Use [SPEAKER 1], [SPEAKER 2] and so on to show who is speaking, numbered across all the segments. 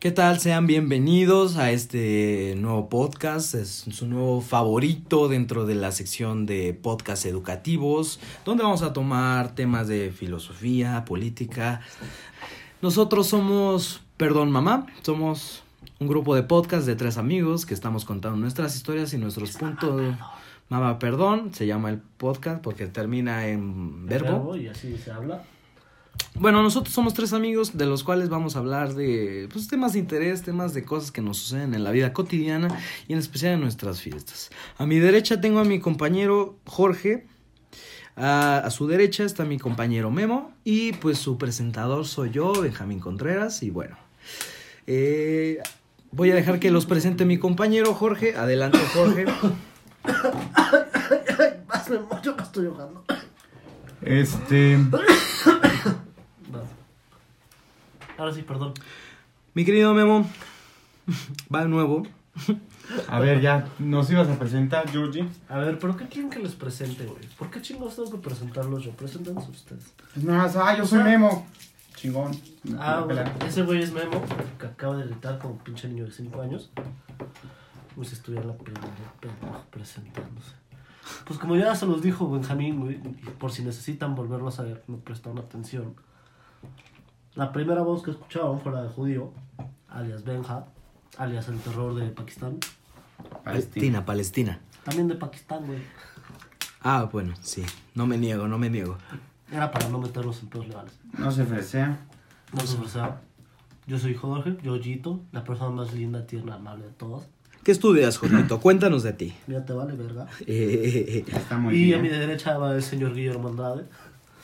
[SPEAKER 1] ¿Qué tal? Sean bienvenidos a este nuevo podcast, es su nuevo favorito dentro de la sección de podcasts educativos, donde vamos a tomar temas de filosofía, política. Nosotros somos, perdón mamá, somos un grupo de podcast de tres amigos que estamos contando nuestras historias y nuestros puntos. Mamá, perdón, se llama el podcast porque termina en verbo.
[SPEAKER 2] y así se habla.
[SPEAKER 1] Bueno, nosotros somos tres amigos de los cuales vamos a hablar de pues, temas de interés, temas de cosas que nos suceden en la vida cotidiana y en especial en nuestras fiestas. A mi derecha tengo a mi compañero Jorge, a, a su derecha está mi compañero Memo y pues su presentador soy yo, Benjamín Contreras y bueno. eh, voy a dejar que los presente mi compañero Jorge. Adelante Jorge.
[SPEAKER 2] Más me mucho que estoy ahogando.
[SPEAKER 3] Este.
[SPEAKER 2] Ahora sí, perdón.
[SPEAKER 1] Mi querido Memo, va de nuevo.
[SPEAKER 3] A ver, ya. Nos ibas a presentar, Georgie.
[SPEAKER 2] A ver, ¿pero qué quieren que les presente, güey? ¿Por qué chingados tengo que presentarlos yo? Preséntense ustedes.
[SPEAKER 3] Pues nada más, ah, yo soy Memo. Chingón.
[SPEAKER 2] Ah,
[SPEAKER 3] Me
[SPEAKER 2] bueno,
[SPEAKER 3] pela.
[SPEAKER 2] ese güey es Memo, que acaba de gritar como pinche niño de 5 años. Pues estuviera en la primaria, pendejo, presentándose. Pues como ya se los dijo Benjamín, güey, y por si necesitan volverlo a saber, no prestaron atención. La primera voz que escuchaban fuera de judío, alias Benja, alias el terror de Pakistán.
[SPEAKER 3] Este.
[SPEAKER 1] Palestina, Palestina.
[SPEAKER 2] También de Pakistán, güey.
[SPEAKER 1] Ah, bueno, sí. No me niego, no me niego.
[SPEAKER 2] Era para no meternos en pedos legales.
[SPEAKER 3] No se fresea.
[SPEAKER 2] No se ofrecía. Yo soy Jorge, Yoyito, la persona más linda, tierna, amable de todas.
[SPEAKER 1] ¿Qué estudias, Jorgito? Cuéntanos de ti.
[SPEAKER 2] Mira, te vale verga.
[SPEAKER 1] Eh,
[SPEAKER 3] Está muy
[SPEAKER 2] y a
[SPEAKER 3] bien.
[SPEAKER 2] mi derecha va el señor Guillermo Andrade.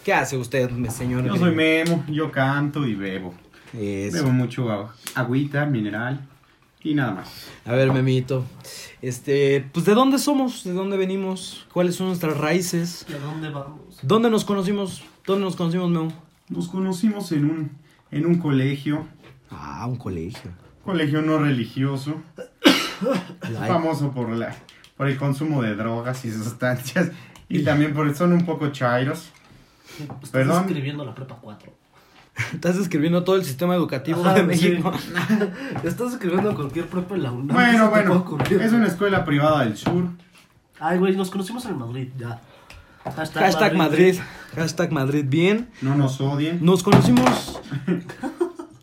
[SPEAKER 1] ¿Qué hace usted, mi señor?
[SPEAKER 3] Yo soy Memo. Yo canto y bebo.
[SPEAKER 1] Eso.
[SPEAKER 3] Bebo mucho agua. agüita, mineral y nada más.
[SPEAKER 1] A ver, Memito. Este, pues, ¿de dónde somos? ¿De dónde venimos? ¿Cuáles son nuestras raíces?
[SPEAKER 2] ¿Y a dónde vamos?
[SPEAKER 1] ¿Dónde nos conocimos? ¿Dónde nos conocimos, Memo?
[SPEAKER 3] Nos conocimos en un, en un colegio.
[SPEAKER 1] Ah, un colegio.
[SPEAKER 3] Colegio no religioso. Famoso por, la, por el consumo de drogas y sustancias. Y también por son un poco chairos.
[SPEAKER 2] Estás
[SPEAKER 3] Perdón.
[SPEAKER 2] escribiendo la prepa 4.
[SPEAKER 1] Estás escribiendo todo el sistema educativo
[SPEAKER 2] Ajá,
[SPEAKER 1] de
[SPEAKER 2] sí.
[SPEAKER 1] México.
[SPEAKER 2] Estás escribiendo cualquier prepa en la UNAM.
[SPEAKER 3] Bueno,
[SPEAKER 2] ¿Qué se te puede
[SPEAKER 3] bueno.
[SPEAKER 2] ocurrir?
[SPEAKER 3] Es una escuela privada del sur.
[SPEAKER 2] Ay, güey, nos conocimos en Madrid, ya. Hashtag,
[SPEAKER 1] Hashtag Madrid. Hashtag Madrid, bien.
[SPEAKER 3] No nos odien.
[SPEAKER 1] Nos conocimos.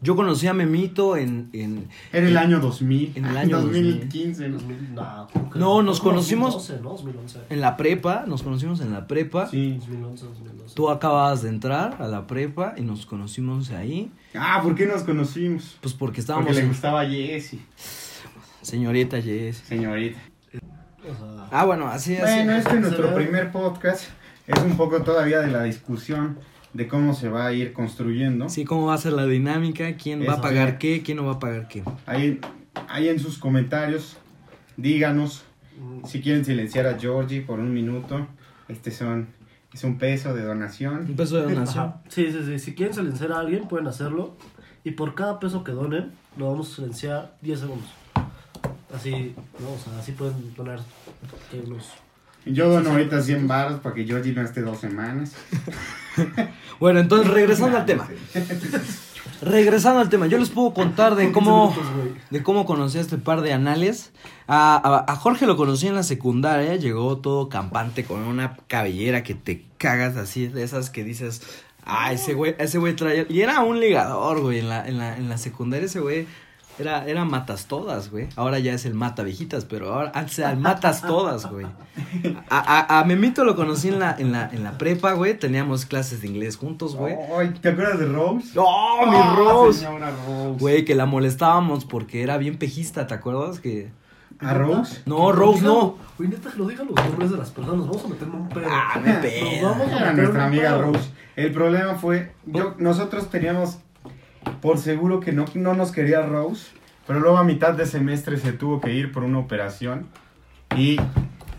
[SPEAKER 1] Yo conocí a Memito en. en
[SPEAKER 3] Era el año 2000.
[SPEAKER 1] En el año
[SPEAKER 3] 2015. ¿no?
[SPEAKER 2] 2000, No, ¿cómo que
[SPEAKER 1] No, nos conocimos-
[SPEAKER 2] 2012, ¿no? 2011.
[SPEAKER 1] en la prepa. Nos conocimos en la prepa.
[SPEAKER 3] Sí.
[SPEAKER 2] 2011, 2012.
[SPEAKER 1] Tú acababas de entrar a la prepa y nos conocimos ahí,
[SPEAKER 3] Ah, ¿por qué nos conocimos?
[SPEAKER 1] pues porque estábamos
[SPEAKER 3] Porque le
[SPEAKER 1] en-
[SPEAKER 3] gustaba Jessy,
[SPEAKER 1] señorita Jess.
[SPEAKER 3] señorita.
[SPEAKER 2] O sea,
[SPEAKER 1] Ah, bueno, así es.
[SPEAKER 3] Bueno, este es nuestro
[SPEAKER 2] ve.
[SPEAKER 3] primer podcast. Es un poco todavía de la discusión de cómo se va a ir construyendo.
[SPEAKER 1] Sí, cómo va a ser la dinámica, quién va a
[SPEAKER 3] Eso
[SPEAKER 1] pagar
[SPEAKER 3] sí.
[SPEAKER 1] qué, quién no va a pagar qué.
[SPEAKER 3] Ahí, ahí en sus comentarios, díganos
[SPEAKER 2] mm,
[SPEAKER 3] si quieren silenciar a Georgie por un minuto. Este son, es un peso de donación.
[SPEAKER 1] Un peso de donación.
[SPEAKER 2] Ajá. Sí, sí, sí. Si quieren silenciar a alguien, pueden hacerlo. Y por cada peso que donen, lo vamos a silenciar 10 segundos. Así, ¿no? O sea, así pueden donar que unos...
[SPEAKER 3] Yo dono ahorita 100 baros para que Georgie no esté dos semanas.
[SPEAKER 1] Bueno, entonces regresando al tema. Regresando al tema, yo les puedo contar de cómo
[SPEAKER 2] minutos, güey.
[SPEAKER 1] de cómo conocí a este par de anales. A, a- a Jorge lo conocí en la secundaria, llegó todo campante con una cabellera que te cagas así, de esas que dices, ah, ese güey, ese güey trae... Y era un ligador, güey, en la, en la, en la secundaria ese güey era, era matas todas, güey. Ahora ya es el mata viejitas, pero ahora antes era el matas todas, güey. A, a- a Memito lo conocí en la, en la, en la prepa, güey, teníamos clases de inglés juntos, Pues, güey.
[SPEAKER 3] Ay, ¿Te acuerdas de Rose?
[SPEAKER 1] ¡No, mi
[SPEAKER 3] Ah,
[SPEAKER 1] Rose!
[SPEAKER 3] señora Rose.
[SPEAKER 1] Güey, que la molestábamos porque era bien pejista, ¿te acuerdas? Que...
[SPEAKER 3] ¿A Rose?
[SPEAKER 1] No, Rose, no.
[SPEAKER 2] Güey, neta, lo digan los nombres de las personas. Vamos a meterme un pedo.
[SPEAKER 1] Ah, me
[SPEAKER 2] Nos
[SPEAKER 1] peda.
[SPEAKER 2] vamos.
[SPEAKER 3] Era nuestra amiga Rose. El problema fue, yo, nosotros teníamos por seguro que no, no nos quería Rose, pero luego a mitad de semestre se tuvo que ir por una operación. ¿Y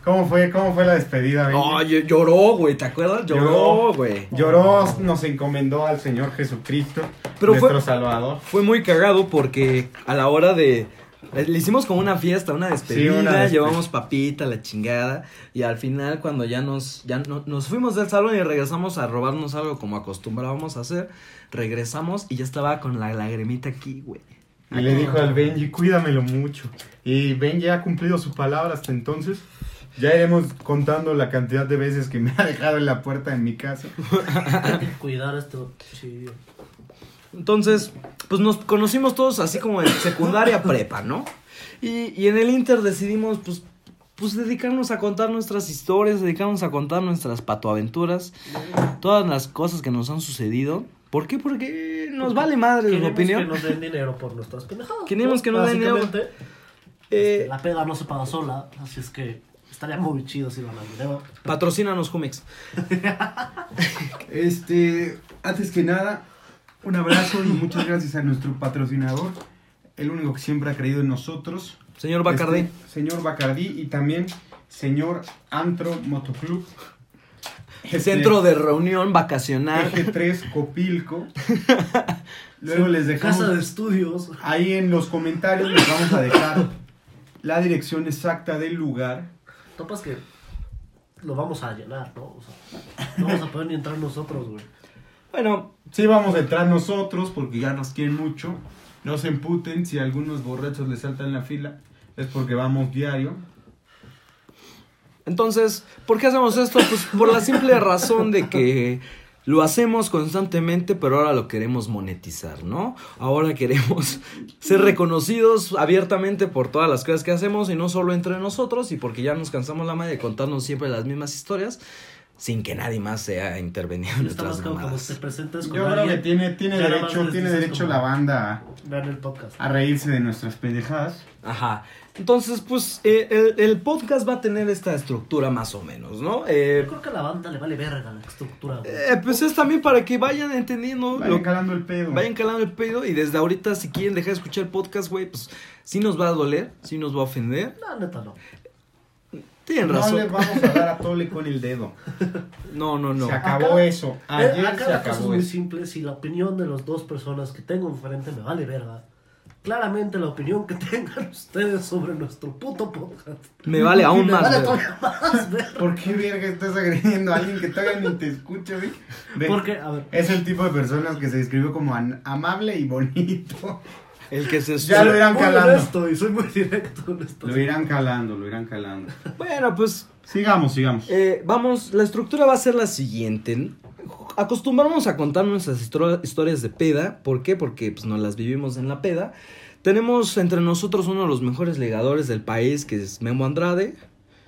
[SPEAKER 3] cómo fue, cómo fue la despedida? Benji?
[SPEAKER 1] No, ll- lloró, güey, ¿te acuerdas? Lloró,
[SPEAKER 3] Lloró.
[SPEAKER 1] güey.
[SPEAKER 3] Lloró, nos encomendó al Señor Jesucristo,
[SPEAKER 1] Pero fue-
[SPEAKER 3] nuestro Salvador.
[SPEAKER 1] Fue muy cagado porque a la hora de... eh, Le hicimos como una fiesta, una despedida,
[SPEAKER 3] una despedida.
[SPEAKER 1] llevamos papita, la chingada, y al final cuando ya nos ya no- nos fuimos del salón y regresamos a robarnos algo como acostumbrábamos a hacer, regresamos y ya estaba con la lagrimita aquí, güey.
[SPEAKER 3] Y le dijo al Benji, cuídamelo mucho. Y Benji ha cumplido su palabra hasta entonces. Ya iremos contando la cantidad de veces que me ha dejado en la puerta de mi casa.
[SPEAKER 2] Hay que cuidar a este chido.
[SPEAKER 1] Entonces, pues nos conocimos todos así como en secundaria prepa, ¿no? Y, y en el Inter decidimos, pues, pues dedicarnos a contar nuestras historias, dedicarnos a contar nuestras patoaventuras, todas las cosas que nos han sucedido. ¿Por qué? Porque nos vale madre la
[SPEAKER 2] Queremos
[SPEAKER 1] opinión.
[SPEAKER 2] que nos den dinero por nuestras pendejadas.
[SPEAKER 1] Queremos que nos den dinero.
[SPEAKER 2] Básicamente, este,
[SPEAKER 1] Eh,
[SPEAKER 2] La peda no se paga sola, así es que estaría muy chido si lo hagan dinero.
[SPEAKER 1] patrocínanos, Jumex.
[SPEAKER 3] Este, antes que nada, un abrazo y muchas gracias a nuestro patrocinador, el único que siempre ha creído en nosotros.
[SPEAKER 1] Señor Bacardí.
[SPEAKER 3] Este, señor Bacardí y también señor Antro Motoclub. Este,
[SPEAKER 1] Centro de reunión vacacional.
[SPEAKER 3] Eje 3 Copilco. Luego les dejamos
[SPEAKER 2] Casa de estudios.
[SPEAKER 3] ahí en los comentarios les vamos a dejar la dirección exacta del lugar.
[SPEAKER 2] Topas que lo vamos a llenar, ¿no? O sea, no vamos a poder ni entrar nosotros, güey.
[SPEAKER 1] Bueno,
[SPEAKER 3] Sí vamos a entrar nosotros porque ya nos quieren mucho. No se emputen si a algunos borrachos les saltan la fila. Es porque vamos diario.
[SPEAKER 1] Entonces, ¿por qué hacemos esto? Pues por la simple razón de que lo hacemos constantemente, pero ahora lo queremos monetizar, ¿no? Ahora queremos ser reconocidos abiertamente por todas las cosas que hacemos y no solo entre nosotros y porque ya nos cansamos la madre de contarnos siempre las mismas historias sin que nadie más sea intervenido en
[SPEAKER 2] Está
[SPEAKER 1] nuestras
[SPEAKER 2] más como cuando
[SPEAKER 1] mamadas.
[SPEAKER 2] te presentes Pues con
[SPEAKER 3] Yo creo que
[SPEAKER 2] alguien.
[SPEAKER 3] tiene, tiene
[SPEAKER 2] ya nada
[SPEAKER 3] derecho,
[SPEAKER 2] más les
[SPEAKER 3] tiene
[SPEAKER 2] dices
[SPEAKER 3] derecho
[SPEAKER 2] como-
[SPEAKER 3] la banda
[SPEAKER 2] Vean el podcast.
[SPEAKER 3] a, a reírse de nuestras pendejadas.
[SPEAKER 1] Ajá. Entonces, pues eh, el, el podcast va a tener esta estructura más o menos, ¿no? Eh,
[SPEAKER 2] Yo creo que a la banda le vale verga la estructura, güey.
[SPEAKER 1] eh, pues es también para que vayan entendiendo lo
[SPEAKER 3] Vayan calando el pedo.
[SPEAKER 1] Vayan calando el pedo y desde ahorita si quieren dejar de escuchar el podcast, güey, pues sí nos va a doler, sí nos va a ofender.
[SPEAKER 2] No, neta no.
[SPEAKER 1] Tienen
[SPEAKER 3] no le
[SPEAKER 1] razón.
[SPEAKER 3] vamos a dar a Tole con el dedo.
[SPEAKER 1] No, no, no.
[SPEAKER 3] Se acabó
[SPEAKER 2] Acá-
[SPEAKER 3] eso.
[SPEAKER 2] Eh,
[SPEAKER 3] Ayer
[SPEAKER 2] acá
[SPEAKER 3] se
[SPEAKER 2] la cosa es
[SPEAKER 3] acabó
[SPEAKER 2] muy
[SPEAKER 3] eso.
[SPEAKER 2] simple. Si la opinión de las dos personas que tengo enfrente me vale verga, claramente la opinión que tengan ustedes sobre nuestro puto podcast
[SPEAKER 1] Me vale aún
[SPEAKER 3] Me
[SPEAKER 1] más.
[SPEAKER 2] vale
[SPEAKER 1] güey.
[SPEAKER 2] todavía más verga.
[SPEAKER 3] ¿Por qué verga estás agrediendo a alguien que todavía ni te escucha, güey? Ve,
[SPEAKER 2] Porque, a ver,
[SPEAKER 3] Es el tipo de personas que se describió como an- amable y bonito.
[SPEAKER 1] El que se
[SPEAKER 3] Ya lo irán
[SPEAKER 2] muy
[SPEAKER 3] calando.
[SPEAKER 2] honesto y soy muy directo en esto.
[SPEAKER 3] Lo irán calando, lo irán calando.
[SPEAKER 1] Bueno, pues
[SPEAKER 3] Sigamos, sigamos.
[SPEAKER 1] eh, vamos, la estructura va a ser la siguiente. Acostumbramos a contar nuestras histro- historias de peda. ¿Por qué? Porque pues, nos las vivimos en la peda. Tenemos entre nosotros uno de los mejores legadores del país, que es Memo Andrade.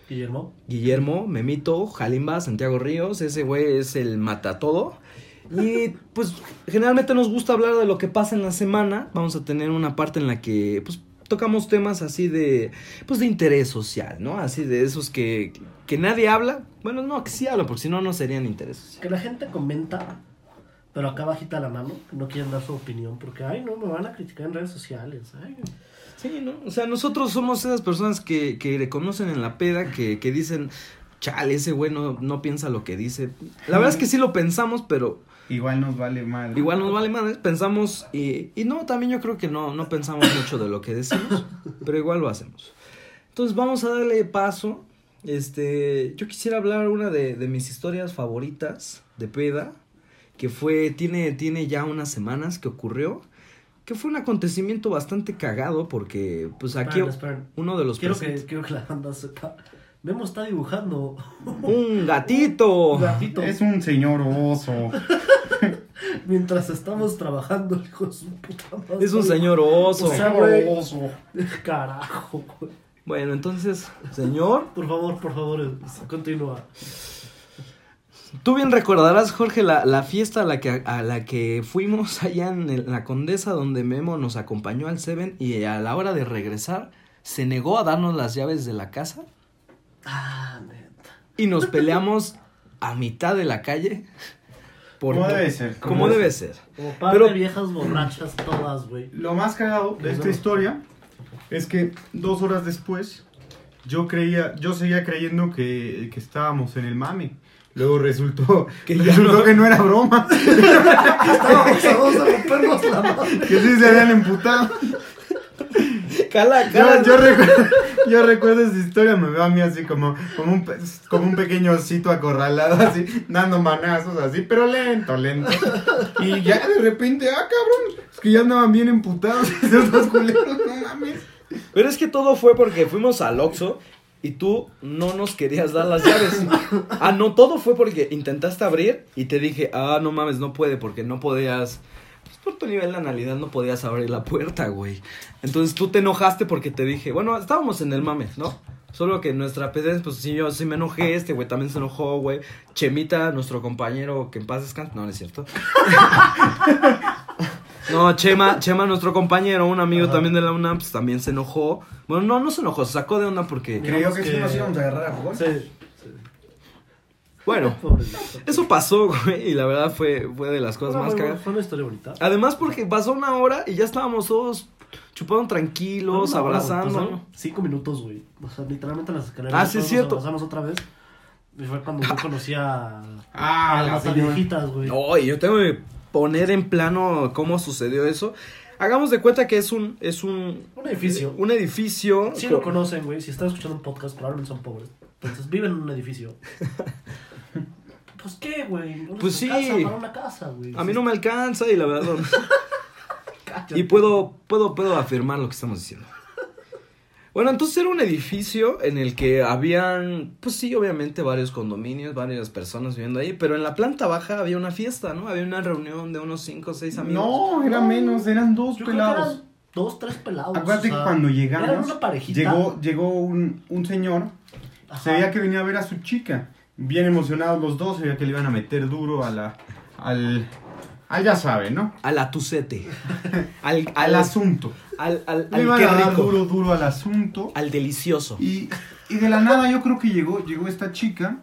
[SPEAKER 2] Guillermo,
[SPEAKER 1] Guillermo, Memito, Jalimba, Santiago Ríos, ese güey es el matatodo. Y pues generalmente nos gusta hablar de lo que pasa en la semana. Vamos a tener una parte en la que pues tocamos temas así de pues de interés social, ¿no? Así de esos que que nadie habla. Bueno, no, que sí habla, porque si no no serían interés social.
[SPEAKER 2] que la gente comenta, pero acá bajita la mano, no quieren dar su opinión porque, ay, no, me van a criticar en redes sociales. Ay,
[SPEAKER 1] Sí, ¿no? O sea, nosotros somos esas personas que que reconocen en la peda que que dicen, "Chale, ese güey no no piensa lo que dice." La verdad es que sí lo pensamos, pero
[SPEAKER 3] Igual nos vale madre.
[SPEAKER 1] Igual nos vale madres, pensamos y, y no, también yo creo que no, no pensamos mucho de lo que decimos, pero igual lo hacemos. Entonces vamos a darle paso. Este, yo quisiera hablar una de, de mis historias favoritas de peda, que fue, tiene, tiene ya unas semanas que ocurrió, que fue un acontecimiento bastante cagado porque pues aquí
[SPEAKER 2] esperen, esperen.
[SPEAKER 1] uno de los
[SPEAKER 2] Quiero que,
[SPEAKER 1] presentes-
[SPEAKER 2] quiero que la banda sepa. Memo está dibujando
[SPEAKER 1] un gatito.
[SPEAKER 2] un gatito
[SPEAKER 3] Es un señor oso.
[SPEAKER 2] mientras estamos trabajando, el hijo de su puta madre.
[SPEAKER 1] Es un señor oso.
[SPEAKER 2] O sea,
[SPEAKER 3] señor
[SPEAKER 2] güey.
[SPEAKER 3] oso.
[SPEAKER 2] Carajo, güey.
[SPEAKER 1] Bueno, entonces, señor,
[SPEAKER 2] Por favor, por favor, eh, continúa.
[SPEAKER 1] Tú bien recordarás, Jorge, la, la fiesta a la, que, a la que fuimos allá en, el- la Condesa, donde Memo nos acompañó al Seven y a la hora de regresar se negó a darnos las llaves de la casa
[SPEAKER 2] Ah, neta.
[SPEAKER 1] y nos peleamos a mitad de la calle. por-
[SPEAKER 3] ¿Cómo debe ser?
[SPEAKER 1] como
[SPEAKER 3] ¿Cómo
[SPEAKER 1] debe ser?
[SPEAKER 2] Como par
[SPEAKER 1] Pero-
[SPEAKER 2] de viejas borrachas todas, güey.
[SPEAKER 3] Lo más cagado de esta historia es que dos horas después yo creía, yo seguía creyendo que, que estábamos en el mame. Luego resultó
[SPEAKER 1] Que
[SPEAKER 3] que,
[SPEAKER 1] ya
[SPEAKER 3] resultó
[SPEAKER 1] no.
[SPEAKER 3] que no era broma,
[SPEAKER 2] Estábamos a dos de rompernos la madre.
[SPEAKER 3] que sí se habían emputado.
[SPEAKER 1] Cala,
[SPEAKER 3] Yo,
[SPEAKER 1] cala.
[SPEAKER 3] yo, recuerdo, yo recuerdo esa historia, me veo a mí así como, como, un, pe- como un pequeño osito acorralado, así, dando manazos, así, pero lento, lento. Y ya de repente, ah, cabrón, es que ya andaban bien emputados esos dos culeros, no mames.
[SPEAKER 1] Pero es que todo fue porque fuimos al Oxxo y tú no nos querías dar las llaves. Ah, no, todo fue porque intentaste abrir y te dije, ah, no mames, no puede porque no podías... pues, Por tu nivel de analidad no podías abrir la puerta, güey. Entonces tú te enojaste porque te dije, bueno, estábamos en el mame, ¿no? Solo que nuestra PDS, pues sí, yo sí me enojé, este güey también se enojó, güey. Chemita, nuestro compañero, que en paz descanse. No, no es cierto. No, Chema, Chema, nuestro compañero, un amigo
[SPEAKER 2] Ajá.
[SPEAKER 1] también de la UNAM, pues también se enojó. Bueno, no, no se enojó, se sacó de onda porque.
[SPEAKER 3] Creyó
[SPEAKER 2] Digamos
[SPEAKER 3] que,
[SPEAKER 2] que-
[SPEAKER 3] sí nos íbamos a agarrar a jugar.
[SPEAKER 2] Sí.
[SPEAKER 1] Bueno, eso pasó, güey, y la verdad fue, fue de las cosas más cagadas.
[SPEAKER 2] Fue una historia bonita.
[SPEAKER 1] Además, porque pasó una hora y ya estábamos todos chupando tranquilos,
[SPEAKER 2] No, no, no,
[SPEAKER 1] abrazando.
[SPEAKER 2] pasaron pues Cinco minutos, güey. O sea, literalmente en las escaleras.
[SPEAKER 1] Ah, sí,
[SPEAKER 2] todos
[SPEAKER 1] es cierto.
[SPEAKER 2] Nos abrazamos otra vez. Y fue cuando yo conocí a.
[SPEAKER 3] Ah,
[SPEAKER 2] a
[SPEAKER 3] la
[SPEAKER 2] las
[SPEAKER 3] señora.
[SPEAKER 2] viejitas, güey.
[SPEAKER 1] No, y yo tengo que poner en plano cómo sucedió eso. Hagamos de cuenta que es un. Es un,
[SPEAKER 2] Un edificio.
[SPEAKER 1] Un edificio.
[SPEAKER 2] Si
[SPEAKER 1] con-
[SPEAKER 2] lo conocen, güey, si están escuchando un podcast, probablemente son pobres. Entonces viven en un edificio. pues qué, güey. Una
[SPEAKER 1] Pues sí.
[SPEAKER 2] casa para una casa, güey.
[SPEAKER 1] a mí no me alcanza y la verdad. no-
[SPEAKER 2] Cállate.
[SPEAKER 1] Y puedo, puedo, puedo afirmar lo que estamos diciendo. Bueno, entonces era un edificio en el que habían, pues sí, obviamente varios condominios, varias personas viviendo ahí, pero en la planta baja había una fiesta, ¿no? Había una reunión de unos 5 o 6 amigos.
[SPEAKER 3] No, era menos, eran dos
[SPEAKER 2] Yo creo que
[SPEAKER 3] pelados.
[SPEAKER 2] eran dos, tres pelados.
[SPEAKER 3] Acuérdate
[SPEAKER 2] o sea,
[SPEAKER 3] que cuando
[SPEAKER 2] Eran
[SPEAKER 3] llegamos,
[SPEAKER 2] una parejita.
[SPEAKER 3] llegó, llegó un, un señor,
[SPEAKER 2] Ajá.
[SPEAKER 3] se veía que venía a ver a su chica. Bien emocionados los dos, se veía que le iban a meter duro a la. al. al ya sabe, ¿no?
[SPEAKER 1] A la tucete. Al,
[SPEAKER 3] Al
[SPEAKER 1] al, al,
[SPEAKER 3] asunto.
[SPEAKER 1] al, al,
[SPEAKER 3] Le iban
[SPEAKER 1] qué
[SPEAKER 3] a dar
[SPEAKER 1] rico.
[SPEAKER 3] duro, duro al asunto.
[SPEAKER 1] Al delicioso.
[SPEAKER 3] Y, y de la nada yo creo que llegó, llegó esta chica,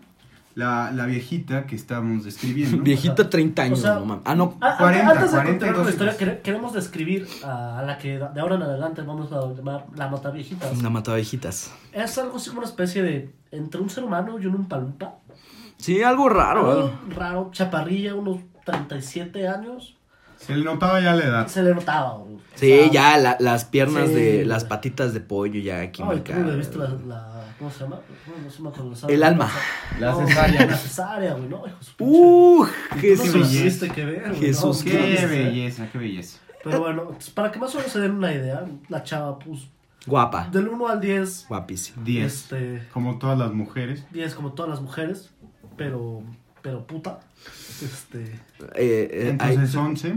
[SPEAKER 3] la, la viejita que estábamos describiendo.
[SPEAKER 1] Viejita 30 años,
[SPEAKER 2] O sea,
[SPEAKER 1] no mames. Ah, no.
[SPEAKER 2] Ah,
[SPEAKER 3] 40,
[SPEAKER 2] antes de
[SPEAKER 3] 40
[SPEAKER 2] continuar con la historia,
[SPEAKER 3] cositas.
[SPEAKER 2] quere- queremos describir a, a la que de ahora en adelante vamos a llamar la mata viejita.
[SPEAKER 1] La matavejitas.
[SPEAKER 2] Es algo así como una especie de. entre un ser humano y un palumpa.
[SPEAKER 1] Sí, algo raro. ¿eh? algo-
[SPEAKER 2] Ah. Raro, chaparrilla, unos 37 años.
[SPEAKER 3] Se le notaba ya la edad.
[SPEAKER 2] Se le notaba, güey. O
[SPEAKER 1] Sí,
[SPEAKER 2] sea,
[SPEAKER 1] ya la- las piernas
[SPEAKER 2] Sí.
[SPEAKER 1] de. las patitas de pollo ya aquí.
[SPEAKER 2] Ay, ¿cómo le
[SPEAKER 1] marcadas.
[SPEAKER 2] viste la, la- ¿Cómo se llama? Bueno, no se me acuerdo,
[SPEAKER 1] El alma.
[SPEAKER 3] La
[SPEAKER 2] No,
[SPEAKER 3] cesárea.
[SPEAKER 2] La cesárea, güey, no, hijo de su pinche-
[SPEAKER 1] ¡Uh!
[SPEAKER 2] Tú
[SPEAKER 1] Jesús.
[SPEAKER 2] No tuviste que ver, güey,
[SPEAKER 1] Jesús,
[SPEAKER 2] no,
[SPEAKER 1] qué
[SPEAKER 2] no, no sé.
[SPEAKER 3] qué belleza.
[SPEAKER 2] Pero bueno, pues, para que más o menos se den una idea, la chava, pues,
[SPEAKER 1] Guapa.
[SPEAKER 2] del 1 al 10,
[SPEAKER 1] Guapísimo.
[SPEAKER 3] 10.
[SPEAKER 2] este,
[SPEAKER 3] Como todas las mujeres.
[SPEAKER 2] 10 como todas las mujeres, pero, pero puta. Este,
[SPEAKER 1] Eh, eh, hay-
[SPEAKER 3] Entonces 11.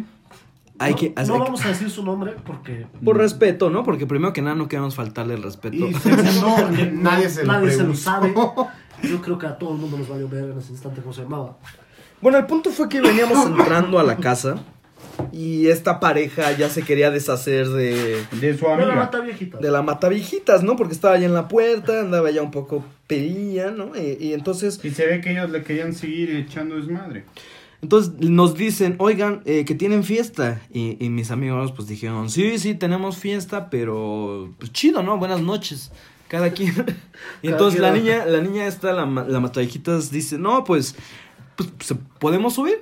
[SPEAKER 1] hay,
[SPEAKER 2] no,
[SPEAKER 1] que. hay
[SPEAKER 2] no
[SPEAKER 1] que-
[SPEAKER 2] vamos a decir su nombre porque
[SPEAKER 1] Por respeto, ¿no? Porque primero que nada no queremos faltarle el respeto.
[SPEAKER 3] Y segundo, nadie se lo
[SPEAKER 2] nadie se lo
[SPEAKER 3] preguntó.
[SPEAKER 2] sabe. Yo creo que a todo el mundo nos valió ver en ese instante cómo se llamaba.
[SPEAKER 1] Bueno, el punto fue que veníamos entrando a la casa y esta pareja ya se quería deshacer de,
[SPEAKER 3] De su
[SPEAKER 2] Pero la
[SPEAKER 3] amiga.
[SPEAKER 2] mata viejita.
[SPEAKER 1] de la mataviejitas, ¿no? Porque estaba ya en la puerta, andaba ya un poco pedilla, ¿no? Eh, y entonces
[SPEAKER 3] Y se ve que ellos le querían seguir echando desmadre.
[SPEAKER 1] Entonces nos dicen, oigan, eh, que tienen fiesta. Y, y mis amigos pues dijeron, sí, sí, tenemos fiesta, pero pues chido, ¿no? Buenas noches. Cada quien. y
[SPEAKER 2] Cada
[SPEAKER 1] entonces la
[SPEAKER 2] quien.
[SPEAKER 1] niña, la niña esta, la, ma- la matajitas, dice, no, pues, pues, pues, podemos subir.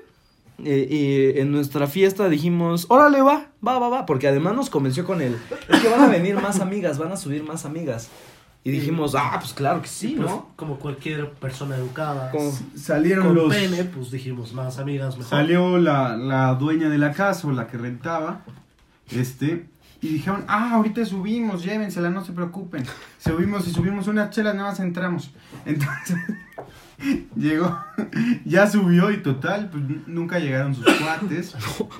[SPEAKER 1] Eh, y en nuestra fiesta dijimos, órale, va, va, va, va. Porque además nos convenció con él. Es que van a venir más amigas, van a subir más amigas. Y dijimos, ah, pues claro que sí, pues.
[SPEAKER 2] Pues,
[SPEAKER 1] ¿no?
[SPEAKER 2] Como cualquier persona educada.
[SPEAKER 1] Como-
[SPEAKER 3] Salieron
[SPEAKER 2] con
[SPEAKER 3] los.
[SPEAKER 2] pene, pues dijimos más amigas mejor.
[SPEAKER 3] Salió la, la dueña de la casa o la que rentaba. Este. Y dijeron, ah, ahorita subimos, llévensela, no se preocupen. Subimos y subimos unas chelas, nada más entramos. Entonces, llegó, ya subió y total, pues n- nunca llegaron sus cuates.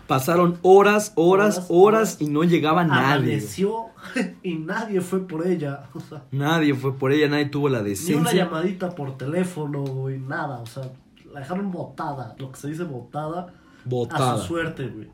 [SPEAKER 1] Pasaron horas, horas,
[SPEAKER 2] Horas,
[SPEAKER 1] horas y no llegaba Ah, nadie.
[SPEAKER 2] Amaneció y nadie fue por ella. O sea,
[SPEAKER 1] Nadie fue por ella, nadie tuvo la
[SPEAKER 2] ni una
[SPEAKER 1] decencia.
[SPEAKER 2] llamadita por teléfono, güey, nada. O sea, la dejaron botada. Lo que se dice botada. A
[SPEAKER 1] Botada.
[SPEAKER 2] su suerte, güey.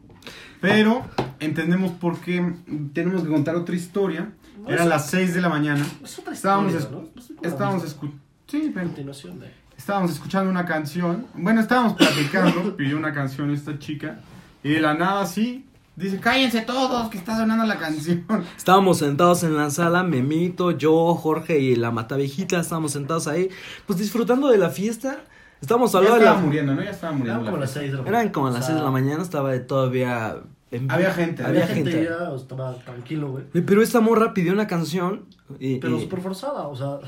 [SPEAKER 3] Pero entendemos por qué tenemos que contar otra historia.
[SPEAKER 2] No,
[SPEAKER 3] Eran
[SPEAKER 2] es-
[SPEAKER 3] las 6 de la mañana.
[SPEAKER 2] Es otra
[SPEAKER 3] Estábamos,
[SPEAKER 2] historia,
[SPEAKER 3] escu-
[SPEAKER 2] ¿no? Es como la
[SPEAKER 3] estábamos
[SPEAKER 2] misma.
[SPEAKER 3] escuchando. Sí, pero-
[SPEAKER 2] continuación de.
[SPEAKER 3] Estábamos escuchando una canción. Bueno, estábamos platicando. pidió una canción esta chica. Y de la nada así. Dice, cállense todos, que está sonando la canción.
[SPEAKER 1] Estábamos sentados en la sala, Memito, yo, Jorge y la Matavejita, estábamos sentados ahí, pues disfrutando de la fiesta. Estábamos al
[SPEAKER 3] ya
[SPEAKER 1] lado de
[SPEAKER 3] estaba
[SPEAKER 1] la...
[SPEAKER 3] muriendo, ¿no? Ya estaba muriendo.
[SPEAKER 2] Eran como
[SPEAKER 3] la
[SPEAKER 2] las 6 de la mañana.
[SPEAKER 1] Eran como
[SPEAKER 2] O
[SPEAKER 1] las
[SPEAKER 2] sea,
[SPEAKER 1] 6 de la mañana, estaba todavía en-
[SPEAKER 3] Había gente,
[SPEAKER 1] Había,
[SPEAKER 2] Había gente,
[SPEAKER 1] gente.
[SPEAKER 2] ya estaba tranquilo, güey.
[SPEAKER 1] Güey, Pero esta morra pidió una canción. y-
[SPEAKER 2] Pero
[SPEAKER 1] y-
[SPEAKER 2] súper forzada, o sea.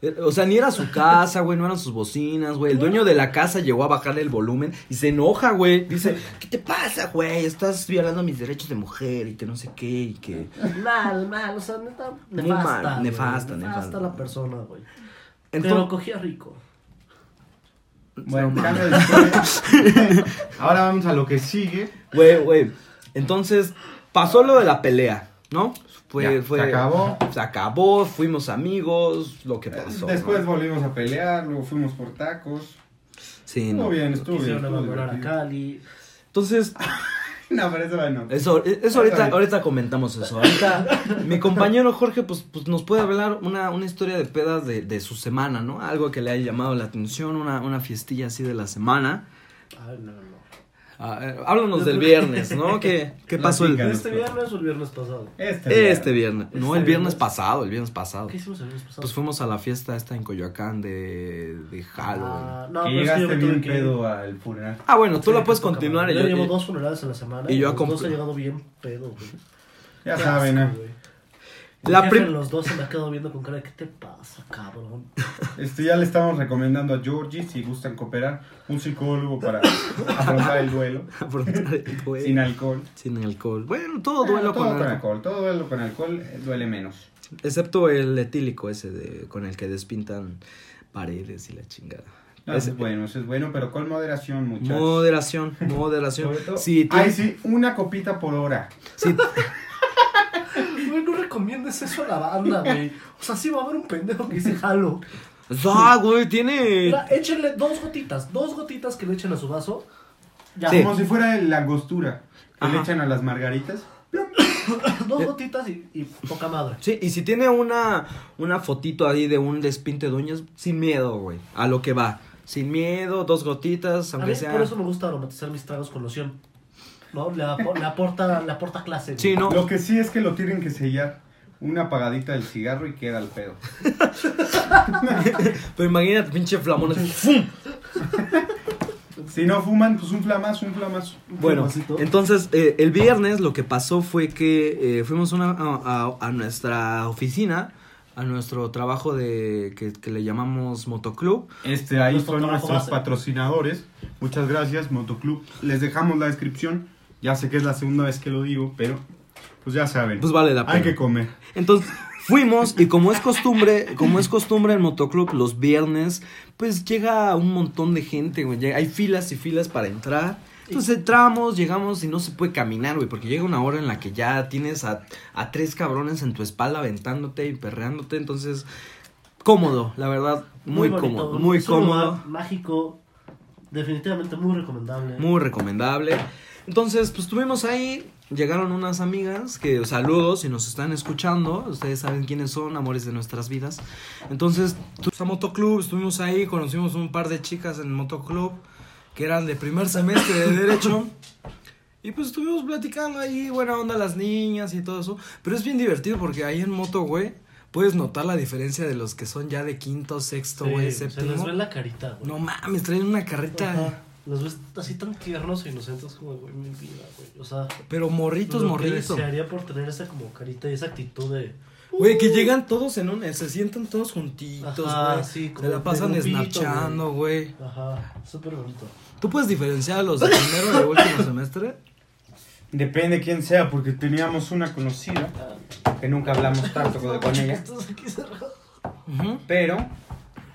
[SPEAKER 1] eh, O sea, ni era su casa, güey, no eran sus bocinas, güey. El dueño de la casa llegó a bajarle el volumen y se enoja, güey. Dice, ¿qué te pasa, güey? Estás violando mis derechos de mujer y que no sé qué y que...
[SPEAKER 2] Mal, mal, o sea, neta.
[SPEAKER 1] Muy mal,
[SPEAKER 2] Nefasta. güey,
[SPEAKER 1] nefasta, nefasta.
[SPEAKER 2] Nefasta la persona, güey. Pero
[SPEAKER 1] Entonces,
[SPEAKER 2] cogía rico.
[SPEAKER 3] Bueno,
[SPEAKER 1] No,
[SPEAKER 3] cambio de historia. Ahora vamos a lo que sigue.
[SPEAKER 1] güey, güey. Entonces, pasó lo de la pelea, ¿no? Fue,
[SPEAKER 3] Ya,
[SPEAKER 1] fue...
[SPEAKER 3] Se acabó.
[SPEAKER 1] Se acabó, fuimos amigos, lo que pasó. ¿no?
[SPEAKER 3] Después volvimos a pelear, luego fuimos por tacos.
[SPEAKER 1] Sí,
[SPEAKER 3] Estuvo
[SPEAKER 1] no.
[SPEAKER 3] bien, estuvo bien.
[SPEAKER 2] Quisieron
[SPEAKER 3] estuvo
[SPEAKER 2] evacuar a
[SPEAKER 3] divertido.
[SPEAKER 2] Cali.
[SPEAKER 1] Entonces,
[SPEAKER 3] No, pero eso bueno.
[SPEAKER 1] Eso, eso ahorita, ahorita comentamos eso. Ahorita, mi compañero Jorge, pues, pues nos puede hablar una, una historia de pedas de, de su semana, ¿no? Algo que le haya llamado la atención, una, una fiestilla así de la semana.
[SPEAKER 2] Ay, no, no.
[SPEAKER 1] A ver, háblanos del viernes, ¿no? ¿Qué, qué pasó el,
[SPEAKER 2] ¿Este viernes o el viernes pasado?
[SPEAKER 3] Este,
[SPEAKER 1] este viernes? No, el viernes
[SPEAKER 2] Este viernes.
[SPEAKER 1] pasado, el viernes pasado.
[SPEAKER 2] ¿Qué hicimos el viernes pasado?
[SPEAKER 1] Pues fuimos a la fiesta esta en Coyoacán de, de Halloween.
[SPEAKER 2] Ah, no,
[SPEAKER 3] que
[SPEAKER 2] pero es que yo
[SPEAKER 3] llegaste
[SPEAKER 2] me
[SPEAKER 3] bien
[SPEAKER 2] tuve que ir.
[SPEAKER 3] pedo al funeral.
[SPEAKER 1] Ah, bueno, tú
[SPEAKER 2] Sí,
[SPEAKER 1] la puedes
[SPEAKER 2] qué poca
[SPEAKER 1] continuar.
[SPEAKER 2] madre.
[SPEAKER 1] y
[SPEAKER 2] Yo
[SPEAKER 1] yo-
[SPEAKER 2] llevo dos funerales en la semana.
[SPEAKER 1] y
[SPEAKER 2] Y
[SPEAKER 1] yo
[SPEAKER 2] yo
[SPEAKER 1] acom-
[SPEAKER 2] dos he llegado bien pedo, güey.
[SPEAKER 3] Ya
[SPEAKER 2] Qué
[SPEAKER 3] saben,
[SPEAKER 2] asco,
[SPEAKER 3] ¿eh?
[SPEAKER 2] güey.
[SPEAKER 1] La
[SPEAKER 2] Mi jefe
[SPEAKER 1] prim-
[SPEAKER 2] en los dos se me ha quedado viendo con cara de ¿qué te pasa, cabrón?
[SPEAKER 3] Este, ya le estamos recomendando a Georgie, si gustan cooperar, un psicólogo para afrontar el duelo
[SPEAKER 1] afrontar el duelo
[SPEAKER 3] sin alcohol.
[SPEAKER 1] sin alcohol. Bueno, todo duelo
[SPEAKER 3] Ah, todo
[SPEAKER 1] con
[SPEAKER 3] con
[SPEAKER 1] alcohol.
[SPEAKER 3] alcohol. Todo duelo con alcohol eh, duele menos.
[SPEAKER 1] Excepto el etílico ese de, con el que despintan paredes y la chingada.
[SPEAKER 3] No,
[SPEAKER 1] Ese-
[SPEAKER 3] eso es Ah, bueno, eso es bueno, pero con moderación, muchachos.
[SPEAKER 1] moderación, moderación.
[SPEAKER 3] Sobre todo-
[SPEAKER 1] Si, ti-
[SPEAKER 3] Ay, sí, una copita por hora.
[SPEAKER 1] si-
[SPEAKER 2] Güey, no recomiendes eso a la banda, güey. O sea, sí va a haber un pendejo que dice jalo.
[SPEAKER 1] Ah, güey, tiene...
[SPEAKER 2] Mira, échenle dos gotitas, dos gotitas que le echen a su vaso. Ya,
[SPEAKER 1] Sí.
[SPEAKER 3] Como si fuera la angostura que le
[SPEAKER 1] Ajá.
[SPEAKER 3] echan a las margaritas.
[SPEAKER 1] Eh.
[SPEAKER 2] dos gotitas y, y poca madre.
[SPEAKER 1] Sí, y si tiene una, una fotito ahí de un despinte de uñas, sin miedo, güey, a lo que va. Sin miedo, dos gotitas,
[SPEAKER 2] A
[SPEAKER 1] aunque
[SPEAKER 2] mí
[SPEAKER 1] sea...
[SPEAKER 2] por eso me gusta aromatizar mis tragos con loción. ¿No? Le, apo- le aporta, le aporta clase. güey.
[SPEAKER 1] Sí, no,
[SPEAKER 3] Lo que sí es que lo tienen que sellar. Una apagadita del cigarro y queda el pedo.
[SPEAKER 1] pero imagínate, pinche flamón. así, ¡fum!
[SPEAKER 3] Si no fuman, pues un flamazo, un flamazo.
[SPEAKER 1] Bueno,
[SPEAKER 2] Tomasito.
[SPEAKER 1] entonces eh, el viernes lo que pasó fue que eh, fuimos una- a, a- a nuestra oficina, a nuestro trabajo de que, que le llamamos motoclub.
[SPEAKER 3] Este, ahí
[SPEAKER 2] Nuestro
[SPEAKER 3] son
[SPEAKER 2] trabajo base.
[SPEAKER 3] nuestros patrocinadores. Muchas gracias, Motoclub. Les dejamos la descripción. Ya sé que es la segunda vez que lo digo, pero pues ya saben.
[SPEAKER 1] Pues vale la
[SPEAKER 3] Hay
[SPEAKER 1] pena.
[SPEAKER 3] que comer.
[SPEAKER 1] Entonces fuimos y como es costumbre, como es costumbre en motoclub los viernes, pues llega un montón de gente, güey. llega- Hay filas y filas para entrar. Entonces entramos, llegamos y no se puede caminar, güey, porque llega una hora en la que ya tienes a, a tres cabrones en tu espalda aventándote y perreándote, entonces cómodo, la verdad, muy,
[SPEAKER 2] bonito,
[SPEAKER 1] cómodo, muy
[SPEAKER 2] es un lugar
[SPEAKER 1] cómodo.
[SPEAKER 2] mágico, definitivamente muy recomendable.
[SPEAKER 1] Muy recomendable. Entonces, pues estuvimos ahí. Llegaron unas amigas que saludos si nos están escuchando. Ustedes saben quiénes son, amores de nuestras vidas. Entonces, tuvimos a Motoclub, estuvimos ahí, conocimos un par de chicas en Motoclub que eran de primer semestre de Derecho. Y pues estuvimos platicando ahí, buena onda las niñas y todo eso. Pero es bien divertido porque ahí en moto, güey, puedes notar la diferencia de los que son ya de quinto, sexto,
[SPEAKER 2] Sí,
[SPEAKER 1] güey,
[SPEAKER 2] se les
[SPEAKER 1] séptimo.
[SPEAKER 2] ve la carita, güey.
[SPEAKER 1] No mames, traen una carreta.
[SPEAKER 2] Ajá. Los ves así tan tiernos e inocentes como, güey, mi vida, güey. O sea,
[SPEAKER 1] Pero morritos,
[SPEAKER 2] lo que
[SPEAKER 1] morritos.
[SPEAKER 2] desearía por tener esa como carita y esa actitud de...
[SPEAKER 1] Güey, que llegan todos en un. Se sientan todos juntitos,
[SPEAKER 2] Ajá,
[SPEAKER 1] güey.
[SPEAKER 2] sí,
[SPEAKER 1] se
[SPEAKER 2] como
[SPEAKER 1] la
[SPEAKER 2] de
[SPEAKER 1] pasan
[SPEAKER 2] grupito,
[SPEAKER 1] snapchando, güey.
[SPEAKER 2] Ajá, súper bonito.
[SPEAKER 1] ¿Tú puedes diferenciar a los de primero y de último semestre?
[SPEAKER 3] Depende quién sea, porque teníamos una conocida que nunca hablamos tanto de- con ella,
[SPEAKER 2] Estás aquí cerrado.
[SPEAKER 1] Ujú.
[SPEAKER 3] pero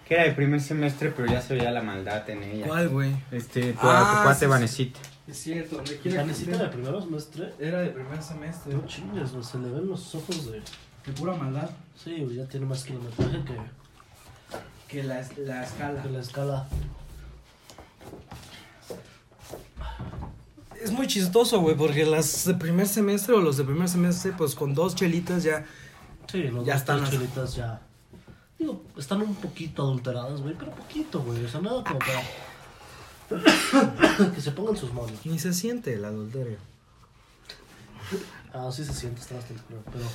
[SPEAKER 3] que era de primer semestre, pero ya se veía la maldad en ella.
[SPEAKER 1] ¿Cuál, güey?
[SPEAKER 3] Este, tu,
[SPEAKER 1] Ah,
[SPEAKER 3] tu cuate
[SPEAKER 1] sí, sí.
[SPEAKER 3] Vanesita.
[SPEAKER 1] Es cierto, donde
[SPEAKER 2] ¿Vanesita de primero semestre?
[SPEAKER 1] Era de primer semestre.
[SPEAKER 2] No chingas, güey, se le ven los ojos de...
[SPEAKER 1] De pura maldad.
[SPEAKER 2] Sí, güey, ya tiene más kilometraje que,
[SPEAKER 1] Que la, escala.
[SPEAKER 2] que la escala.
[SPEAKER 1] Es muy chistoso, güey, porque las de primer semestre o los de primer semestre, pues con dos chelitas ya.
[SPEAKER 2] Sí, los
[SPEAKER 1] Ya
[SPEAKER 2] ya
[SPEAKER 1] están las-
[SPEAKER 2] están chulitas ya. Digo, están un poquito adulteradas, güey, pero poquito, güey. O sea, nada como para. que se pongan sus manos.
[SPEAKER 1] Ni se siente el adulterio.
[SPEAKER 2] Ah, sí se siente, está bastante claro, pero.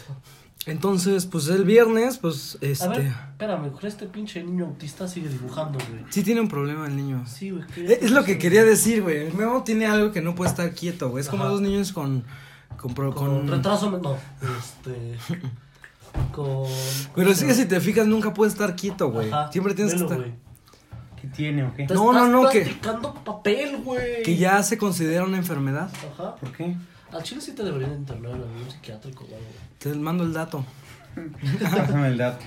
[SPEAKER 1] Entonces, pues el viernes, pues este.
[SPEAKER 2] A ver, espérame, con este pinche niño autista sigue dibujando, güey.
[SPEAKER 1] Sí tiene un problema el niño.
[SPEAKER 2] Sí, güey. ¿qué
[SPEAKER 1] Eh, Es es lo que
[SPEAKER 2] hacer,
[SPEAKER 1] quería
[SPEAKER 2] güey?
[SPEAKER 1] decir, güey. El Memo tiene algo que no puede estar quieto, güey. Es como
[SPEAKER 2] Ajá.
[SPEAKER 1] dos niños con. Con, pro-
[SPEAKER 2] Con,
[SPEAKER 1] con-
[SPEAKER 2] retraso, no. Este. con.
[SPEAKER 1] Pero sí que si te fijas, nunca puede estar quieto, güey.
[SPEAKER 2] Ajá,
[SPEAKER 1] Siempre tienes
[SPEAKER 2] velo,
[SPEAKER 1] que estar.
[SPEAKER 2] güey.
[SPEAKER 3] ¿Qué tiene o qué?
[SPEAKER 2] Te
[SPEAKER 1] No, no,
[SPEAKER 2] estás
[SPEAKER 1] no, que-
[SPEAKER 2] Practicando papel, güey.
[SPEAKER 1] Que ya se considera una enfermedad.
[SPEAKER 2] Ajá.
[SPEAKER 3] ¿Por qué?
[SPEAKER 2] Al chile sí te deberían internar en algún psiquiátrico o algo.
[SPEAKER 1] Te mando el dato.
[SPEAKER 3] Pásame el dato.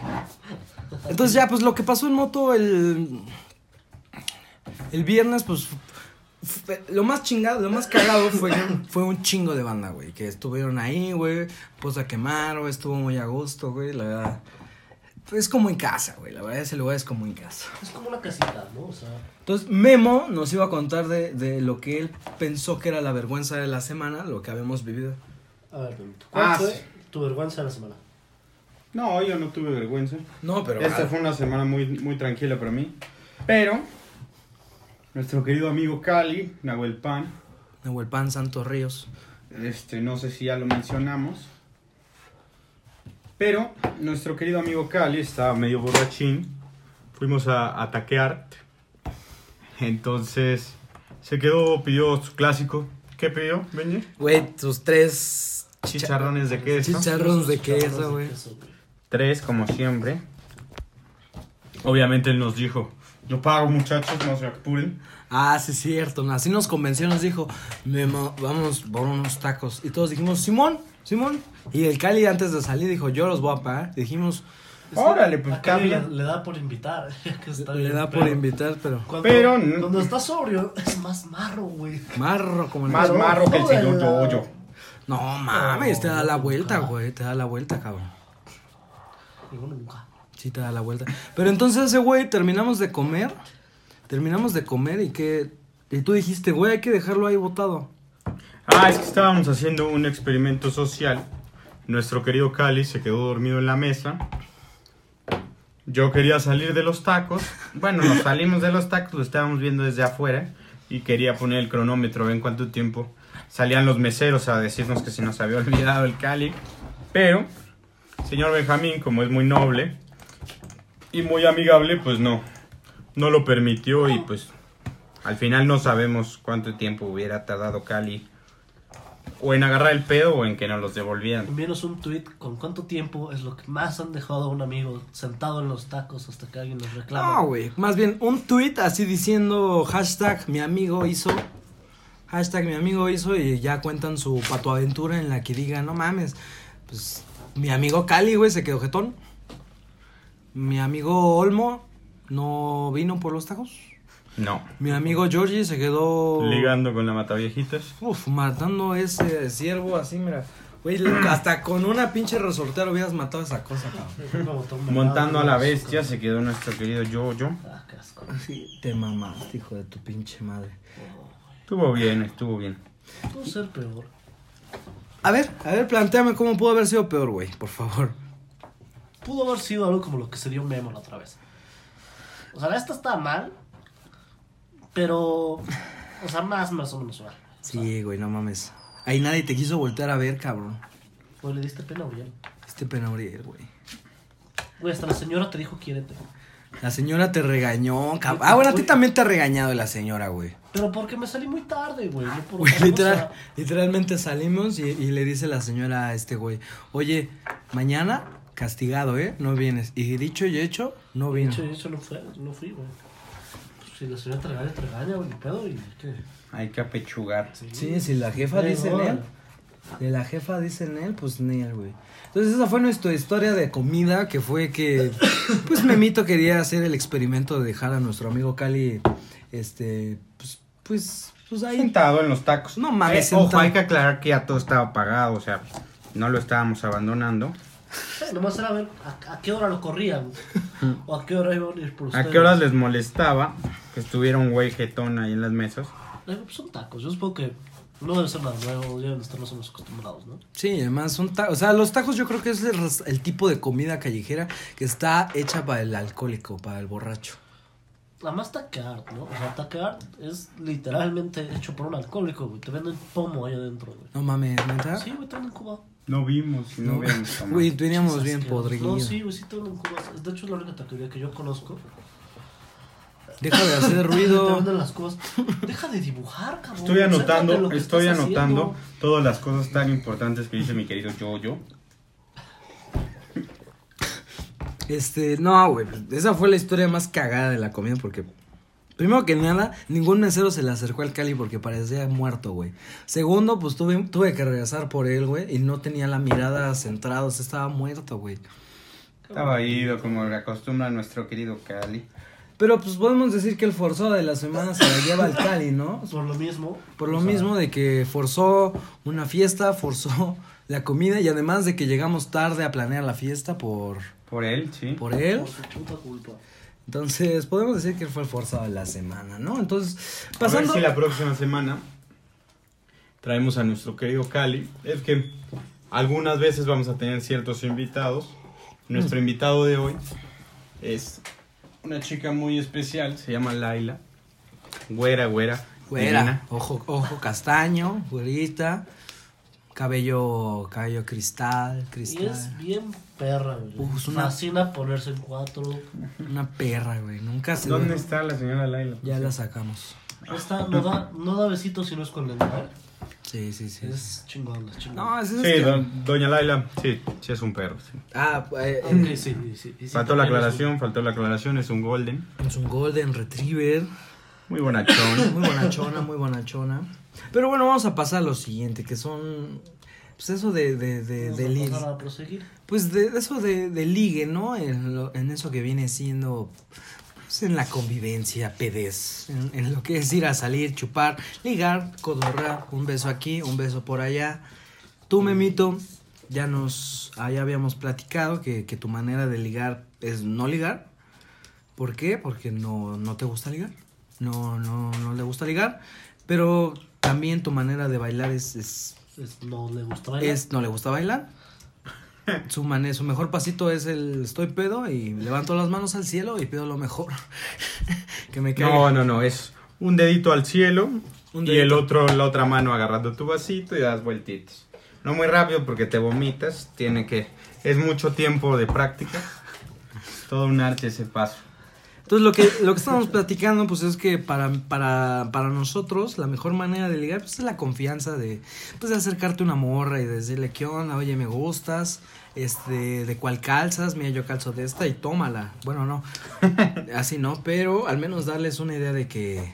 [SPEAKER 1] Entonces ya, pues lo que pasó en moto el. El viernes, pues. fue- Lo más chingado, lo más cagado fue, fue un chingo de banda, güey. Que estuvieron ahí, güey. Pues a quemar, güey. Estuvo muy a gusto, güey. La verdad. Pues, Es como en casa, güey. La verdad, ese lugar es como en casa.
[SPEAKER 2] Es como una casita, ¿no? O sea,
[SPEAKER 1] Entonces, Memo nos iba a contar de, de lo que él pensó que era la vergüenza de la semana, lo que habíamos vivido.
[SPEAKER 2] a ver, Memito, ¿cuál
[SPEAKER 3] Ah,
[SPEAKER 2] fue
[SPEAKER 3] sí.
[SPEAKER 2] tu vergüenza de la semana?
[SPEAKER 3] No, yo no tuve vergüenza.
[SPEAKER 1] No, pero.
[SPEAKER 3] Esta Este fue una semana muy, muy tranquila para mí. Pero, nuestro querido amigo Cali, Nahuel Pan,
[SPEAKER 1] Nahuel Pan, Santos Ríos.
[SPEAKER 3] este, no sé si ya lo mencionamos. Pero, nuestro querido amigo Cali estaba medio borrachín. Fuimos a, a taquear. Entonces, se quedó, pidió su clásico. ¿Qué pidió, Benji?
[SPEAKER 1] Güey, tus tres.
[SPEAKER 3] Chicharrones de queso.
[SPEAKER 1] Chicha- Chicharros de
[SPEAKER 2] Chicharros
[SPEAKER 1] queso, güey.
[SPEAKER 2] güey.
[SPEAKER 3] Tres, como siempre. Obviamente él nos dijo, yo pago muchachos, no se apuren.
[SPEAKER 1] Ah, sí, es cierto. Así nos convenció, nos dijo, Memo, vamos por unos tacos. Y todos dijimos, Simón, Simón. Y el Cali antes de salir dijo, yo los voy a pagar. Dijimos,
[SPEAKER 2] Es que
[SPEAKER 3] Órale, pues,
[SPEAKER 2] a Cali
[SPEAKER 3] cambia.
[SPEAKER 2] Le, le da por invitar. que está
[SPEAKER 1] le
[SPEAKER 2] bien
[SPEAKER 1] da por
[SPEAKER 2] pedo.
[SPEAKER 1] invitar, pero
[SPEAKER 2] Cuando,
[SPEAKER 3] Pero no-
[SPEAKER 2] cuando estás sobrio es más marro, güey.
[SPEAKER 1] marro como el...
[SPEAKER 3] Más
[SPEAKER 2] Pero,
[SPEAKER 3] marro que el
[SPEAKER 2] joder,
[SPEAKER 3] señor
[SPEAKER 2] la-
[SPEAKER 3] Yoyo.
[SPEAKER 1] No mames, te da la vuelta,
[SPEAKER 2] Nunca.
[SPEAKER 1] güey. Te da la vuelta, cabrón.
[SPEAKER 2] Y bueno, nunca.
[SPEAKER 1] Sí, te da la vuelta. Pero entonces ese güey, terminamos de comer. Terminamos de comer y que... Y tú dijiste, güey, hay que dejarlo ahí botado.
[SPEAKER 3] Ah, es que estábamos haciendo un experimento social. Nuestro querido Cali se quedó dormido en la mesa. Yo quería salir de los tacos. Bueno, nos salimos de los tacos, lo estábamos viendo desde afuera. Y quería poner el cronómetro, en cuánto tiempo salían los meseros a decirnos que se nos había olvidado el Cali. Pero, señor Benjamín, como es muy noble y muy amigable, pues no. No lo permitió y pues al final no sabemos cuánto tiempo hubiera tardado Cali o en agarrar el pedo o en que nos los devolvieran.
[SPEAKER 2] Envíenos un tweet con cuánto tiempo es lo que más han dejado a un amigo sentado en los tacos hasta que alguien nos reclama.
[SPEAKER 3] Ah,
[SPEAKER 1] No, güey. Más bien un tweet así diciendo hashtag mi amigo hizo. Hashtag mi amigo hizo y ya cuentan su patoaventura en la que digan, no mames. Pues mi amigo Cali, güey, se quedó jetón. Mi amigo Olmo no vino por los tacos.
[SPEAKER 3] No.
[SPEAKER 1] Mi amigo Georgie se quedó...
[SPEAKER 3] Ligando con la mataviejitas.
[SPEAKER 1] Uf, matando ese ciervo así, mira. Güey, lo- hasta con una pinche resortera hubieras matado esa cosa, cabrón.
[SPEAKER 3] Montando a la bestia se quedó nuestro querido Jojo.
[SPEAKER 2] Ah, qué asco.
[SPEAKER 1] Te mamaste, hijo de tu pinche madre.
[SPEAKER 3] Estuvo bien, estuvo bien.
[SPEAKER 2] Pudo ser peor.
[SPEAKER 1] A ver, a ver, planteame cómo pudo haber sido peor, güey, por favor.
[SPEAKER 2] Pudo haber sido algo como lo que se dio Memo la otra vez. O sea, esta está mal, pero. O sea, más, más o menos mal.
[SPEAKER 1] Sí, güey, no mames. Ahí nadie te quiso voltear a ver, cabrón.
[SPEAKER 2] Güey, le diste pena, güey.
[SPEAKER 1] Este penauriel, güey.
[SPEAKER 2] Güey, hasta la señora te dijo quiérete.
[SPEAKER 1] La señora te regañó, cabrón. Ah, bueno, a ti también te ha regañado la señora, güey.
[SPEAKER 2] Pero porque me salí muy tarde, güey. No por
[SPEAKER 1] Güey,
[SPEAKER 2] otra
[SPEAKER 1] literal-
[SPEAKER 2] cosa.
[SPEAKER 1] literalmente salimos y, y le dice la señora a este güey, oye, mañana castigado, ¿eh? No vienes. Y dicho y hecho, no
[SPEAKER 2] De
[SPEAKER 1] vino.
[SPEAKER 2] hecho, eso no, fue, no fui, güey. Pues, si la señora te regaña, te regaña, güey, ni pedo, y qué.
[SPEAKER 3] Hay que apechugar.
[SPEAKER 1] Sí, si la jefa
[SPEAKER 2] Pero
[SPEAKER 1] dice en él,
[SPEAKER 2] órale.
[SPEAKER 1] si la jefa dice en él, pues en él, güey. Entonces esa fue nuestra historia de comida, que fue que, pues Memito quería hacer el experimento de dejar a nuestro amigo Cali, este, pues, pues, pues ahí.
[SPEAKER 3] Sentado en los tacos.
[SPEAKER 1] No mames,
[SPEAKER 3] Eh, ojo,
[SPEAKER 1] sentado.
[SPEAKER 3] hay que aclarar que ya todo estaba pagado, o sea, no lo estábamos abandonando.
[SPEAKER 2] Sí, nomás era ver a, a qué hora lo corrían. o a qué hora iban a ir por
[SPEAKER 3] ¿A
[SPEAKER 2] ustedes.
[SPEAKER 3] qué horas les molestaba que estuviera un güey jetón ahí en las mesas?
[SPEAKER 2] Eh, pues, Son tacos, yo supongo que no debe ser nada nuevo, deben estar más o menos acostumbrados, ¿no?
[SPEAKER 1] Sí, además son tacos, o sea, los tacos yo creo que es el, res- el tipo de comida callejera que está hecha para el alcohólico, para el borracho.
[SPEAKER 2] Además taquear, ¿no? O sea, taquear es literalmente hecho por un alcohólico, güey. Te venden pomo ahí adentro, güey.
[SPEAKER 1] No mames, neta.
[SPEAKER 2] Sí, güey, te venden Cuba.
[SPEAKER 3] No vimos, no, habíamos tomado.
[SPEAKER 1] Güey, teníamos
[SPEAKER 2] Es
[SPEAKER 1] bien
[SPEAKER 2] asqueroso.
[SPEAKER 1] podrido.
[SPEAKER 2] No, sí, güey, sí, todo lo cubas. De hecho, es la única taquería que yo conozco.
[SPEAKER 1] Deja de hacer
[SPEAKER 2] Te
[SPEAKER 1] ruido.
[SPEAKER 2] venden las cosas. Deja de dibujar, cabrón.
[SPEAKER 3] Estoy
[SPEAKER 2] Céntrate en lo
[SPEAKER 3] anotando,
[SPEAKER 2] que
[SPEAKER 3] estoy
[SPEAKER 2] estás
[SPEAKER 3] anotando
[SPEAKER 2] haciendo.
[SPEAKER 3] todas las cosas tan importantes que dice mi querido Yo-Yo.
[SPEAKER 1] Este, no, güey. Esa fue la historia más cagada de la comida porque. Primero que nada, ningún mesero se le acercó al Cali porque parecía muerto, güey. Segundo, pues tuve, tuve que regresar por él, güey. Y no tenía la mirada centrada, o sea, estaba muerto, güey.
[SPEAKER 3] Estaba ido, como le acostumbra nuestro querido Cali.
[SPEAKER 1] Pero pues podemos decir que el forzado de la semana se la lleva al Cali, ¿no?
[SPEAKER 2] Por lo mismo.
[SPEAKER 1] Por lo mismo de que forzó una fiesta, forzó la comida y además de que llegamos tarde a planear la fiesta por,
[SPEAKER 3] Por él, sí.
[SPEAKER 1] por él.
[SPEAKER 2] Por su puta culpa.
[SPEAKER 1] Entonces, podemos decir que fue el forzado de la semana, ¿no? Entonces,
[SPEAKER 3] A
[SPEAKER 1] pasando...
[SPEAKER 3] ver si la próxima semana traemos a nuestro querido Cali. Es que algunas veces vamos a tener ciertos invitados. Nuestro invitado de hoy es una chica muy especial, se llama Laila. Güera, güera.
[SPEAKER 1] Güera,
[SPEAKER 3] divina.
[SPEAKER 1] ojo, ojo castaño, güerita, cabello, cabello cristal,
[SPEAKER 2] Y es
[SPEAKER 1] cristal.
[SPEAKER 2] bien perra, güey.
[SPEAKER 1] Uf, es una-
[SPEAKER 2] Fascina ponerse en cuatro.
[SPEAKER 1] Una perra, güey, nunca se...
[SPEAKER 3] ¿Dónde está la señora Laila?
[SPEAKER 1] Ya la sacamos.
[SPEAKER 2] Esta no da, no da besitos si no es con lengua. ¿eh?
[SPEAKER 1] Sí, sí, sí.
[SPEAKER 2] Es chingón, es chingón. Ah,
[SPEAKER 1] No, es... es
[SPEAKER 3] Sí,
[SPEAKER 1] que-
[SPEAKER 3] do- doña Laila, sí, sí es un perro. sí.
[SPEAKER 1] Ah, eh,
[SPEAKER 2] Ok, sí, sí, sí, sí,
[SPEAKER 3] Faltó
[SPEAKER 2] también es
[SPEAKER 3] la
[SPEAKER 2] un-
[SPEAKER 3] aclaración, faltó la aclaración, es un golden.
[SPEAKER 1] es un golden retriever.
[SPEAKER 3] Muy bonachón.
[SPEAKER 1] Muy bonachona, muy bonachona. Pero bueno, vamos a pasar a lo siguiente, que son. Pues eso de. de, de,
[SPEAKER 2] Vamos
[SPEAKER 1] de
[SPEAKER 2] a
[SPEAKER 1] li-
[SPEAKER 2] pasar a proseguir.
[SPEAKER 1] pues de, de eso de, de ligue, ¿no? En, lo- en eso que viene siendo. Pues en la convivencia, pedez. En, en lo que es ir a salir, chupar, ligar, codorrar. Un beso aquí, un beso por allá. Tú, Memito, ya nos. ah, Ya habíamos platicado que, que tu manera de ligar es no ligar. ¿Por qué? Porque no, no te gusta ligar. No, no, no le gusta ligar. Pero también tu manera de bailar es, es,
[SPEAKER 2] Es- no le gusta bailar.
[SPEAKER 1] es- no le gusta bailar. Su, mane- su mejor pasito es el estoy pedo y levanto las manos al cielo y pido lo mejor. que me caiga.
[SPEAKER 3] No, no, no, es un dedito al cielo
[SPEAKER 1] Un
[SPEAKER 3] y el
[SPEAKER 1] dedito.
[SPEAKER 3] otro, la otra mano agarrando tu vasito y das vueltitas. No muy rápido porque te vomitas, tiene que, es mucho tiempo de práctica. Todo un arte ese paso.
[SPEAKER 1] Entonces lo que, lo que estábamos platicando pues es que para, para, para nosotros la mejor manera de ligar pues, es la confianza de, pues, de acercarte a una morra y de decirle qué onda, oye me gustas, este, de cuál calzas, mira yo calzo de esta y tómala. Bueno, no, así no, pero al menos darles una idea de que,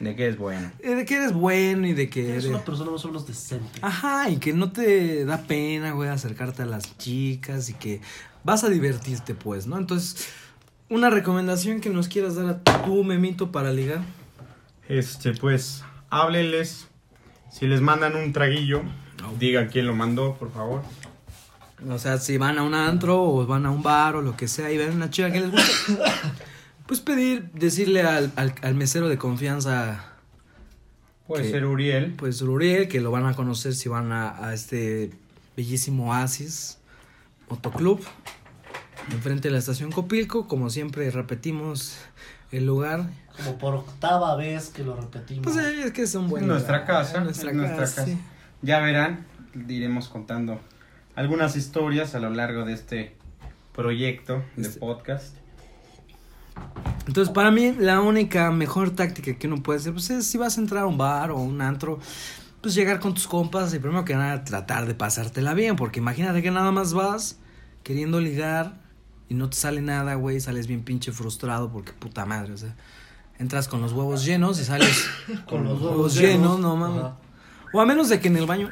[SPEAKER 3] De que es bueno.
[SPEAKER 1] eh, de que eres bueno y de Ah. que eres...
[SPEAKER 2] Es una persona más o menos decente.
[SPEAKER 1] Ajá, y que no te da pena, güey, acercarte a las chicas y que vas a divertirte, pues, ¿no? Entonces, una recomendación que nos quieras dar a tu memito para ligar.
[SPEAKER 3] Este, pues, háblenles. Si les mandan un traguillo, digan quién lo mandó, por favor.
[SPEAKER 1] O sea, si van a un antro o van a un bar o lo que sea y ven una chica que les gusta, pues pedir, decirle al, al- al mesero de confianza,
[SPEAKER 3] Puede
[SPEAKER 1] ¿Qué?
[SPEAKER 3] ser Uriel.
[SPEAKER 1] pues, Uriel, que lo van a conocer si van a, a este bellísimo Oasis Motoclub, enfrente de la estación Copilco, como siempre repetimos el lugar
[SPEAKER 2] Como por octava vez que lo repetimos.
[SPEAKER 1] Pues eh, es que es un buen.
[SPEAKER 3] En nuestra
[SPEAKER 1] lugar,
[SPEAKER 3] casa,
[SPEAKER 1] en
[SPEAKER 3] en nuestra casa.
[SPEAKER 1] sí.
[SPEAKER 3] Ya verán, iremos contando algunas historias a lo largo de este proyecto de
[SPEAKER 1] Este-
[SPEAKER 3] podcast.
[SPEAKER 1] Entonces, para mí, la única mejor táctica que uno puede hacer, pues es si vas a entrar a un bar o un antro, pues llegar con tus compas y primero que nada tratar de pasártela bien, porque imagínate que nada más vas queriendo ligar y no te sale nada, güey, sales bien pinche frustrado porque puta madre, o sea, entras con los huevos llenos y sales
[SPEAKER 2] Con los
[SPEAKER 1] huevos
[SPEAKER 2] ojos
[SPEAKER 1] llenos, pues no mames.
[SPEAKER 2] Ajá.
[SPEAKER 1] O a menos de que en el baño,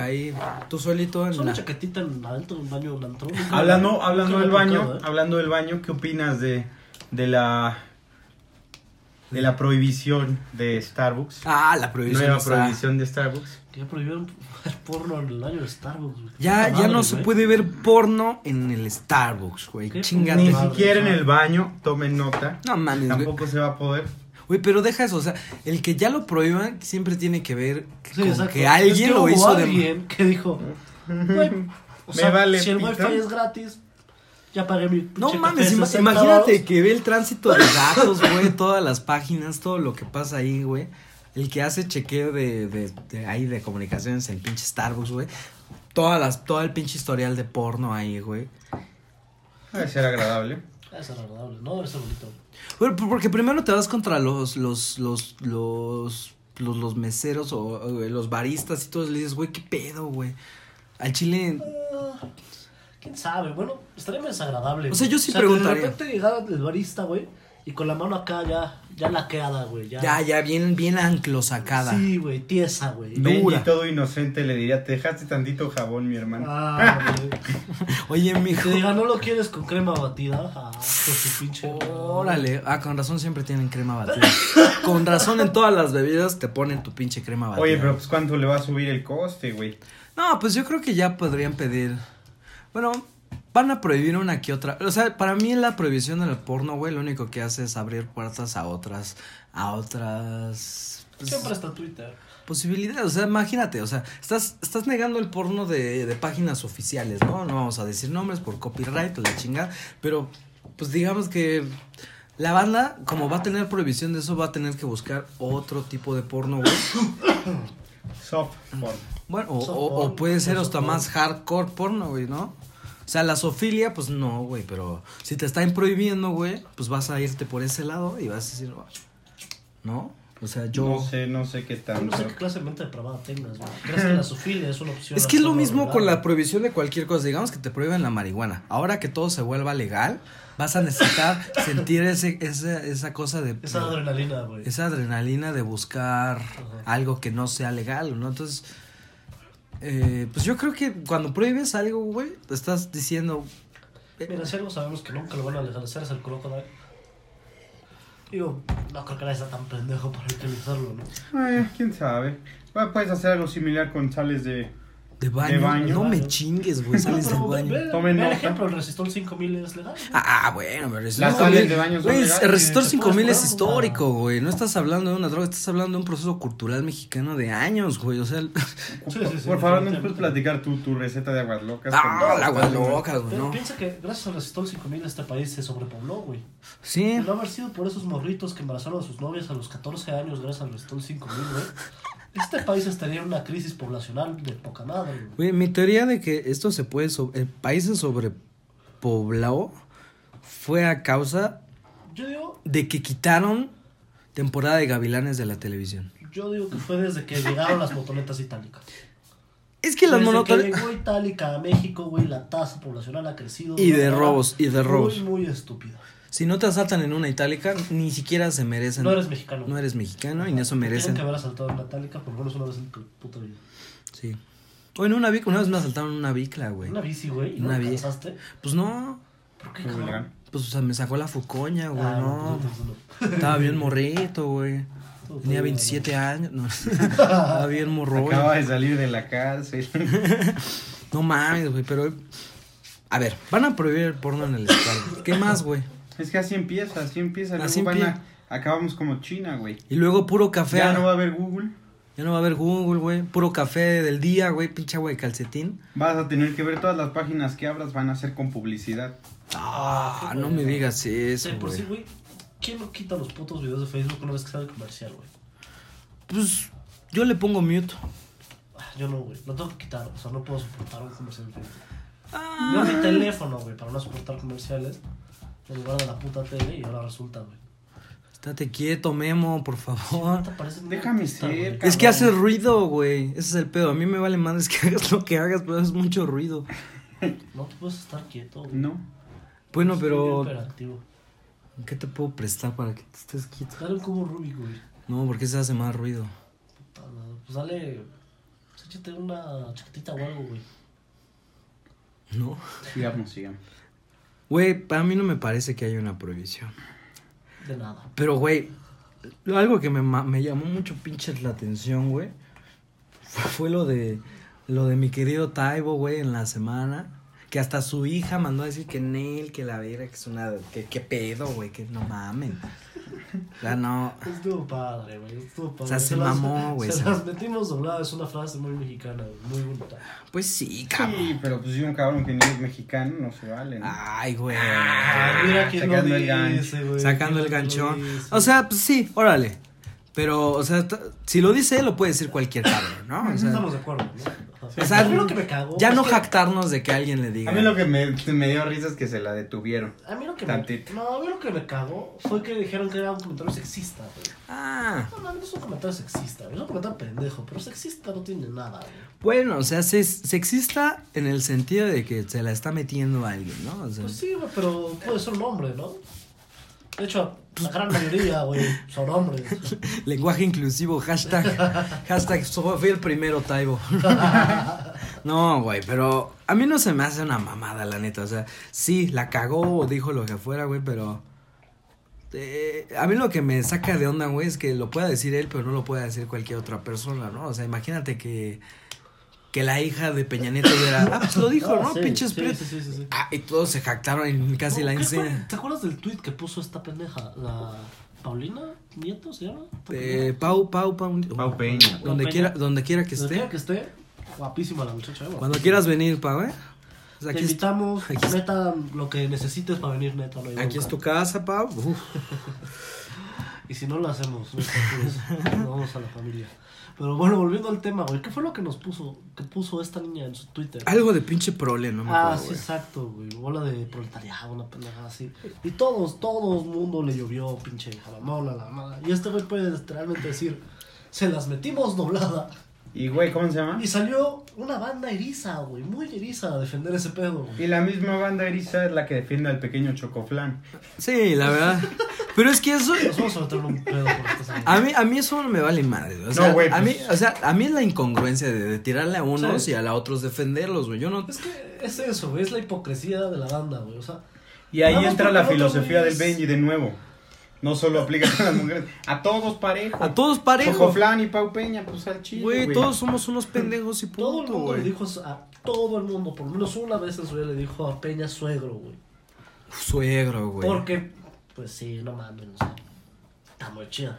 [SPEAKER 1] ahí, tú solito
[SPEAKER 2] Es
[SPEAKER 1] en
[SPEAKER 2] una
[SPEAKER 1] la...
[SPEAKER 2] chaquetita en- adentro de un baño un antro. Nunca-
[SPEAKER 3] Hablando,
[SPEAKER 2] nunca
[SPEAKER 3] hablando
[SPEAKER 2] me
[SPEAKER 3] del
[SPEAKER 2] ha
[SPEAKER 3] baño,
[SPEAKER 2] tocado, ¿eh?
[SPEAKER 3] hablando del baño, ¿qué opinas de, de la de la prohibición de Starbucks?
[SPEAKER 1] Ah, la prohibición.
[SPEAKER 3] Nueva
[SPEAKER 1] está-
[SPEAKER 3] prohibición de Starbucks.
[SPEAKER 2] ¿eh? Que Ya prohibieron el porno en el baño de Starbucks. güey.
[SPEAKER 1] Ya,
[SPEAKER 2] Puta
[SPEAKER 1] ya no
[SPEAKER 2] madre,
[SPEAKER 1] se
[SPEAKER 2] güey.
[SPEAKER 1] puede ver porno en el Starbucks, güey.
[SPEAKER 2] Qué
[SPEAKER 1] Chingate.
[SPEAKER 3] Ni
[SPEAKER 2] madre,
[SPEAKER 3] siquiera en
[SPEAKER 2] madre.
[SPEAKER 3] el baño, tomen nota.
[SPEAKER 1] No mames, güey.
[SPEAKER 3] Tampoco se va a poder.
[SPEAKER 1] Güey, pero deja eso. O sea, el que ya lo prohíban siempre tiene que ver
[SPEAKER 2] Sí,
[SPEAKER 1] con
[SPEAKER 2] exacto.
[SPEAKER 1] que alguien
[SPEAKER 2] Es que
[SPEAKER 1] lo
[SPEAKER 2] hubo
[SPEAKER 1] hizo de
[SPEAKER 2] alguien que dijo, "Güey, o
[SPEAKER 3] Me
[SPEAKER 2] sea,
[SPEAKER 3] vale
[SPEAKER 2] si el
[SPEAKER 3] pito".
[SPEAKER 2] wifi es gratis, ya pagué mi
[SPEAKER 1] No
[SPEAKER 2] pinche
[SPEAKER 1] mames,
[SPEAKER 2] café de
[SPEAKER 1] ima-
[SPEAKER 2] 60
[SPEAKER 1] imagínate
[SPEAKER 2] varos".
[SPEAKER 1] que ve el tránsito de datos, güey, todas las páginas, todo lo que pasa ahí, güey. El que hace chequeo de, de, de ahí de comunicaciones en pinche Starbucks, güey. todas las, todo el pinche historial de porno ahí, güey.
[SPEAKER 3] Debe ser agradable.
[SPEAKER 2] Es agradable, no debe ser bonito.
[SPEAKER 1] Bueno, por- porque primero te vas contra los, los, los, los, los, los meseros o, o, güey, los baristas y todos le dices, güey, qué pedo, güey. Al chile.
[SPEAKER 2] Ah, ¿Quién sabe? Bueno, estaría más desagradable.
[SPEAKER 1] O sea,
[SPEAKER 2] güey.
[SPEAKER 1] yo sí
[SPEAKER 2] que
[SPEAKER 1] preguntaría.
[SPEAKER 2] De repente llegara el barista, güey, y con la mano acá ya, ya laqueada, güey. Ya,
[SPEAKER 1] Ya, ya, bien, bien anclosacada.
[SPEAKER 2] Sí, güey, tiesa, güey.
[SPEAKER 3] Dura.
[SPEAKER 1] Dura.
[SPEAKER 3] Y todo inocente le diría, te dejaste tantito jabón, mi hermano.
[SPEAKER 2] Ah, güey.
[SPEAKER 1] Oye,
[SPEAKER 2] Que
[SPEAKER 1] mijo.
[SPEAKER 2] diga, no lo quieres con crema batida. Ah, con su pinche.
[SPEAKER 1] Órale. Ah, con razón siempre tienen crema batida. con razón en todas las bebidas te ponen tu pinche crema batida.
[SPEAKER 3] Oye, pero pues cuánto le va a subir el coste, güey.
[SPEAKER 1] No, pues yo creo que ya podrían pedir. Bueno, van a prohibir una que otra. O sea, para mí la prohibición del porno, güey, lo único que hace es abrir puertas a otras. A otras. pues,
[SPEAKER 2] Siempre está Twitter.
[SPEAKER 1] posibilidades. O sea, imagínate, o sea, estás, estás negando el porno de, de páginas oficiales, ¿no? No vamos a decir nombres por copyright o la chingada, pero pues digamos que la banda, como va a tener prohibición de eso, va a tener que buscar otro tipo de porno, güey.
[SPEAKER 3] Soft porn.
[SPEAKER 1] Bueno, o,
[SPEAKER 2] Soft
[SPEAKER 1] o- o
[SPEAKER 2] porn,
[SPEAKER 1] puede ser
[SPEAKER 2] soft
[SPEAKER 1] hasta
[SPEAKER 2] porn.
[SPEAKER 1] más hardcore porno, güey, ¿no? O sea, la sofilia, pues no, güey, pero si te están prohibiendo, güey, pues vas a irte por ese lado y vas a decir, "Oh, ¿no? O sea, yo...
[SPEAKER 3] No sé, no sé qué
[SPEAKER 2] Yo No
[SPEAKER 3] tanto.
[SPEAKER 2] sé qué clase de mente depravada tengas, güey. ¿Crees que la sofilia es una opción? Ah,
[SPEAKER 1] Es que es lo
[SPEAKER 2] solo
[SPEAKER 1] mismo
[SPEAKER 2] regular?
[SPEAKER 1] con la prohibición de cualquier cosa. Digamos que te prohíben la marihuana. Ahora que todo se vuelva legal, vas a necesitar sentir ese, esa, esa cosa de...
[SPEAKER 2] Esa
[SPEAKER 1] de-
[SPEAKER 2] adrenalina, güey.
[SPEAKER 1] esa adrenalina de buscar algo que no sea legal, ¿no? Entonces, eh, pues yo creo que cuando prohíbes algo, güey, te estás diciendo...
[SPEAKER 2] Mira, si algo sabemos que nunca lo van a legalizar es el crocodile. Digo, no creo que nadie sea tan pendejo para utilizarlo, ¿no?
[SPEAKER 3] Ay, quién sabe. Bueno, puedes hacer algo similar con sales de.
[SPEAKER 1] De baño,
[SPEAKER 3] baño.
[SPEAKER 1] no me chingues, güey, sales del
[SPEAKER 2] No, pero
[SPEAKER 1] baño.
[SPEAKER 2] ve-
[SPEAKER 3] Tomen
[SPEAKER 2] ve el
[SPEAKER 3] nota.
[SPEAKER 2] ejemplo, el resistol 5000 es legal.
[SPEAKER 1] Ah, bueno, pero es
[SPEAKER 3] Las sales de baño son
[SPEAKER 1] Güey,
[SPEAKER 3] legales,
[SPEAKER 1] el resistor
[SPEAKER 2] te
[SPEAKER 1] 5000
[SPEAKER 2] puedes
[SPEAKER 1] es
[SPEAKER 2] probar,
[SPEAKER 1] histórico, güey. No estás hablando de una droga, estás hablando de un proceso cultural mexicano de años, güey. O sea, el-
[SPEAKER 2] Sí, sí, sí,
[SPEAKER 3] Por favor, no
[SPEAKER 2] definitivamente.
[SPEAKER 3] nos puedes platicar tu, tu receta de aguas locas.
[SPEAKER 1] ah,
[SPEAKER 3] con-
[SPEAKER 1] la agua loca, güey,
[SPEAKER 2] Pero
[SPEAKER 1] no.
[SPEAKER 2] piensa que gracias al resistol 5000 este país se sobrepobló, güey.
[SPEAKER 1] Sí,
[SPEAKER 2] Y no haber sido por esos morritos que embarazaron a sus novias a los 14 años gracias al resistol 5000, güey. Este país estaría en una crisis poblacional de poca madre, güey.
[SPEAKER 1] güey, mi teoría de que esto se puede. so- el país se sobrepobló fue a causa
[SPEAKER 2] Yo digo,
[SPEAKER 1] de que quitaron temporada de gavilanes de la televisión.
[SPEAKER 2] yo digo que fue desde que llegaron las motonetas itálicas.
[SPEAKER 1] Es que las
[SPEAKER 2] Desde que
[SPEAKER 1] monotones.
[SPEAKER 2] llegó Itálica a México, güey, la tasa poblacional ha crecido.
[SPEAKER 1] Y
[SPEAKER 2] una
[SPEAKER 1] de
[SPEAKER 2] manera
[SPEAKER 1] robos, y de robos.
[SPEAKER 2] Muy, muy estúpida.
[SPEAKER 1] Si no te asaltan en una itálica, ni siquiera se merecen.
[SPEAKER 2] No eres mexicano.
[SPEAKER 1] No eres mexicano y en eso
[SPEAKER 2] Te tienen
[SPEAKER 1] merecen.
[SPEAKER 2] que haber asaltado en la Itálica por lo menos una vez en tu puta vida.
[SPEAKER 1] Sí. O en una bicla, una vez me asaltaron en una bicla, güey.
[SPEAKER 2] Una bici, güey, y no
[SPEAKER 1] Una
[SPEAKER 2] te
[SPEAKER 1] bici.
[SPEAKER 2] cansaste.
[SPEAKER 1] Pues no,
[SPEAKER 2] ¿Por qué,
[SPEAKER 3] Muy
[SPEAKER 2] cabrón?
[SPEAKER 3] legal.
[SPEAKER 1] pues o sea, me sacó la fucoña, güey,
[SPEAKER 2] Ah,
[SPEAKER 1] no.
[SPEAKER 2] pues entonces
[SPEAKER 1] Estaba bien morrito, güey.
[SPEAKER 2] Todo
[SPEAKER 1] Tenía
[SPEAKER 2] bien,
[SPEAKER 1] 27 años, no. Estaba bien morrón.
[SPEAKER 3] Acaba de salir de la cárcel.
[SPEAKER 1] No mames, güey, pero a ver, van a prohibir el porno en el estado. ¿Qué más, güey?
[SPEAKER 3] es que así empieza, así empieza. Luego
[SPEAKER 1] Así
[SPEAKER 3] van
[SPEAKER 1] empie-
[SPEAKER 3] a- acabamos como China, güey.
[SPEAKER 1] Y luego puro café.
[SPEAKER 3] Ya no va a haber Google.
[SPEAKER 1] a haber Google, güey. Puro café del día, güey, pinche agua de calcetín.
[SPEAKER 3] Vas a tener que ver todas las páginas que abras van a ser con publicidad.
[SPEAKER 1] Ah, no me digas
[SPEAKER 2] Sí,
[SPEAKER 1] eso,
[SPEAKER 2] por sí,
[SPEAKER 1] güey.
[SPEAKER 2] güey. ¿Quién no quita los putos videos de Facebook una vez que sale el comercial, güey?
[SPEAKER 1] Pues yo le pongo mute.
[SPEAKER 2] Ah, Yo no, güey. Lo tengo que quitar. O sea, no puedo soportar un comercial de Facebook. Yo mi teléfono, güey, para no soportar comerciales. En lugar de la puta tele y ahora resulta, güey.
[SPEAKER 1] Estate quieto, Memo, por favor.
[SPEAKER 2] te parece muy
[SPEAKER 3] Déjame
[SPEAKER 2] artista,
[SPEAKER 3] ser,
[SPEAKER 2] güey?
[SPEAKER 3] cabrón.
[SPEAKER 1] Es que hace ruido, güey. Ese es el pedo. A mí me vale más que hagas lo que hagas, pero es mucho ruido.
[SPEAKER 2] No te puedes estar quieto, güey.
[SPEAKER 3] No.
[SPEAKER 1] Bueno,
[SPEAKER 2] Soy
[SPEAKER 1] pero
[SPEAKER 2] bien hiperactivo.
[SPEAKER 1] ¿qué te puedo prestar para que te estés quieto?
[SPEAKER 2] Dale un cubo Rubik, güey.
[SPEAKER 1] No, porque se hace más ruido.
[SPEAKER 2] Puta madre. Pues dale. Pues échate una chatita o algo, güey.
[SPEAKER 1] No.
[SPEAKER 3] Sigamos, sigamos.
[SPEAKER 1] Güey, para mí no me parece que haya una prohibición.
[SPEAKER 2] De nada.
[SPEAKER 1] Pero, güey, algo que me, ma- me llamó mucho pinches la atención, güey, fue, fue lo de lo de mi querido Taibo, güey, en la semana. Que hasta su hija mandó a decir que Nel, que la verga, que es una. que, que pedo, güey, que no mamen. O sea, no.
[SPEAKER 2] Estuvo padre, güey. Estuvo padre.
[SPEAKER 1] O sea, se
[SPEAKER 2] las-
[SPEAKER 1] mamó, güey,
[SPEAKER 2] Se
[SPEAKER 1] se-
[SPEAKER 2] las metimos dobladas. Es una frase muy mexicana, güey, muy bonita.
[SPEAKER 1] Pues sí, cabrón.
[SPEAKER 3] Sí, pero pues si un cabrón que ni es mexicano no se vale. ¿no?
[SPEAKER 1] Ay, güey.
[SPEAKER 2] Ah, mira quién lo
[SPEAKER 3] sacando el
[SPEAKER 2] dice,
[SPEAKER 3] gancho.
[SPEAKER 2] güey.
[SPEAKER 1] Sacando el
[SPEAKER 2] Mira quién lo
[SPEAKER 1] ganchón.
[SPEAKER 2] dice.
[SPEAKER 1] O sea, pues sí, órale. Pero, o sea, t- si lo dice él, lo puede decir cualquier cabrón, ¿no? O sea,
[SPEAKER 2] Pues estamos de acuerdo, ¿no?
[SPEAKER 1] O sea,
[SPEAKER 2] a mí lo que me cagó.
[SPEAKER 1] ya
[SPEAKER 2] es
[SPEAKER 1] no
[SPEAKER 2] que-
[SPEAKER 1] jactarnos de que alguien le diga.
[SPEAKER 3] A mí lo que me, me dio risa es que se la detuvieron.
[SPEAKER 2] A mí lo que
[SPEAKER 3] Tantito.
[SPEAKER 2] me. No, a mí lo que me cagó fue que dijeron que era un comentario sexista, güey.
[SPEAKER 1] Ah,
[SPEAKER 2] No, no, no es un comentario sexista, güey. Es un comentario pendejo, pero sexista no tiene nada, güey.
[SPEAKER 1] bueno, o sea, se- sexista en el sentido de que se la está metiendo a alguien, ¿no? O sea,
[SPEAKER 2] Pues sí, güey, pero puede ser un hombre, ¿no? De hecho, la gran mayoría, güey, son hombres.
[SPEAKER 1] lenguaje inclusivo, hashtag, hashtag, so- fui el primero, Taibo. No, güey, pero a mí no se me hace una mamada, la neta. O sea, sí, la cagó o dijo lo que fuera, güey, pero... eh, a mí lo que me saca de onda, güey, es que lo pueda decir él, pero no lo pueda decir cualquier otra persona, ¿no? O sea, imagínate que, que la hija de Peña Nieto era... Ah, pues lo dijo,
[SPEAKER 2] Ah,
[SPEAKER 1] ¿no?
[SPEAKER 2] sí,
[SPEAKER 1] Pinches
[SPEAKER 2] sí,
[SPEAKER 1] pre-
[SPEAKER 2] sí, sí, sí, sí.
[SPEAKER 1] Ah, y todos se jactaron en casi
[SPEAKER 2] No,
[SPEAKER 1] la
[SPEAKER 2] ¿qué
[SPEAKER 1] insignia.
[SPEAKER 2] fue? ¿Te acuerdas del tweet que puso esta pendeja? La Paulina Nieto se llama.
[SPEAKER 1] Eh, Pau, Pau, Pau...
[SPEAKER 3] Pau Peña.
[SPEAKER 1] Donde
[SPEAKER 2] Pau Peña.
[SPEAKER 1] quiera, donde quiera que
[SPEAKER 2] que esté.
[SPEAKER 1] esté.
[SPEAKER 2] que esté. Guapísima la muchacha, eh, guapísima.
[SPEAKER 1] Cuando quieras venir, Pau, ¿eh? Pues
[SPEAKER 2] Te
[SPEAKER 1] aquí, es,
[SPEAKER 2] invitamos,
[SPEAKER 1] aquí es-
[SPEAKER 2] neta, lo que necesites para venir, neta. No hay
[SPEAKER 1] aquí
[SPEAKER 2] bronca.
[SPEAKER 1] es tu casa, Pau. Uf.
[SPEAKER 2] Y si no lo hacemos, no te apures, nos vamos a la familia. Pero bueno, volviendo al tema, güey, ¿qué fue lo que nos puso, que puso esta niña en su Twitter?
[SPEAKER 1] Algo de pinche prole, no me
[SPEAKER 2] ah,
[SPEAKER 1] acuerdo,
[SPEAKER 2] sí,
[SPEAKER 1] güey.
[SPEAKER 2] exacto, güey. Bola de proletariado, una pendeja así. Y todos, todo el mundo le llovió, pinche jalamona, la mala. Y este güey puede literalmente decir, se las metimos doblada.
[SPEAKER 3] Y güey, ¿cómo se llama?
[SPEAKER 2] Y salió una banda eriza, güey, muy eriza a defender ese pedo, güey.
[SPEAKER 3] Y la misma banda eriza es la que defiende al pequeño Chocoflan.
[SPEAKER 1] Sí, la verdad. Pero es que eso...
[SPEAKER 2] Nos vamos a meter en un pedo este por esta semana.
[SPEAKER 1] A mí, a mí eso no me vale madre. O sea,
[SPEAKER 3] No, güey,
[SPEAKER 1] a mí,
[SPEAKER 3] pues-
[SPEAKER 1] o sea, a mí es la incongruencia de, de tirarle a unos
[SPEAKER 2] Sí.
[SPEAKER 1] y a la otros defenderlos, güey. Yo no...
[SPEAKER 2] Es que es eso, güey, es la hipocresía de la banda, güey. O sea,
[SPEAKER 3] Y ahí
[SPEAKER 2] Vamos,
[SPEAKER 3] entra
[SPEAKER 2] porque
[SPEAKER 3] la
[SPEAKER 2] el otro
[SPEAKER 3] filosofía
[SPEAKER 2] güey
[SPEAKER 3] del
[SPEAKER 2] es-
[SPEAKER 3] Benji de nuevo. No solo aplica a las mujeres, a todos parejo.
[SPEAKER 1] A todos parejos.
[SPEAKER 3] Chocoflan y Pau Peña, pues al chile.
[SPEAKER 1] Güey, todos somos unos pendejos y
[SPEAKER 2] todo el
[SPEAKER 1] punto,
[SPEAKER 2] mundo le
[SPEAKER 1] güey.
[SPEAKER 2] dijo eso a todo el mundo, por lo menos una vez en su vida le dijo a Peña suegro, güey.
[SPEAKER 1] Suegro, güey.
[SPEAKER 2] Porque, pues sí, no mames, o sea, está muy chida.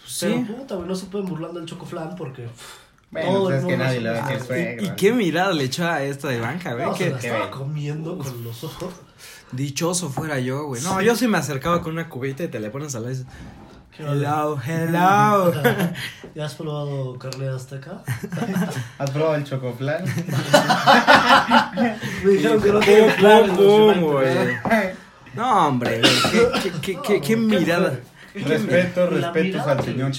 [SPEAKER 1] Pues Sí.
[SPEAKER 2] Pero puta, güey, no se pueden burlar del chocoflan porque. pff,
[SPEAKER 3] Bueno,
[SPEAKER 2] todo
[SPEAKER 3] pues
[SPEAKER 2] el
[SPEAKER 3] es que
[SPEAKER 2] mundo
[SPEAKER 3] nadie
[SPEAKER 2] se
[SPEAKER 3] le va a
[SPEAKER 2] burla.
[SPEAKER 3] decir suegro.
[SPEAKER 1] ¿Y qué mirada le echó a esta de banca, güey?
[SPEAKER 2] No,
[SPEAKER 1] que
[SPEAKER 2] se la estaba
[SPEAKER 3] ve?
[SPEAKER 2] comiendo con los ojos.
[SPEAKER 1] dichoso fuera yo, güey. No, yo sí me acercaba con una cubita y te le pones a la vez.
[SPEAKER 2] Qué
[SPEAKER 1] Hello, hello.
[SPEAKER 2] ¿Ya has probado carne azteca?
[SPEAKER 3] ¿Has probado el Chocoflan?
[SPEAKER 2] Me dijeron que no
[SPEAKER 1] Pum,
[SPEAKER 2] tengo
[SPEAKER 1] pum,
[SPEAKER 2] plan.
[SPEAKER 1] pum, güey. No, hombre, güey, qué, qué- qué- qué-
[SPEAKER 2] No,
[SPEAKER 1] qué
[SPEAKER 2] güey, qué
[SPEAKER 1] mirada.
[SPEAKER 2] fue.
[SPEAKER 3] respeto, respetos al señor.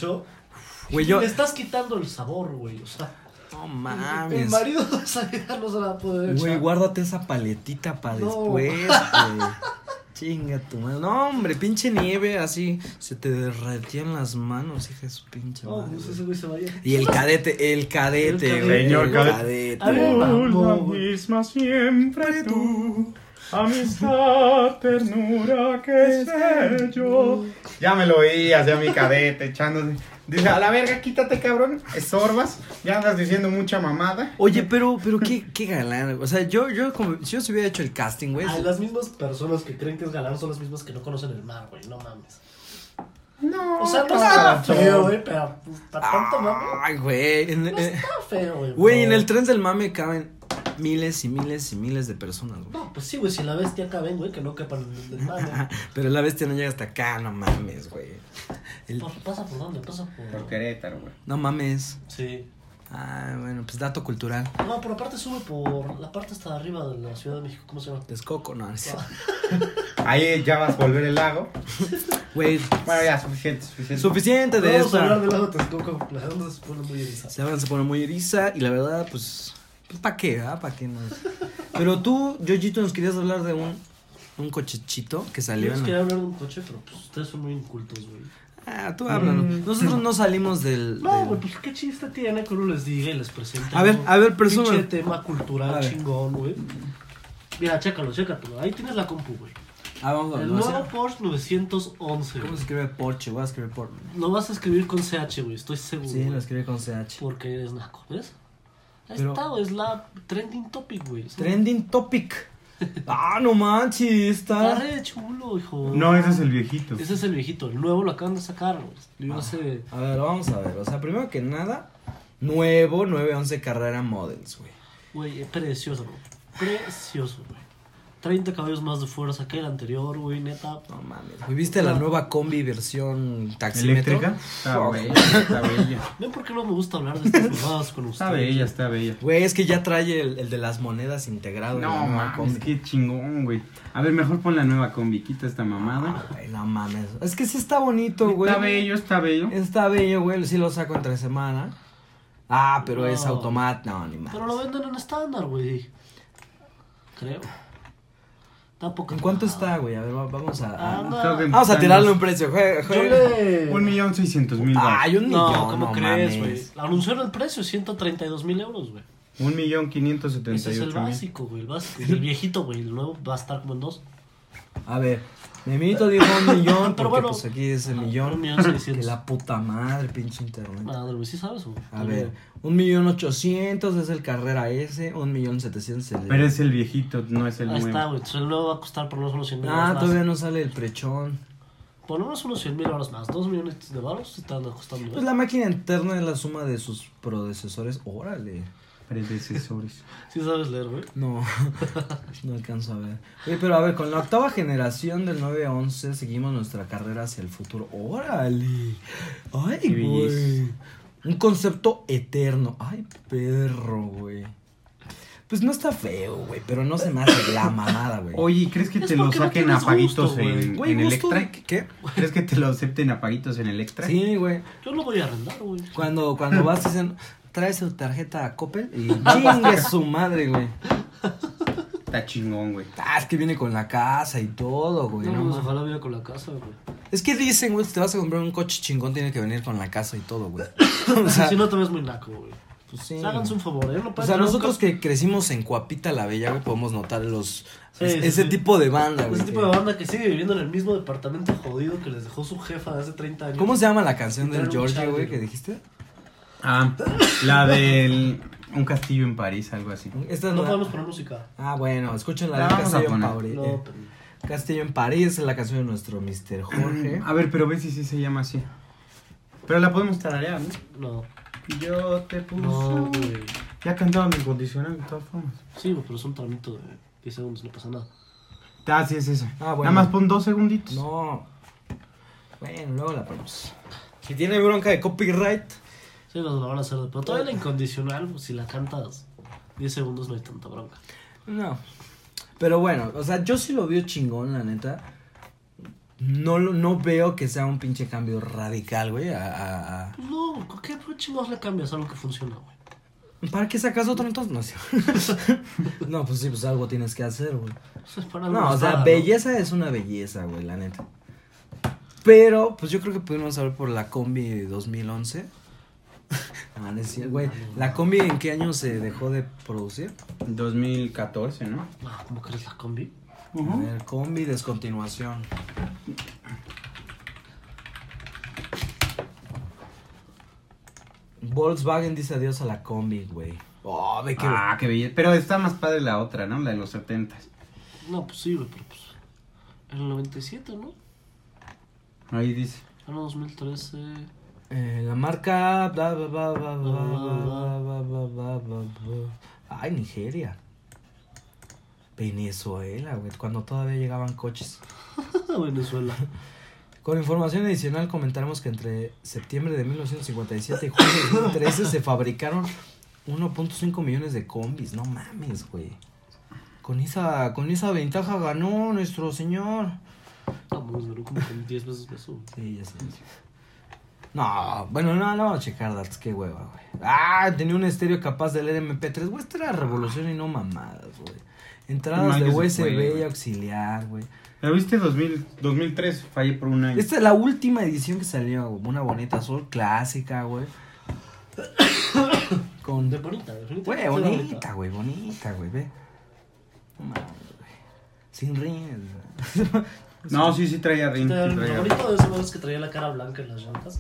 [SPEAKER 1] Güey, yo.
[SPEAKER 2] Le estás quitando el sabor, güey. O sea,
[SPEAKER 1] No
[SPEAKER 2] el
[SPEAKER 1] mames.
[SPEAKER 2] marido de esa vieja no se la puede echar.
[SPEAKER 1] Güey, guárdate esa paletita para
[SPEAKER 2] No.
[SPEAKER 1] después, güey. Chinga tu madre. No, hombre, pinche nieve así. Se te derretían las manos, hija de su pinche
[SPEAKER 2] No,
[SPEAKER 1] madre.
[SPEAKER 2] pues
[SPEAKER 1] güey.
[SPEAKER 2] ese güey se va a ir.
[SPEAKER 1] Y el cadete, el cadete,
[SPEAKER 2] El
[SPEAKER 1] güey.
[SPEAKER 3] señor
[SPEAKER 1] el
[SPEAKER 3] cadete.
[SPEAKER 2] A
[SPEAKER 1] güey.
[SPEAKER 2] ver, mamó,
[SPEAKER 3] La
[SPEAKER 2] güey.
[SPEAKER 3] misma siempre tú, amistad, ternura, qué sé yo. Ya me lo oías, ya mi cadete echándose. Dice, a la verga, quítate, cabrón, estorbas, ya andas diciendo mucha mamada.
[SPEAKER 1] Oye, pero, pero qué, qué galán. güey. O sea, yo, yo, como, si yo se hubiera hecho el casting, güey.
[SPEAKER 2] A las mismas personas que creen que es galán son las mismas que no conocen el mar, güey. No mames.
[SPEAKER 3] No,
[SPEAKER 2] O sea, no está
[SPEAKER 3] cabrón.
[SPEAKER 2] feo, güey, pero pues, para tanto mame.
[SPEAKER 1] Ay, güey. en-
[SPEAKER 2] No
[SPEAKER 1] eh,
[SPEAKER 2] está feo, güey.
[SPEAKER 1] Güey,
[SPEAKER 2] pero-
[SPEAKER 1] en el tren del mame caben miles y miles y miles de personas, güey.
[SPEAKER 2] No, pues sí, güey, si la bestia acá ven, güey, que no quepan en el mar,
[SPEAKER 1] Pero la bestia no llega hasta acá, no mames, güey.
[SPEAKER 2] güey.
[SPEAKER 1] El-
[SPEAKER 2] Por- Pasa por dónde, pasa
[SPEAKER 3] Por
[SPEAKER 2] por.
[SPEAKER 3] Querétaro, güey.
[SPEAKER 1] No mames.
[SPEAKER 2] Sí.
[SPEAKER 1] Ah, bueno, pues dato cultural.
[SPEAKER 2] No, pero aparte sube por la parte hasta arriba de la Ciudad de México. ¿Cómo se llama?
[SPEAKER 1] Descoco, no. es-
[SPEAKER 3] Ahí ya vas a volver el lago.
[SPEAKER 1] Güey,
[SPEAKER 3] Bueno, ya, suficiente, suficiente.
[SPEAKER 1] suficiente de
[SPEAKER 2] Vamos a hablar
[SPEAKER 1] esto.
[SPEAKER 2] del lago Texcoco. La gente se pone muy erizada.
[SPEAKER 1] Se van, se pone muy eriza y la verdad, pues, pues ¿para qué? ¿Para qué no? Pero tú, Yoyito, nos querías hablar de un, un cochechito que
[SPEAKER 2] Yo
[SPEAKER 1] salió
[SPEAKER 2] les
[SPEAKER 1] en la-
[SPEAKER 2] quería hablar de un coche, pero pues ustedes son muy incultos, güey.
[SPEAKER 1] Ah, tú háblanos. Nosotros no salimos del.
[SPEAKER 2] Mm. No,
[SPEAKER 1] del-
[SPEAKER 2] güey, pues qué chiste tiene que uno les diga y les presente.
[SPEAKER 1] A ver,
[SPEAKER 2] un
[SPEAKER 1] a ver, presume.
[SPEAKER 2] Pinche tema
[SPEAKER 1] A
[SPEAKER 2] cultural
[SPEAKER 1] ver.
[SPEAKER 2] chingón, güey. Mira, chécalo, chécalo. Ahí tienes la compu, güey.
[SPEAKER 1] Ah, vamos a
[SPEAKER 2] El nuevo Porsche 911.
[SPEAKER 1] ¿Cómo
[SPEAKER 2] güey.
[SPEAKER 1] se escribe Porsche? Voy a escribir Porsche.
[SPEAKER 2] Lo vas a escribir con CH, güey, estoy seguro.
[SPEAKER 1] Sí, lo
[SPEAKER 2] güey,
[SPEAKER 1] escribe con CH.
[SPEAKER 2] Porque eres naco, ¿ves? Ahí
[SPEAKER 1] Pero-
[SPEAKER 2] está, güey, es la trending topic, güey. Es un-
[SPEAKER 1] Trending topic. Ah, no manches,
[SPEAKER 2] Está
[SPEAKER 1] está.
[SPEAKER 2] re chulo, hijo.
[SPEAKER 3] No, ese es el viejito.
[SPEAKER 2] Ese es el viejito, el nuevo lo acaban de sacar, güey. Yo
[SPEAKER 1] Ah.
[SPEAKER 2] hace.
[SPEAKER 1] A ver, vamos a ver. O sea, primero que nada, nuevo 911 Carrera Models, güey.
[SPEAKER 2] Güey, es eh, precioso, güey. Precioso, güey. 30 caballos más de fuerza que el anterior, güey, neta.
[SPEAKER 1] No mames. güey. ¿Viste la nueva combi versión taxímetro?
[SPEAKER 3] ¿Eléctrica? Ah, Está
[SPEAKER 1] Oh,
[SPEAKER 3] bella, está bella.
[SPEAKER 2] ¿Ven por qué no me gusta hablar de estas cosas con
[SPEAKER 3] Está
[SPEAKER 2] ustedes?
[SPEAKER 3] bella, está bella.
[SPEAKER 1] Güey, es que ya trae el, el de las monedas integrado. en la
[SPEAKER 3] No,
[SPEAKER 1] nueva
[SPEAKER 3] mames,
[SPEAKER 1] combi.
[SPEAKER 3] qué chingón, güey. A ver, mejor pon la nueva combi, quita esta mamada.
[SPEAKER 1] Ay, no mames. Es que sí está bonito, güey.
[SPEAKER 3] Está bello, está bello.
[SPEAKER 1] Está bello, güey. Sí lo saco entre semana. Ah, pero es
[SPEAKER 2] No.
[SPEAKER 1] automático. No, ni más.
[SPEAKER 2] Pero lo venden en estándar, güey. Creo. Tampoco.
[SPEAKER 1] ¿En cuánto está, güey? A ver, va- vamos a. a-
[SPEAKER 2] Ah,
[SPEAKER 3] Creo que
[SPEAKER 1] Vamos a
[SPEAKER 3] están
[SPEAKER 1] tirarle
[SPEAKER 3] los-
[SPEAKER 1] un precio. jue-
[SPEAKER 2] Yo
[SPEAKER 1] jue-
[SPEAKER 2] le...
[SPEAKER 3] Un millón seiscientos mil
[SPEAKER 1] Ay,
[SPEAKER 3] baros.
[SPEAKER 1] un
[SPEAKER 2] No,
[SPEAKER 1] millón.
[SPEAKER 2] ¿cómo
[SPEAKER 1] no
[SPEAKER 2] crees, güey?
[SPEAKER 1] mames.
[SPEAKER 2] Anunciaron el precio, 132 mil euros, güey.
[SPEAKER 3] Un millón quinientos setenta
[SPEAKER 2] Ese
[SPEAKER 3] y
[SPEAKER 2] es el
[SPEAKER 3] ocho mil.
[SPEAKER 2] básico, güey, el básico. Y El viejito, güey, el nuevo va a estar como en dos.
[SPEAKER 1] A ver, Memito dijo un millón,
[SPEAKER 2] Pero
[SPEAKER 1] pero
[SPEAKER 2] bueno.
[SPEAKER 1] pues aquí dice
[SPEAKER 2] Un
[SPEAKER 1] millón.
[SPEAKER 2] millón
[SPEAKER 1] Que
[SPEAKER 2] seiscientos.
[SPEAKER 1] la puta madre, pinche internet.
[SPEAKER 2] Madre, güey, sí sabes, güey.
[SPEAKER 1] A ver, un millón ochocientos es el carrera S, un millón setecientos es el-
[SPEAKER 3] Pero es el viejito, no es el
[SPEAKER 2] Ahí está,
[SPEAKER 3] nuevo.
[SPEAKER 2] güey. Entonces el nuevo va a costar por lo menos unos 100 mil
[SPEAKER 1] Ah,
[SPEAKER 2] euros más.
[SPEAKER 1] todavía no sale el prechón.
[SPEAKER 2] Por lo menos unos 100 mil euros más. 2 millones de baros están costando. ¿eh?
[SPEAKER 1] Pues la máquina interna es la suma de sus predecesores. Órale.
[SPEAKER 3] Predecesores.
[SPEAKER 2] Sí sabes leer, güey.
[SPEAKER 1] No, no alcanzo a ver. Oye, pero a ver, con la octava generación del 911 seguimos nuestra carrera hacia el futuro. ¡Órale!
[SPEAKER 3] Qué
[SPEAKER 1] ¡Ay, güey!
[SPEAKER 3] belleza.
[SPEAKER 1] Un concepto eterno. ¡Ay, perro, güey! Pues no está feo, güey, pero no se me hace la mamada, güey.
[SPEAKER 3] Oye, ¿crees que
[SPEAKER 2] Es
[SPEAKER 3] te lo
[SPEAKER 2] porque no
[SPEAKER 3] saquen a
[SPEAKER 2] tienes
[SPEAKER 3] paguitos
[SPEAKER 2] gusto, güey.
[SPEAKER 3] en,
[SPEAKER 1] Güey,
[SPEAKER 3] en
[SPEAKER 1] gusto
[SPEAKER 3] Electra?
[SPEAKER 1] de- ¿Qué?
[SPEAKER 3] ¿Crees que te lo acepten a paguitos en Electra?
[SPEAKER 1] Sí, güey.
[SPEAKER 2] Yo lo voy a arrendar, güey.
[SPEAKER 1] Cuando, cuando vas, dicen, trae su tarjeta a Coppel y chingue su madre, güey.
[SPEAKER 3] Está chingón, güey.
[SPEAKER 1] Ah, es que viene con la casa y todo, güey.
[SPEAKER 2] No,
[SPEAKER 1] no
[SPEAKER 2] pues
[SPEAKER 1] mames.
[SPEAKER 2] ojalá viva con la casa, güey.
[SPEAKER 1] Es que dicen, güey, si te vas a comprar un coche chingón, tiene que venir con la casa y todo, güey. O sea,
[SPEAKER 2] si no te ves muy naco, güey.
[SPEAKER 1] pues sí.
[SPEAKER 2] O sea, Háganse un favor, ¿eh? No
[SPEAKER 1] O
[SPEAKER 2] pueden
[SPEAKER 1] sea,
[SPEAKER 2] tener un
[SPEAKER 1] nosotros
[SPEAKER 2] ca-
[SPEAKER 1] que crecimos en Cuapita la Bella, güey, podemos notar los...
[SPEAKER 2] Sí,
[SPEAKER 1] es-
[SPEAKER 2] sí,
[SPEAKER 1] ese
[SPEAKER 2] sí.
[SPEAKER 1] tipo de banda, güey.
[SPEAKER 2] Ese tipo
[SPEAKER 1] que-
[SPEAKER 2] de banda que sigue viviendo en el mismo departamento jodido que les dejó su jefa de hace 30 años.
[SPEAKER 1] ¿Cómo se llama la canción
[SPEAKER 2] Era
[SPEAKER 1] del
[SPEAKER 2] un
[SPEAKER 1] George, güey,
[SPEAKER 2] Charlie.
[SPEAKER 1] que dijiste?
[SPEAKER 3] Ah, la del... Un castillo en París, algo así.
[SPEAKER 1] Esta es
[SPEAKER 2] No
[SPEAKER 1] la-
[SPEAKER 2] podemos poner música.
[SPEAKER 1] Ah, bueno, escuchen la
[SPEAKER 3] La
[SPEAKER 1] de
[SPEAKER 3] vamos a
[SPEAKER 1] Castillo en,
[SPEAKER 3] poner.
[SPEAKER 1] París,
[SPEAKER 2] No,
[SPEAKER 1] eh,
[SPEAKER 2] pero-
[SPEAKER 1] Castillo en París, es la canción de nuestro Mr. Jorge.
[SPEAKER 2] Mm, ah.
[SPEAKER 3] A ver, pero ve si sí se llama así. Pero la podemos tararear, ¿no?
[SPEAKER 2] no,
[SPEAKER 3] Yo te
[SPEAKER 1] Pues
[SPEAKER 3] puse...
[SPEAKER 2] no, güey.
[SPEAKER 3] Ya cantaba mi incondicional, de todas formas.
[SPEAKER 2] Sí, güey, pero es un tramito de 10 segundos, no pasa nada.
[SPEAKER 3] Ah, sí, es eso.
[SPEAKER 1] Ah, bueno.
[SPEAKER 3] Nada más pon dos segunditos.
[SPEAKER 1] No. Bueno, luego la ponemos. Si tiene bronca de copyright,
[SPEAKER 2] Sí, nos lo van a hacer de pronto. Todavía la incondicional, pues, si la cantas 10 segundos no hay tanta bronca.
[SPEAKER 1] No. Pero bueno, o sea, yo sí lo veo chingón, la neta. No, lo- no veo que sea un pinche cambio radical, güey. a- a- a-
[SPEAKER 2] Pues no, ¿con qué chingos le cambias a lo que funciona, güey?
[SPEAKER 1] ¿Para qué sacas otro entonces? No, sí. no, pues sí, pues algo tienes que hacer, güey.
[SPEAKER 2] O sea, para algo
[SPEAKER 1] No, o sea,
[SPEAKER 2] está,
[SPEAKER 1] belleza es una belleza, güey, la neta. Pero, pues yo creo que pudimos hablar por la combi de 2011. Ah, no es cierto, güey. ¿La combi en qué año se dejó de producir?
[SPEAKER 3] 2014, ¿no?
[SPEAKER 2] Ah, ¿Cómo crees la combi?
[SPEAKER 1] A ver, combi, descontinuación. Volkswagen dice adiós a la combi, güey. Oh, ve que.
[SPEAKER 3] Ah, qué belleza. Pero está más padre la otra, ¿no? La de los 70.
[SPEAKER 2] No, pues sí, güey, pero pues. En el 97, ¿no?
[SPEAKER 3] Ahí dice.
[SPEAKER 2] Año 2013.
[SPEAKER 1] Eh, la marca. bla, bla, bla, bla, bla, bla, bla, bla, bla, bla, bla. Ay, Nigeria. Venezuela, güey. Cuando todavía llegaban coches.
[SPEAKER 2] Venezuela.
[SPEAKER 1] Con información adicional comentaremos que entre septiembre de 1957 y julio de 2013 se fabricaron 1.5 millones de combis. No mames, güey. Con esa, con esa ventaja ganó nuestro señor.
[SPEAKER 2] No, pues duró como con 10 veces más. güey.
[SPEAKER 1] Sí, ya sé. No, bueno, no, no, vamos a checar datos, qué hueva, güey. Ah, tenía un estéreo capaz E de leer MP3, güey, esta era revolución y no mamadas, güey. Entradas
[SPEAKER 3] No,
[SPEAKER 1] de
[SPEAKER 3] que se
[SPEAKER 1] USB
[SPEAKER 3] fue, güey.
[SPEAKER 1] auxiliar, güey.
[SPEAKER 3] ¿La viste 2000, 2003? Fallé por un año.
[SPEAKER 1] Esta es la última edición que salió, güey. Una bonita azul clásica, güey. Con.
[SPEAKER 2] De bonita, de bonita.
[SPEAKER 1] Güey,
[SPEAKER 2] Sí,
[SPEAKER 1] bonita, güey, bonita, güey, ve. No mames, güey. Sin rines. güey.
[SPEAKER 3] No, sí, sí traía ring.
[SPEAKER 2] Este,
[SPEAKER 3] sí
[SPEAKER 2] Lo
[SPEAKER 3] traía.
[SPEAKER 2] bonito de ese modo es que traía la cara blanca en las llantas.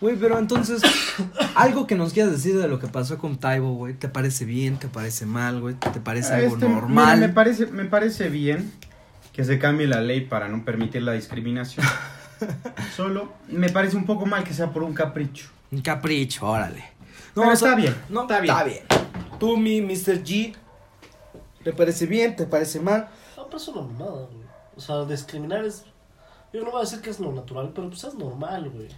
[SPEAKER 1] Güey, pero entonces, algo que nos quieras decir de lo que pasó con Taibo, güey. ¿Te parece bien? ¿Te parece mal, güey? ¿Te parece algo
[SPEAKER 3] Este,
[SPEAKER 1] normal?
[SPEAKER 3] mira, me, parece, me parece bien que se cambie la ley para no permitir la discriminación. Solo me parece un poco mal que sea por un capricho.
[SPEAKER 1] Un capricho, órale.
[SPEAKER 3] Pero está bien,
[SPEAKER 1] No,
[SPEAKER 3] está bien.
[SPEAKER 1] Tú, mi Mr. G, ¿Te parece bien? ¿Te parece mal?
[SPEAKER 2] No, Ah, pero es una mamada, güey. O sea, discriminar es. Yo no voy a decir que es lo natural, pero pues es normal, güey.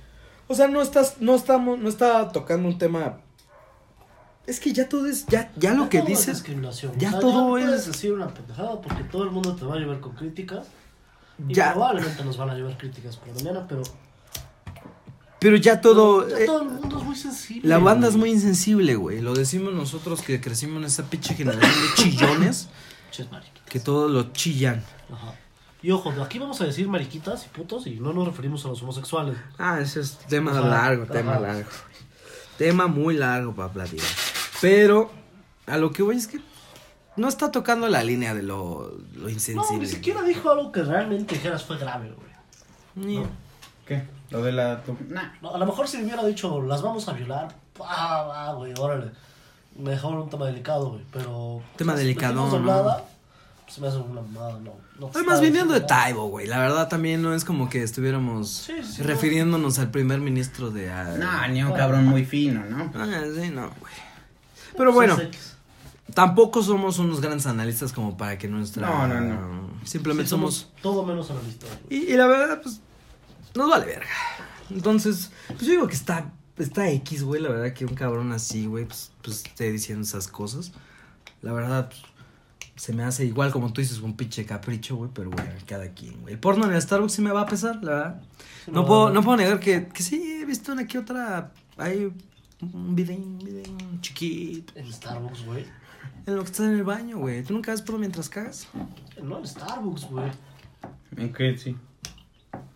[SPEAKER 1] O sea, no estás, no estamos, no está tocando un tema. Es que ya todo es, ya, ya lo
[SPEAKER 2] Ya
[SPEAKER 1] que
[SPEAKER 2] todo es
[SPEAKER 1] dices,
[SPEAKER 2] discriminación.
[SPEAKER 1] ya
[SPEAKER 2] O sea,
[SPEAKER 1] todo
[SPEAKER 2] no puedes
[SPEAKER 1] es-
[SPEAKER 2] decir una pendejada porque todo el mundo te va a llevar con críticas. Y
[SPEAKER 1] Ya.
[SPEAKER 2] probablemente nos van a llevar críticas por la mañana, pero.
[SPEAKER 1] pero ya todo.
[SPEAKER 2] Ya
[SPEAKER 1] eh,
[SPEAKER 2] todo el mundo es muy sensible.
[SPEAKER 1] la banda es
[SPEAKER 2] güey.
[SPEAKER 1] muy insensible, güey. Lo decimos nosotros que crecimos en esa pinche generación de chillones
[SPEAKER 2] Ches, marica.
[SPEAKER 1] que todos lo chillan.
[SPEAKER 2] Ajá. Y ojo, aquí vamos a decir mariquitas y putos y no nos referimos a los homosexuales.
[SPEAKER 1] Ah, ese es tema
[SPEAKER 2] Ajá,
[SPEAKER 1] largo,
[SPEAKER 2] ajá.
[SPEAKER 1] tema largo. Tema muy largo para platicar. Pero a lo que voy es que no está tocando la línea de lo, lo
[SPEAKER 2] No,
[SPEAKER 1] insensible.
[SPEAKER 2] ni siquiera dijo algo que realmente dijeras fue grave, güey.
[SPEAKER 1] Ni-
[SPEAKER 3] ¿Qué? Lo de la... tu- Nah.
[SPEAKER 2] No, a lo mejor si me hubiera dicho, las vamos a violar, ah, ah, güey, órale. Me dejaron un tema delicado, güey, pero...
[SPEAKER 1] Tema
[SPEAKER 2] si
[SPEAKER 1] delicado,
[SPEAKER 2] metimos de
[SPEAKER 1] ¿no?
[SPEAKER 2] nada, pues me hace una mamada, no. no
[SPEAKER 1] Además,
[SPEAKER 2] te estaba
[SPEAKER 1] viniendo de
[SPEAKER 2] diciendo nada.
[SPEAKER 1] Taibo, güey. La verdad también no es como que estuviéramos
[SPEAKER 2] Sí, sí, sí,
[SPEAKER 1] refiriéndonos al primer ministro de... ah,
[SPEAKER 3] Nah, ni un cabrón muy fino, ¿no?
[SPEAKER 1] Ah, sí, no, güey. Pero bueno,
[SPEAKER 2] Sí, sí.
[SPEAKER 1] tampoco somos unos grandes analistas como para que nuestra...
[SPEAKER 3] No, no, no.
[SPEAKER 1] Simplemente
[SPEAKER 2] Sí,
[SPEAKER 1] somos...
[SPEAKER 2] Todo menos analistas, güey.
[SPEAKER 1] Y, y la verdad, pues, nos vale verga. Entonces, pues yo digo que está, está X, güey. La verdad que un cabrón así, güey, pues, pues esté diciendo esas cosas. La verdad, pues, se me hace igual como tú dices, un pinche capricho, güey. Pero, güey, cada quien, güey. El porno en el Starbucks sí me va a pesar, la verdad. No,
[SPEAKER 2] No,
[SPEAKER 1] puedo,
[SPEAKER 2] no.
[SPEAKER 1] no puedo negar que, que sí, he visto una aquí otra. Hay un video, un video chiquito.
[SPEAKER 2] En Starbucks, güey.
[SPEAKER 1] En lo que estás en el baño, güey. ¿Tú nunca ves porno mientras cagas?
[SPEAKER 2] No, en Starbucks, güey.
[SPEAKER 3] En qué, sí.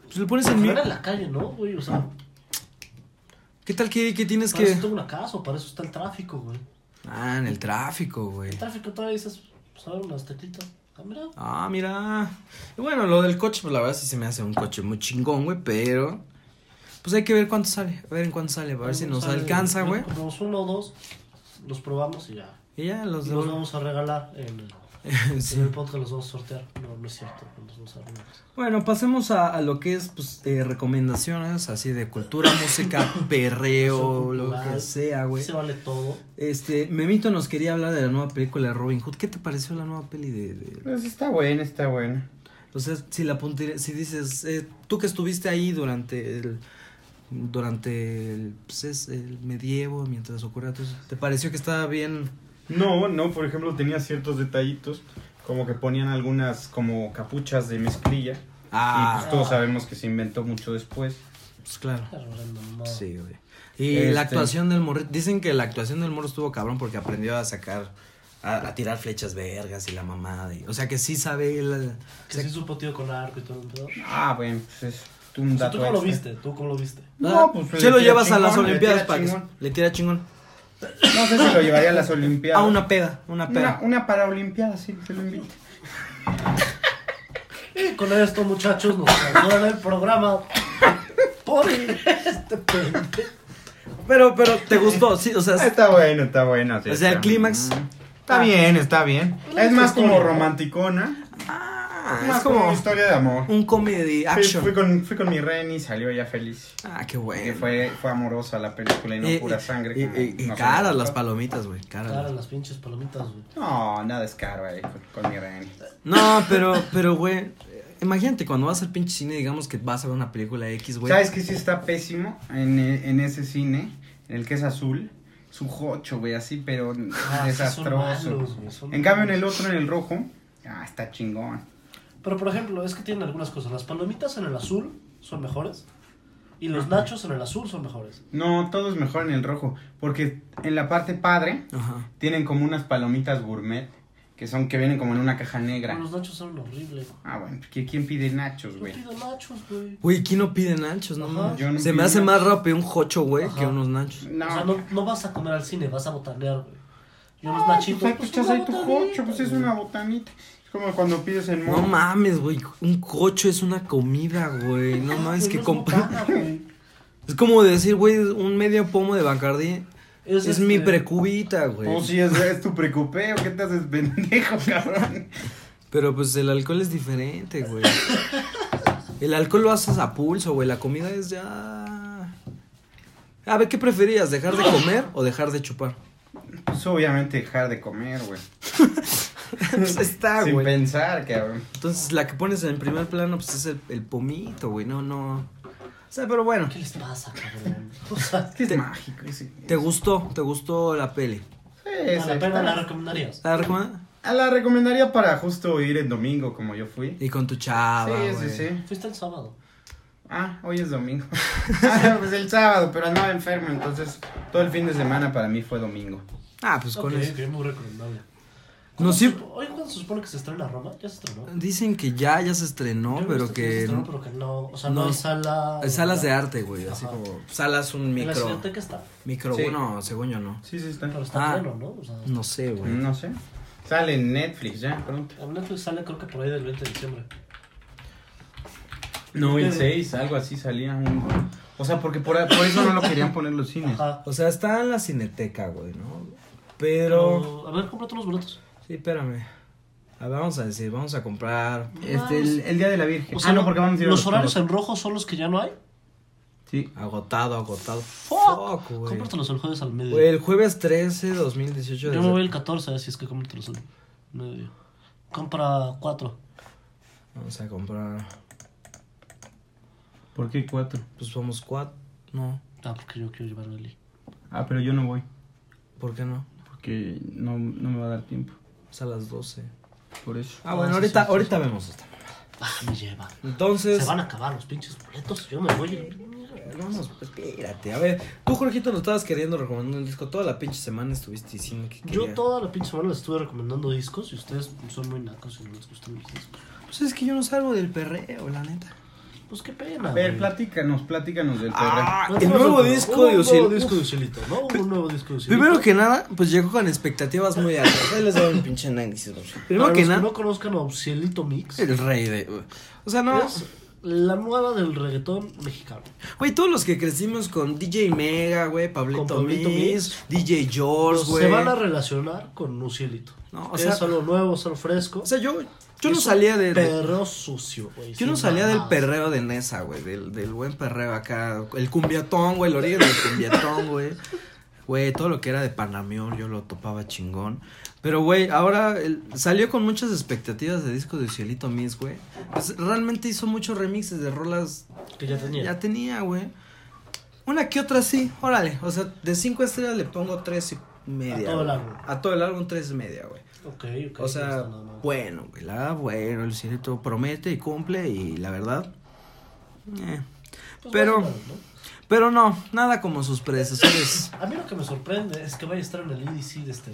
[SPEAKER 1] Pues le pones en mí.
[SPEAKER 2] Fuera en la calle, ¿no, güey? O sea,
[SPEAKER 1] ¿Qué tal que, que tienes
[SPEAKER 2] para
[SPEAKER 1] que...?
[SPEAKER 2] eso tengo una casa, o para eso está el tráfico, güey.
[SPEAKER 1] Ah, en el tráfico, güey.
[SPEAKER 2] El tráfico todavía dices, pues a ver, unas tetitas. Ah, mira.
[SPEAKER 1] Ah, mira. Y bueno, lo del coche, pues la verdad sí se me hace un coche muy chingón, güey, pero. Pues hay que ver cuánto sale. A ver en cuánto sale, a ver si nos
[SPEAKER 2] sale-
[SPEAKER 1] alcanza, güey.
[SPEAKER 2] Compramos uno o dos, los probamos y ya.
[SPEAKER 1] Y ya los
[SPEAKER 2] Y los
[SPEAKER 1] devolvemos.
[SPEAKER 2] vamos a regalar en el,
[SPEAKER 1] Sí. Ah,
[SPEAKER 2] en el podcast, los vamos a sortear. No, no es cierto, no los vamos a regalar.
[SPEAKER 1] Bueno, pasemos a, a lo que es pues, eh, recomendaciones así de cultura, música, perreo,
[SPEAKER 2] Eso
[SPEAKER 1] lo
[SPEAKER 2] cultural,
[SPEAKER 1] que sea, güey.
[SPEAKER 2] Se vale todo.
[SPEAKER 1] Este, Memito nos quería hablar de la nueva película de Robin Hood. ¿Qué te pareció la nueva peli de, de-
[SPEAKER 3] Pues está buena, está buena.
[SPEAKER 1] O sea, si la puntería- si dices, eh, tú que estuviste ahí durante el durante el, pues, es el medievo, mientras ocurría todo eso, ¿te pareció que estaba bien?
[SPEAKER 3] No, no, por ejemplo, tenía ciertos detallitos, como que ponían algunas como capuchas de mezclilla. y pues
[SPEAKER 1] Ah,
[SPEAKER 3] todos sabemos que se inventó mucho después.
[SPEAKER 1] pues claro.
[SPEAKER 2] Qué horrendo, no.
[SPEAKER 1] Sí, güey. Y
[SPEAKER 3] Este-
[SPEAKER 1] la actuación del morro, dicen que la actuación del morro estuvo cabrón porque aprendió a sacar a, a tirar flechas vergas y la mamada. y- o sea, que sí sabe él, eh. o
[SPEAKER 2] Que
[SPEAKER 1] sea,
[SPEAKER 2] sí supo tío con arco y todo el pedo. O
[SPEAKER 3] Ah, bueno, pues es un
[SPEAKER 2] sea,
[SPEAKER 3] dato.
[SPEAKER 2] ¿Tú cómo lo
[SPEAKER 3] extra.
[SPEAKER 2] viste? ¿Tú cómo lo viste?
[SPEAKER 3] No, pues, le
[SPEAKER 1] Ah, se lo
[SPEAKER 3] tira
[SPEAKER 1] llevas a las
[SPEAKER 3] chingón, le
[SPEAKER 1] olimpiadas
[SPEAKER 3] tira
[SPEAKER 1] para que
[SPEAKER 3] chingón.
[SPEAKER 1] le tira chingón.
[SPEAKER 3] No sé si lo llevaría a las Olimpiadas.
[SPEAKER 1] A una peda, una peda.
[SPEAKER 3] Una, una paraolimpiada, sí, se lo invito.
[SPEAKER 2] Y con esto, muchachos, nos en el programa. Por este pendejo.
[SPEAKER 1] Pero, pero, ¿te gustó? Sí, o sea, es-
[SPEAKER 3] Ah, Está bueno, está bueno. sí,
[SPEAKER 1] O sea, el
[SPEAKER 3] está-
[SPEAKER 1] clímax.
[SPEAKER 3] Está bien, está bien. Ah. Es más como romanticona.
[SPEAKER 1] Ah,
[SPEAKER 3] Más como una historia de amor.
[SPEAKER 1] un comedy
[SPEAKER 3] Fui,
[SPEAKER 1] action.
[SPEAKER 3] fui con, fui con mi Ren y salió ella feliz.
[SPEAKER 1] Ah, qué
[SPEAKER 3] Que
[SPEAKER 1] bueno.
[SPEAKER 3] fue, fue amorosa la película y no
[SPEAKER 1] Eh,
[SPEAKER 3] pura
[SPEAKER 1] eh,
[SPEAKER 3] sangre.
[SPEAKER 1] Y,
[SPEAKER 3] como
[SPEAKER 1] y- y
[SPEAKER 3] nos
[SPEAKER 1] caras
[SPEAKER 3] habíamos
[SPEAKER 1] las
[SPEAKER 3] tocado.
[SPEAKER 1] palomitas, güey. caras
[SPEAKER 2] Claro,
[SPEAKER 1] las-
[SPEAKER 2] las pinches palomitas, güey.
[SPEAKER 3] No, nada es caro ahí con, con mi Ren.
[SPEAKER 1] No, pero, pero, güey. eh, Imagínate cuando vas al pinche cine, digamos que vas a ver una película X, güey.
[SPEAKER 3] ¿Sabes qué sí está pésimo en, e- en ese cine? En el que es azul. Su jocho, güey, así, pero
[SPEAKER 2] Ah, sí, son malos,
[SPEAKER 3] desastroso.
[SPEAKER 2] güey, son
[SPEAKER 3] En cambio, en
[SPEAKER 2] malos.
[SPEAKER 3] el otro, en el rojo, ah, está chingón.
[SPEAKER 2] Pero por ejemplo, es que tienen algunas cosas. Las palomitas en el azul son mejores. Y los nachos en el azul son mejores.
[SPEAKER 3] No, todo es mejor en el rojo. Porque en la parte padre
[SPEAKER 1] Ajá.
[SPEAKER 3] tienen como unas palomitas gourmet que son que vienen como en una caja negra.
[SPEAKER 2] Pero los nachos son horribles.
[SPEAKER 3] Ah, bueno, ¿qui- ¿quién pide nachos,
[SPEAKER 2] Yo
[SPEAKER 3] güey?
[SPEAKER 2] pido nachos, güey.
[SPEAKER 1] Güey, ¿quién no pide nachos? No,
[SPEAKER 2] Ajá.
[SPEAKER 1] mames?
[SPEAKER 3] Yo no
[SPEAKER 1] Se me
[SPEAKER 3] pido
[SPEAKER 1] hace
[SPEAKER 3] nachos.
[SPEAKER 1] más rápido un jocho, güey,
[SPEAKER 2] Ajá.
[SPEAKER 1] que unos nachos.
[SPEAKER 3] No,
[SPEAKER 2] O sea, no, no vas a comer al cine, vas a botanear, güey. Y unos nachitos.
[SPEAKER 3] pues, ahí tú echas
[SPEAKER 2] una
[SPEAKER 3] ahí tu
[SPEAKER 2] botanita,
[SPEAKER 3] jocho, pues es
[SPEAKER 2] güey.
[SPEAKER 3] una botanita. Es como cuando pides en
[SPEAKER 1] No
[SPEAKER 3] Momo.
[SPEAKER 1] mames, güey. Un cocho es una comida, güey. No
[SPEAKER 2] Pues
[SPEAKER 1] mames, que
[SPEAKER 2] no
[SPEAKER 1] comprar.
[SPEAKER 2] botana, güey.
[SPEAKER 1] Es como decir, güey, un medio pomo de Bacardí. Es,
[SPEAKER 2] este,
[SPEAKER 1] mi precubita, güey.
[SPEAKER 3] Pues si es, es tu precupeo, ¿qué te haces pendejo, cabrón?
[SPEAKER 1] Pero pues el alcohol es diferente, güey. El alcohol lo haces a pulso, güey. La comida es ya. A ver, ¿qué preferías? ¿Dejar de comer o dejar de chupar?
[SPEAKER 3] Pues obviamente dejar de comer, güey.
[SPEAKER 1] pues está,
[SPEAKER 3] Sin
[SPEAKER 1] güey.
[SPEAKER 3] pensar, cabrón.
[SPEAKER 1] Entonces la que pones en primer plano, pues es el, el pomito, güey. No, no. O sea, pero bueno.
[SPEAKER 2] ¿Qué les pasa, cabrón? O sea,
[SPEAKER 1] te-
[SPEAKER 3] Mágico ese.
[SPEAKER 1] ¿Te gustó? ¿Te gustó la peli?
[SPEAKER 3] Sí,
[SPEAKER 2] a la
[SPEAKER 3] sí,
[SPEAKER 2] pena
[SPEAKER 3] está-
[SPEAKER 2] la recomendarías.
[SPEAKER 1] ¿La recomiendas?
[SPEAKER 3] Ah, la recomendaría para justo ir el domingo, como yo fui.
[SPEAKER 1] Y con tu chava,
[SPEAKER 3] sí,
[SPEAKER 1] Ah, güey.
[SPEAKER 3] sí, sí.
[SPEAKER 2] Fuiste el sábado.
[SPEAKER 3] Ah, hoy es domingo. Ah, pues el sábado, pero andaba enfermo, entonces todo el fin de semana para mí fue domingo.
[SPEAKER 1] Ah, pues con
[SPEAKER 2] ok,
[SPEAKER 1] eso.
[SPEAKER 2] ok, muy recomendable.
[SPEAKER 1] No, sí.
[SPEAKER 2] Hoy cuando se supone que se estrena Roma, ya se estrenó.
[SPEAKER 1] Dicen que ya, ya se estrenó,
[SPEAKER 2] Yo he
[SPEAKER 1] pero
[SPEAKER 2] visto se
[SPEAKER 1] que...
[SPEAKER 2] estrenó, pero que no, o sea, no,
[SPEAKER 1] no.
[SPEAKER 2] hay sala.
[SPEAKER 1] en Salas de arte, güey. Así
[SPEAKER 2] Ajá.
[SPEAKER 1] como... Salas un
[SPEAKER 2] En la
[SPEAKER 1] micro.
[SPEAKER 2] cineteca está.
[SPEAKER 1] Micro
[SPEAKER 3] Sí.
[SPEAKER 1] uno, según yo no.
[SPEAKER 3] Sí, sí, está.
[SPEAKER 2] Pero está
[SPEAKER 1] Ah.
[SPEAKER 2] bueno, ¿no? O sea,
[SPEAKER 1] No sé, güey.
[SPEAKER 3] No sé. Sale en Netflix ya pronto.
[SPEAKER 2] en Netflix sale creo que por ahí del 20 de diciembre.
[SPEAKER 3] No, el 6, algo así salía. un- O sea, porque por, por eso no lo querían poner los cines.
[SPEAKER 2] Ajá.
[SPEAKER 1] O sea, está en la cineteca, güey, ¿no? Pero...
[SPEAKER 2] A ver, cómprate unos boletos.
[SPEAKER 1] Sí, espérame. A ver, vamos a decir, vamos a comprar...
[SPEAKER 3] Este, el, el Día de la Virgen.
[SPEAKER 2] O sea,
[SPEAKER 3] ah, no, porque vamos a ir a
[SPEAKER 2] los horarios
[SPEAKER 3] toros.
[SPEAKER 2] en rojo son los que ya no hay.
[SPEAKER 3] Sí.
[SPEAKER 1] Agotado, agotado.
[SPEAKER 2] Fuck.
[SPEAKER 1] Fuck, güey.
[SPEAKER 2] Cómpratelos el jueves al medio.
[SPEAKER 1] Güey, el jueves 13, 2018.
[SPEAKER 2] Yo
[SPEAKER 1] desde-
[SPEAKER 2] me voy el 14, así es que cómpratelos al medio. Compra 4.
[SPEAKER 1] Vamos a comprar...
[SPEAKER 3] ¿Por qué cuatro?
[SPEAKER 1] Pues somos cuatro. No,
[SPEAKER 2] Ah, porque yo quiero llevarlo a Eli.
[SPEAKER 3] Ah, pero yo no voy.
[SPEAKER 1] ¿por qué no?
[SPEAKER 3] Porque no, no me va a dar tiempo.
[SPEAKER 1] Es a las 12.
[SPEAKER 3] Por eso.
[SPEAKER 1] Ah, bueno, ahorita, ahorita vemos esta.
[SPEAKER 2] Ah, me lleva.
[SPEAKER 1] Entonces. eh,
[SPEAKER 2] Se van a acabar los pinches boletos. Yo me voy. el-
[SPEAKER 1] Vamos, espérate. A ver, tú, Jorgito, lo estabas queriendo recomendar el disco. Toda la pinche semana estuviste diciendo que.
[SPEAKER 2] Yo
[SPEAKER 1] quería-
[SPEAKER 2] toda la pinche semana les estuve recomendando discos y ustedes son muy nacos y no les gustan mis discos.
[SPEAKER 1] Pues es que yo no salgo del perreo, la neta.
[SPEAKER 2] Pues qué pena.
[SPEAKER 3] A ver,
[SPEAKER 2] güey.
[SPEAKER 3] platícanos, platícanos del perreo.
[SPEAKER 1] Ah, el nuevo disco de
[SPEAKER 2] Un nuevo
[SPEAKER 1] Usil.
[SPEAKER 2] disco de Usilito, ¿no? Un nuevo disco de Usilito.
[SPEAKER 1] Primero que nada, pues llegó con expectativas muy altas. Ahí les doy un pinche análisis. güey. Primero
[SPEAKER 2] Para
[SPEAKER 1] que
[SPEAKER 2] los
[SPEAKER 1] nada,
[SPEAKER 2] que no conozcan a Usilito Mix,
[SPEAKER 1] el rey de. O sea, no.
[SPEAKER 2] es la nueva del reggaetón mexicano.
[SPEAKER 1] Güey, todos los que crecimos con DJ Mega, güey, Pablito
[SPEAKER 2] Pablito
[SPEAKER 1] Mix, DJ George, güey.
[SPEAKER 2] Se van a relacionar con Usilito.
[SPEAKER 1] No, o
[SPEAKER 2] o
[SPEAKER 1] sea-
[SPEAKER 2] sea, es algo nuevo, es algo fresco.
[SPEAKER 1] O sea, yo, yo
[SPEAKER 2] Y
[SPEAKER 1] no
[SPEAKER 2] es un
[SPEAKER 1] salía de. de-
[SPEAKER 2] Perreo sucio, güey.
[SPEAKER 1] Yo no
[SPEAKER 2] sin
[SPEAKER 1] salía del
[SPEAKER 2] mamadas.
[SPEAKER 1] perreo de Nesa, güey, del, del buen perreo acá, el cumbiatón, güey, el origen del cumbiatón, güey. Güey, todo lo que era de Panamión yo lo topaba chingón. Pero, güey, ahora el- salió con muchas expectativas de disco de Cielito Miss, güey. Pues realmente hizo muchos remixes de rolas
[SPEAKER 2] Que ya tenía.
[SPEAKER 1] ya tenía, güey. Una que otra sí, órale. O sea, de cinco estrellas le pongo tres y media.
[SPEAKER 2] A todo el
[SPEAKER 1] güey.
[SPEAKER 2] álbum.
[SPEAKER 1] A todo el álbum tres y media, güey.
[SPEAKER 2] Ok, ok.
[SPEAKER 1] O
[SPEAKER 2] no
[SPEAKER 1] sea,
[SPEAKER 2] está nada mal.
[SPEAKER 1] bueno, güey, la verdad, bueno, el Cielito promete y cumple y la verdad. eh.
[SPEAKER 2] Pues
[SPEAKER 1] pero-
[SPEAKER 2] más o menos, ¿no?
[SPEAKER 1] Pero no, nada como sus predecesores.
[SPEAKER 2] A mí lo que me sorprende es que vaya a estar en el EDC de este.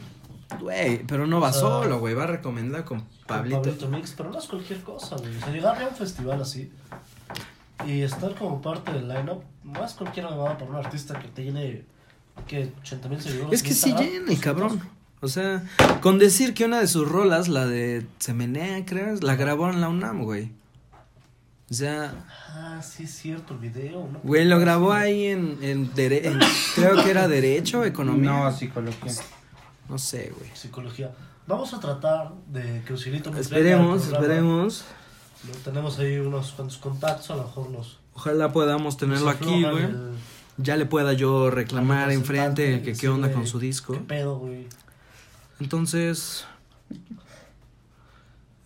[SPEAKER 1] Güey, pero no va
[SPEAKER 2] O sea,
[SPEAKER 1] solo, güey, va recomendada con Pablito.
[SPEAKER 2] Pablito Mix, pero no es cualquier cosa, güey. O sea, llegar a un festival así y estar como parte del lineup, no es cualquier mamada para un artista que tiene que 80 mil seguidores.
[SPEAKER 1] Es que
[SPEAKER 2] en
[SPEAKER 1] sí
[SPEAKER 2] Instagram,
[SPEAKER 1] llena el
[SPEAKER 2] pues,
[SPEAKER 1] cabrón.
[SPEAKER 2] entonces,
[SPEAKER 1] O sea, con decir que una de sus rolas, la de Se menea, creo, la grabó en la UNAM, güey. O sea,
[SPEAKER 2] Ah, sí, es cierto, el video, ¿no?
[SPEAKER 1] güey, lo grabó ahí en, en, dere- en- creo que era Derecho, Economía.
[SPEAKER 3] No,
[SPEAKER 1] No,
[SPEAKER 3] psicología.
[SPEAKER 1] sé, güey.
[SPEAKER 2] Psicología. Vamos a tratar de que Usilito Mix venga al
[SPEAKER 1] Esperemos,
[SPEAKER 2] programa.
[SPEAKER 1] esperemos.
[SPEAKER 2] ¿No? Tenemos ahí unos cuantos contactos, a lo mejor nos.
[SPEAKER 1] Ojalá podamos tenerlo
[SPEAKER 2] nos
[SPEAKER 1] aquí,
[SPEAKER 2] aflojan
[SPEAKER 1] güey.
[SPEAKER 2] el-
[SPEAKER 1] Ya le pueda yo reclamar
[SPEAKER 2] el
[SPEAKER 1] enfrente
[SPEAKER 2] representante,
[SPEAKER 1] que qué
[SPEAKER 2] decirle,
[SPEAKER 1] onda con su disco.
[SPEAKER 2] ¿Qué pedo, güey?
[SPEAKER 1] Entonces.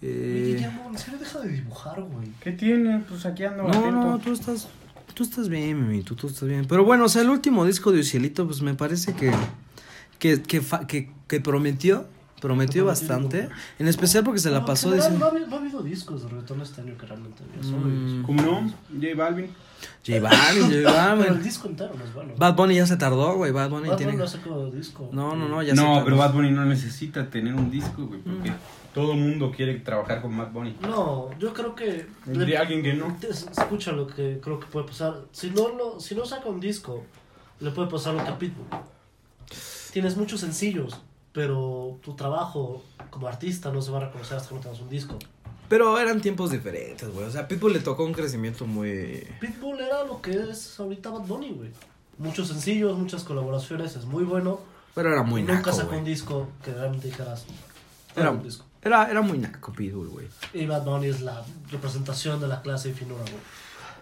[SPEAKER 2] Oye,
[SPEAKER 1] Eh,
[SPEAKER 2] Guillermo, en serio, deja de dibujar, güey.
[SPEAKER 3] ¿Qué tiene? Pues aquí ando
[SPEAKER 1] no,
[SPEAKER 3] atento.
[SPEAKER 1] no, tú estás. Tú estás bien, Mimi, tú, tú estás bien. Pero bueno, o sea, el último disco de Ucielito, pues me parece que. Que, que, fa- que, que prometió. Prometió
[SPEAKER 2] Prometió.
[SPEAKER 1] bastante. En especial porque se la
[SPEAKER 2] No,
[SPEAKER 1] pasó
[SPEAKER 2] en general, No
[SPEAKER 1] diciendo.
[SPEAKER 2] ha, habido, no ha habido discos de reggaetón este año que realmente había. Solo
[SPEAKER 1] Mm.
[SPEAKER 2] discos.
[SPEAKER 3] ¿Cómo no? J Balvin.
[SPEAKER 1] J Balvin, J
[SPEAKER 2] Pero el
[SPEAKER 1] Balvin.
[SPEAKER 2] disco entero no es bueno.
[SPEAKER 1] Bad Bunny ya se tardó, güey. Bad Bunny
[SPEAKER 2] Bad
[SPEAKER 1] tiene.
[SPEAKER 2] Bunny no ha sacado disco.
[SPEAKER 1] No, no, no, ya se
[SPEAKER 3] No,
[SPEAKER 1] tardó.
[SPEAKER 3] pero Bad Bunny no necesita tener un disco, güey,
[SPEAKER 1] Mm.
[SPEAKER 3] porque todo mundo quiere trabajar con Bad Bunny.
[SPEAKER 2] No, yo creo que.
[SPEAKER 3] De alguien que no.
[SPEAKER 2] Es- Escucha lo que creo que puede pasar. Si no, lo, si no saca un disco, le puede pasar lo que a Pitbull. Tienes muchos sencillos, pero tu trabajo como artista no se va a reconocer hasta que no tengas un disco.
[SPEAKER 1] Pero eran tiempos diferentes, güey. O sea, a Pitbull le tocó un crecimiento muy.
[SPEAKER 2] Pitbull era lo que es ahorita Bad Bunny, güey. Muchos sencillos, muchas colaboraciones, es muy bueno.
[SPEAKER 1] Pero era muy
[SPEAKER 2] Nunca
[SPEAKER 1] naco,
[SPEAKER 2] sacó un
[SPEAKER 1] güey.
[SPEAKER 2] disco que realmente dijeras.
[SPEAKER 1] Era,
[SPEAKER 2] Era un disco.
[SPEAKER 1] era, era muy naco Pitbull, güey.
[SPEAKER 2] Y Bad Bunny es la representación de la clase y finura, güey.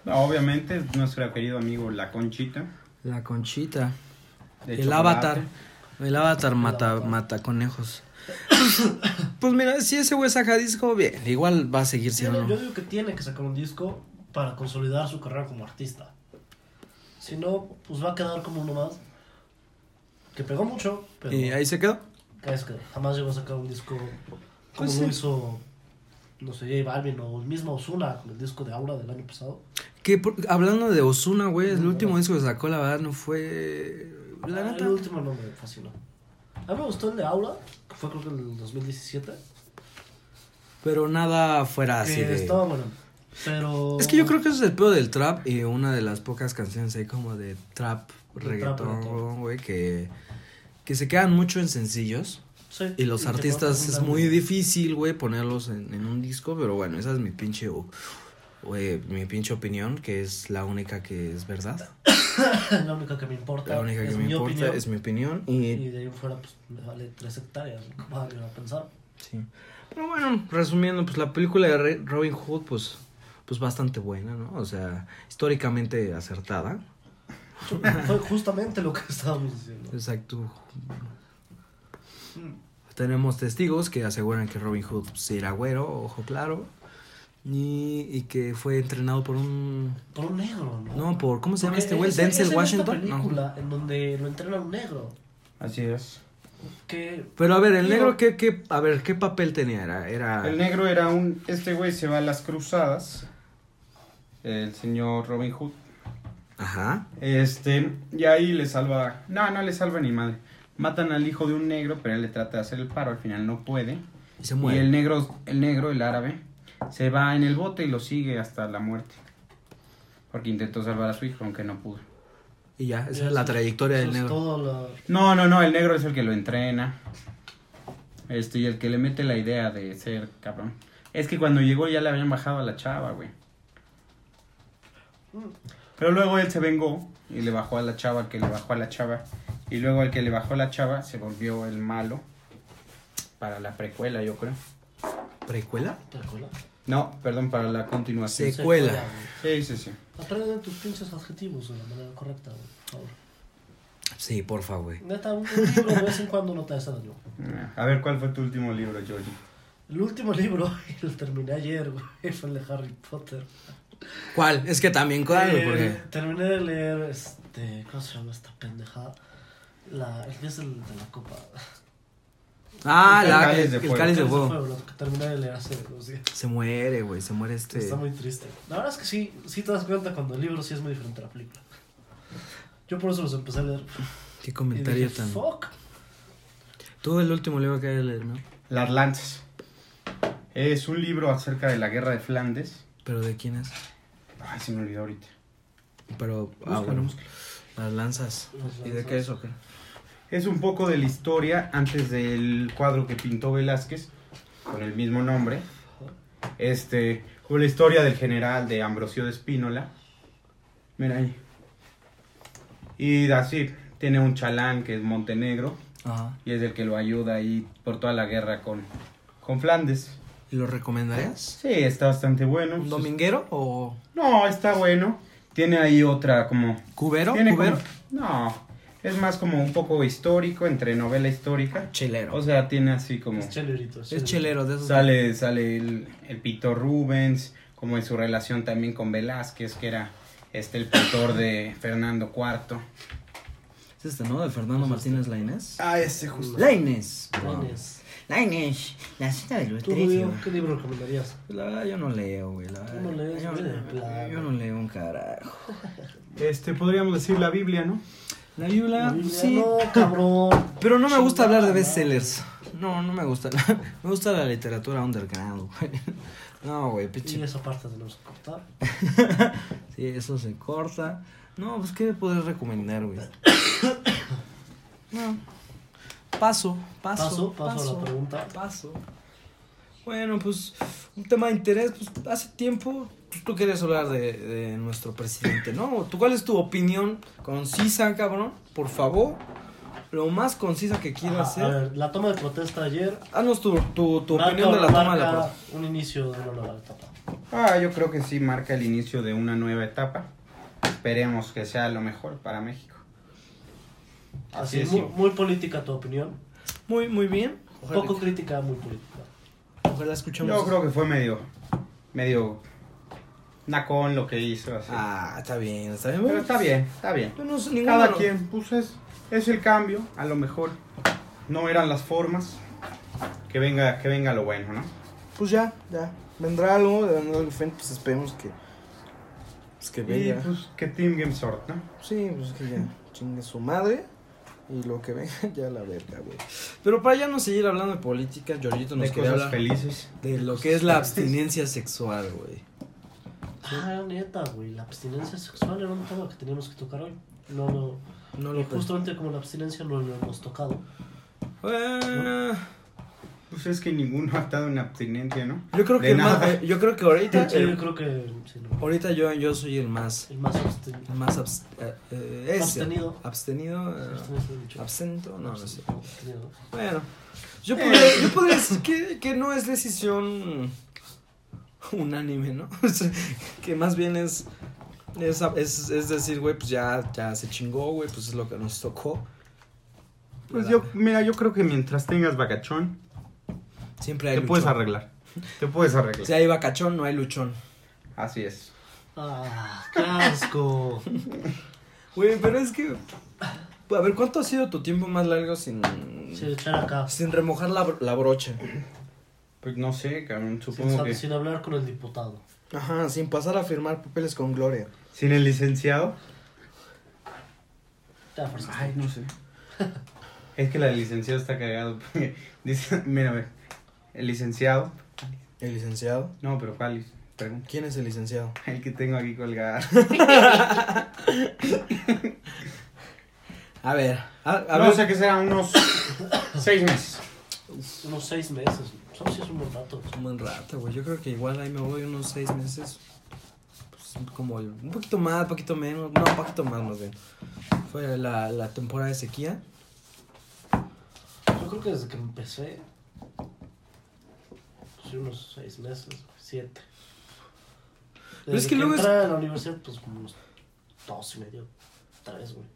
[SPEAKER 3] No, obviamente, es nuestro querido amigo La Conchita.
[SPEAKER 1] La conchita.
[SPEAKER 3] de
[SPEAKER 1] el
[SPEAKER 3] chocolate.
[SPEAKER 1] avatar. El avatar mata,
[SPEAKER 2] avatar.
[SPEAKER 1] mata conejos. Pues mira, si ese güey saca disco, bien. Igual va a seguir
[SPEAKER 2] Tiene-
[SPEAKER 1] siendo.
[SPEAKER 2] Yo digo que tiene que sacar un disco para consolidar su carrera como artista. Si no, pues va a quedar como uno más. Que pegó mucho, pero
[SPEAKER 1] Y ahí se quedó.
[SPEAKER 2] que es que jamás llegó a sacar un disco como
[SPEAKER 1] Pues
[SPEAKER 2] lo
[SPEAKER 1] sí.
[SPEAKER 2] hizo, no sé, J Balvin o el mismo Ozuna con el disco de Aura del año pasado.
[SPEAKER 1] Que por- hablando de Osuna, güey, el último disco que sacó, la verdad, no fue. La
[SPEAKER 2] Ah,
[SPEAKER 1] neta.
[SPEAKER 2] El último no me fascinó. A mí me gustó el de Aura, que fue creo que en el 2017.
[SPEAKER 1] Pero nada fuera así
[SPEAKER 2] que
[SPEAKER 1] de.
[SPEAKER 2] Eh, estaba bueno. Pero.
[SPEAKER 1] Es que yo creo que eso es el pedo del trap y una de las pocas canciones ahí como de trap,
[SPEAKER 2] De trap,
[SPEAKER 1] reggaetón, güey, que, que se quedan mucho en sencillos.
[SPEAKER 2] Sí,
[SPEAKER 1] Y los
[SPEAKER 2] que
[SPEAKER 1] artistas
[SPEAKER 2] cortan
[SPEAKER 1] es
[SPEAKER 2] una-
[SPEAKER 1] muy difícil, güey, ponerlos en, en un disco, pero bueno, esa es mi pinche, o- güey, mi pinche opinión, que es la única que es verdad.
[SPEAKER 2] la única que me importa.
[SPEAKER 1] La única que
[SPEAKER 2] es
[SPEAKER 1] me
[SPEAKER 2] mi
[SPEAKER 1] importa
[SPEAKER 2] opinión.
[SPEAKER 1] es mi opinión. Y,
[SPEAKER 2] Y de ahí en fuera, pues me vale 3 hectáreas. ¿Cómo van a pensar?
[SPEAKER 1] sí. Pero bueno, resumiendo, pues la película de Re- Robin Hood, pues, pues bastante buena, ¿no? O sea, históricamente acertada.
[SPEAKER 2] Fue justamente lo que estábamos diciendo.
[SPEAKER 1] Exacto.
[SPEAKER 2] Mm.
[SPEAKER 1] Tenemos testigos que aseguran que Robin Hood sí era güero, ojo claro, y, y que fue entrenado por un...
[SPEAKER 2] Por un negro, ¿no?
[SPEAKER 1] No, por... ¿Cómo se llama
[SPEAKER 2] Porque
[SPEAKER 1] este güey?
[SPEAKER 2] es- es
[SPEAKER 1] Denzel
[SPEAKER 2] en esta
[SPEAKER 1] Washington. No.
[SPEAKER 2] película en donde lo entrena un negro.
[SPEAKER 3] Así es.
[SPEAKER 2] Que.
[SPEAKER 1] Pero a ver, el
[SPEAKER 2] Digo-
[SPEAKER 1] negro, ¿qué, qué, a ver, ¿qué papel tenía? Era... era...
[SPEAKER 3] El negro era un... Este güey se va a las cruzadas. El señor Robin Hood.
[SPEAKER 1] Ajá.
[SPEAKER 3] Este, y ahí le salva. No, no le salva ni madre. Matan al hijo de un negro, pero él le trata de hacer el paro, al final no puede.
[SPEAKER 1] Y se
[SPEAKER 3] Y
[SPEAKER 1] muere.
[SPEAKER 3] el negro, el negro, el árabe, se va en el bote y lo sigue hasta la muerte. Porque intentó salvar a su hijo, aunque no pudo.
[SPEAKER 1] Y ya, esa
[SPEAKER 2] Ya,
[SPEAKER 1] es la
[SPEAKER 2] eso-
[SPEAKER 1] trayectoria
[SPEAKER 2] eso
[SPEAKER 1] del
[SPEAKER 2] es
[SPEAKER 1] negro.
[SPEAKER 2] todo lo-
[SPEAKER 3] No, no, no, el negro es el que lo entrena. Este, y el que le mete la idea de ser cabrón. Es que cuando llegó ya le habían bajado a la chava, güey. Pero luego él se vengó y le bajó a la chava, al que le bajó a la chava. Y luego el que le bajó a la chava se volvió el malo. Para la precuela, yo creo.
[SPEAKER 1] ¿Precuela?
[SPEAKER 2] ¿Te acuerdas?
[SPEAKER 3] No, perdón, para la continuación.
[SPEAKER 1] Sí. Secuela.
[SPEAKER 3] Sí, sí, sí.
[SPEAKER 2] Aprende tus pinches adjetivos de la manera correcta, güey, por favor.
[SPEAKER 1] Sí, porfa, güey.
[SPEAKER 2] Neta, un un libro de vez en cuando no te hace daño.
[SPEAKER 3] A ver, ¿cuál fue tu último libro, Georgie?
[SPEAKER 2] El último libro, y lo terminé ayer, güey, fue el de Harry Potter.
[SPEAKER 1] ¿Cuál? Es que también, ¿cuál? güey?
[SPEAKER 2] Eh,
[SPEAKER 1] Porque...
[SPEAKER 2] Terminé de leer, este, ¿cómo se llama esta pendejada? La, el que es el de la copa.
[SPEAKER 1] Ah,
[SPEAKER 3] El
[SPEAKER 1] la-
[SPEAKER 3] cáliz
[SPEAKER 1] el,
[SPEAKER 3] de
[SPEAKER 1] el
[SPEAKER 3] fuego.
[SPEAKER 1] cáliz de
[SPEAKER 2] Ese
[SPEAKER 1] fuego.
[SPEAKER 2] fue, lo que terminé de leer hace dos días.
[SPEAKER 1] Se muere, güey, se muere este...
[SPEAKER 2] Está muy triste. La verdad es que sí, sí te das cuenta cuando el libro sí es muy diferente a la película. Yo por eso los empecé a leer.
[SPEAKER 1] Qué
[SPEAKER 2] Y
[SPEAKER 1] comentario
[SPEAKER 2] dije,
[SPEAKER 1] tan...
[SPEAKER 2] fuck.
[SPEAKER 1] Tú el último libro que hay de leer, ¿no?
[SPEAKER 3] Las lanzas. Es un libro acerca de la guerra de Flandes.
[SPEAKER 1] ¿Pero de quién es?
[SPEAKER 3] Ay, se me olvidó ahorita.
[SPEAKER 1] Pero, ah,
[SPEAKER 3] Búscalo,
[SPEAKER 1] bueno,
[SPEAKER 3] búscalo.
[SPEAKER 1] las lanzas.
[SPEAKER 2] Las
[SPEAKER 1] ¿Y de
[SPEAKER 2] lanzas.
[SPEAKER 1] qué es o qué?
[SPEAKER 3] Es un poco de la historia antes del cuadro que pintó Velázquez, con el mismo nombre. Este, o la historia del general de Ambrosio de Espínola. Mira ahí. Y así, tiene un chalán que es Montenegro,
[SPEAKER 1] Ajá.
[SPEAKER 3] y es el que lo ayuda ahí por toda la guerra con, con Flandes.
[SPEAKER 1] ¿Y lo recomendarías?
[SPEAKER 3] Sí, está bastante bueno.
[SPEAKER 1] ¿Un dominguero o
[SPEAKER 3] No, está bueno. Tiene ahí otra como
[SPEAKER 1] cubero?
[SPEAKER 3] Tiene
[SPEAKER 1] ¿Cubero?
[SPEAKER 3] como- no, es más como un poco histórico, entre novela histórica.
[SPEAKER 1] Chelero.
[SPEAKER 3] O sea, tiene así como...
[SPEAKER 2] Es chelerito.
[SPEAKER 1] Este es chelero de esos.
[SPEAKER 3] Sale, sale el, el pintor Rubens, como en su relación también con Velázquez, que era este el pintor de Fernando IV.
[SPEAKER 1] Es este, ¿no? De Fernando Martínez Lainez.
[SPEAKER 3] Ah, ese
[SPEAKER 1] Lainez.
[SPEAKER 2] Lainez.
[SPEAKER 1] Lainez. La cita del
[SPEAKER 2] ¿Tú, Rubio, qué libro recomendarías?
[SPEAKER 1] La verdad, yo no leo, güey. La
[SPEAKER 2] Tú no lees,
[SPEAKER 1] yo,
[SPEAKER 2] güey, de plano.
[SPEAKER 1] yo no leo un carajo.
[SPEAKER 3] Este, podríamos decir la Biblia, ¿no?
[SPEAKER 1] La Biblia,
[SPEAKER 2] Biblia,
[SPEAKER 1] sí.
[SPEAKER 2] No, cabrón.
[SPEAKER 1] Pero no me gusta hablar de bestsellers. No, no me gusta. me gusta la literatura underground, güey. No, güey, pinche
[SPEAKER 2] Y esa parte tenemos que cortar.
[SPEAKER 1] Sí, eso se corta. No, pues, ¿qué puedes recomendar, güey? No. Paso, paso.
[SPEAKER 2] Paso, paso, a la pregunta.
[SPEAKER 1] paso. Bueno, pues, un tema de interés. Pues, hace tiempo pues, tú querías hablar de, de nuestro presidente, ¿no? ¿Tú, ¿Cuál es tu opinión concisa, cabrón? Por favor, lo más concisa que
[SPEAKER 2] Ajá,
[SPEAKER 1] quieras
[SPEAKER 2] A
[SPEAKER 1] hacer.
[SPEAKER 2] ver, la toma de protesta ayer.
[SPEAKER 1] Haznos Ah, tu, tu, tu
[SPEAKER 2] marca
[SPEAKER 1] opinión de
[SPEAKER 2] o
[SPEAKER 1] la
[SPEAKER 2] no
[SPEAKER 1] toma de la
[SPEAKER 2] marca
[SPEAKER 1] protesta.
[SPEAKER 2] Un inicio de una nueva etapa.
[SPEAKER 3] Ah, yo creo que sí marca el inicio de una nueva etapa. Esperemos que sea lo mejor para México.
[SPEAKER 2] Así,
[SPEAKER 3] Así es,
[SPEAKER 2] muy,
[SPEAKER 3] sí.
[SPEAKER 2] muy política tu opinión.
[SPEAKER 1] Muy, muy bien.
[SPEAKER 2] Poco crítica, muy política.
[SPEAKER 1] Ojalá escuchemos.
[SPEAKER 3] Yo creo que fue medio. medio. nacón lo que hizo. Así.
[SPEAKER 1] Ah, está bien, está bien.
[SPEAKER 3] Pero está bien, está bien.
[SPEAKER 1] Yo no sé, ninguno
[SPEAKER 3] Cada
[SPEAKER 1] lo-
[SPEAKER 3] quien, pues es, es el cambio, a lo mejor no eran las formas. Que venga, que venga lo bueno, ¿no?
[SPEAKER 1] Pues ya, ya. Vendrá algo de Daniel Elfen, pues esperemos que. Pues que
[SPEAKER 3] Y
[SPEAKER 1] venga.
[SPEAKER 3] pues que Team Game Sort, ¿no?
[SPEAKER 1] Sí, pues que ya. Chingue su madre. Y lo que venga, ya la verga, güey. Pero para ya no seguir hablando de política, Giorgito nos
[SPEAKER 3] De
[SPEAKER 1] quería
[SPEAKER 3] cosas
[SPEAKER 1] hablar
[SPEAKER 3] felices.
[SPEAKER 1] de lo que es la abstinencia sexual, güey.
[SPEAKER 2] Ah, neta, güey. La abstinencia sexual era un tema que teníamos que tocar hoy. No, no.
[SPEAKER 1] No
[SPEAKER 2] Y
[SPEAKER 1] lo justo.
[SPEAKER 2] justamente como la abstinencia no lo hemos tocado.
[SPEAKER 1] Ah,
[SPEAKER 3] Pues es que ninguno ha estado en abstinencia, ¿no?
[SPEAKER 1] yo creo
[SPEAKER 3] De
[SPEAKER 1] que el
[SPEAKER 3] nada.
[SPEAKER 1] más- yo creo que ahorita
[SPEAKER 2] Sí, yo
[SPEAKER 1] el-
[SPEAKER 2] creo que sí, no.
[SPEAKER 1] ahorita yo, yo soy el más
[SPEAKER 2] el más absten-
[SPEAKER 1] el más abs- eh, eh, ese.
[SPEAKER 2] Abstenido.
[SPEAKER 1] abstenido eh,
[SPEAKER 2] abstinencia de dicho.
[SPEAKER 1] absento, no, no sé.
[SPEAKER 2] Abstenido. Eh.
[SPEAKER 1] Bueno, yo podría, yo podría decir que, que no es decisión unánime, ¿no? O sea, que más bien es, es, es, es decir, güey, pues ya, ya se chingó, güey, pues es lo que nos tocó.
[SPEAKER 3] Pues
[SPEAKER 1] ¿Verdad?
[SPEAKER 3] yo, mira, yo creo que mientras tengas vacachón,
[SPEAKER 1] Siempre hay
[SPEAKER 3] te puedes
[SPEAKER 1] luchón.
[SPEAKER 3] arreglar. Te puedes
[SPEAKER 1] Si
[SPEAKER 3] arreglar.
[SPEAKER 1] hay vacachón, no hay luchón.
[SPEAKER 3] Así es.
[SPEAKER 2] Ah, qué asco.
[SPEAKER 1] Güey, pero es que... A ver, ¿cuánto ha sido tu tiempo más largo sin,
[SPEAKER 2] Sin echar acá.
[SPEAKER 1] sin remojar la, bro- la brocha?
[SPEAKER 3] Pues no sé, cabrón,
[SPEAKER 2] Sin,
[SPEAKER 3] supongo que.
[SPEAKER 2] sin hablar con el diputado.
[SPEAKER 1] Ajá, sin pasar a firmar papeles con Gloria.
[SPEAKER 3] Sin el licenciado.
[SPEAKER 2] Te la forzaste.
[SPEAKER 3] Ay, no sé. es que la del licenciado está cagado. porque Dice, mira, a ver, el licenciado.
[SPEAKER 1] ¿El licenciado?
[SPEAKER 3] No, pero ¿cuál? es? Pregunta.
[SPEAKER 1] ¿Quién es el licenciado?
[SPEAKER 3] El que tengo aquí colgado.
[SPEAKER 1] A ver, a, a
[SPEAKER 3] no
[SPEAKER 1] ver-
[SPEAKER 3] sé que será unos seis meses.
[SPEAKER 2] Unos seis meses. Son sí es un buen rato.
[SPEAKER 1] Un buen rato, güey. Yo creo que igual ahí me voy unos seis meses. Pues, como el- un poquito más, un poquito menos. No, un poquito más, más bien. Fue la, la temporada de sequía.
[SPEAKER 2] Yo creo que desde que empecé. Pues sí, unos seis meses, siete. Desde
[SPEAKER 1] Pero es que luego es-
[SPEAKER 2] entré a la universidad, pues como unos dos y medio, tres, güey.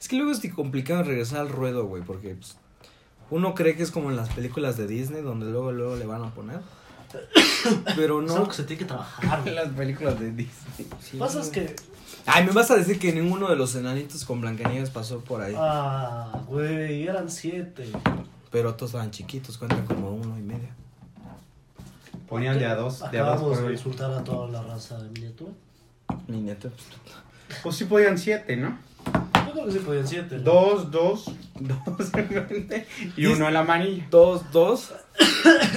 [SPEAKER 1] Es que luego es complicado regresar al ruedo, güey, porque pues, uno cree que es como en las películas de Disney, donde luego, luego le van a poner. Pero
[SPEAKER 2] Es algo
[SPEAKER 1] no. pues,
[SPEAKER 2] que se tiene que trabajar, güey.
[SPEAKER 3] Las películas de Disney.
[SPEAKER 1] sí,
[SPEAKER 2] Pasa es
[SPEAKER 1] güey.
[SPEAKER 2] que.
[SPEAKER 1] Ay, me vas a decir que ninguno de los enanitos con Blancanieves pasó por ahí.
[SPEAKER 2] Ah, güey, eran siete.
[SPEAKER 1] Pero todos estaban chiquitos, cuentan como uno y medio.
[SPEAKER 3] Ponían de a dos, de a dos
[SPEAKER 2] Acabamos
[SPEAKER 3] por
[SPEAKER 2] de
[SPEAKER 3] hoy.
[SPEAKER 2] insultar a toda la raza de miniatura.
[SPEAKER 1] Mi nieto. pues,
[SPEAKER 3] Pues sí podían siete, ¿no?
[SPEAKER 2] Yo creo que sí podían siete. ¿no?
[SPEAKER 3] Dos, dos, dos realmente, y uno en la manilla.
[SPEAKER 1] Dos, dos.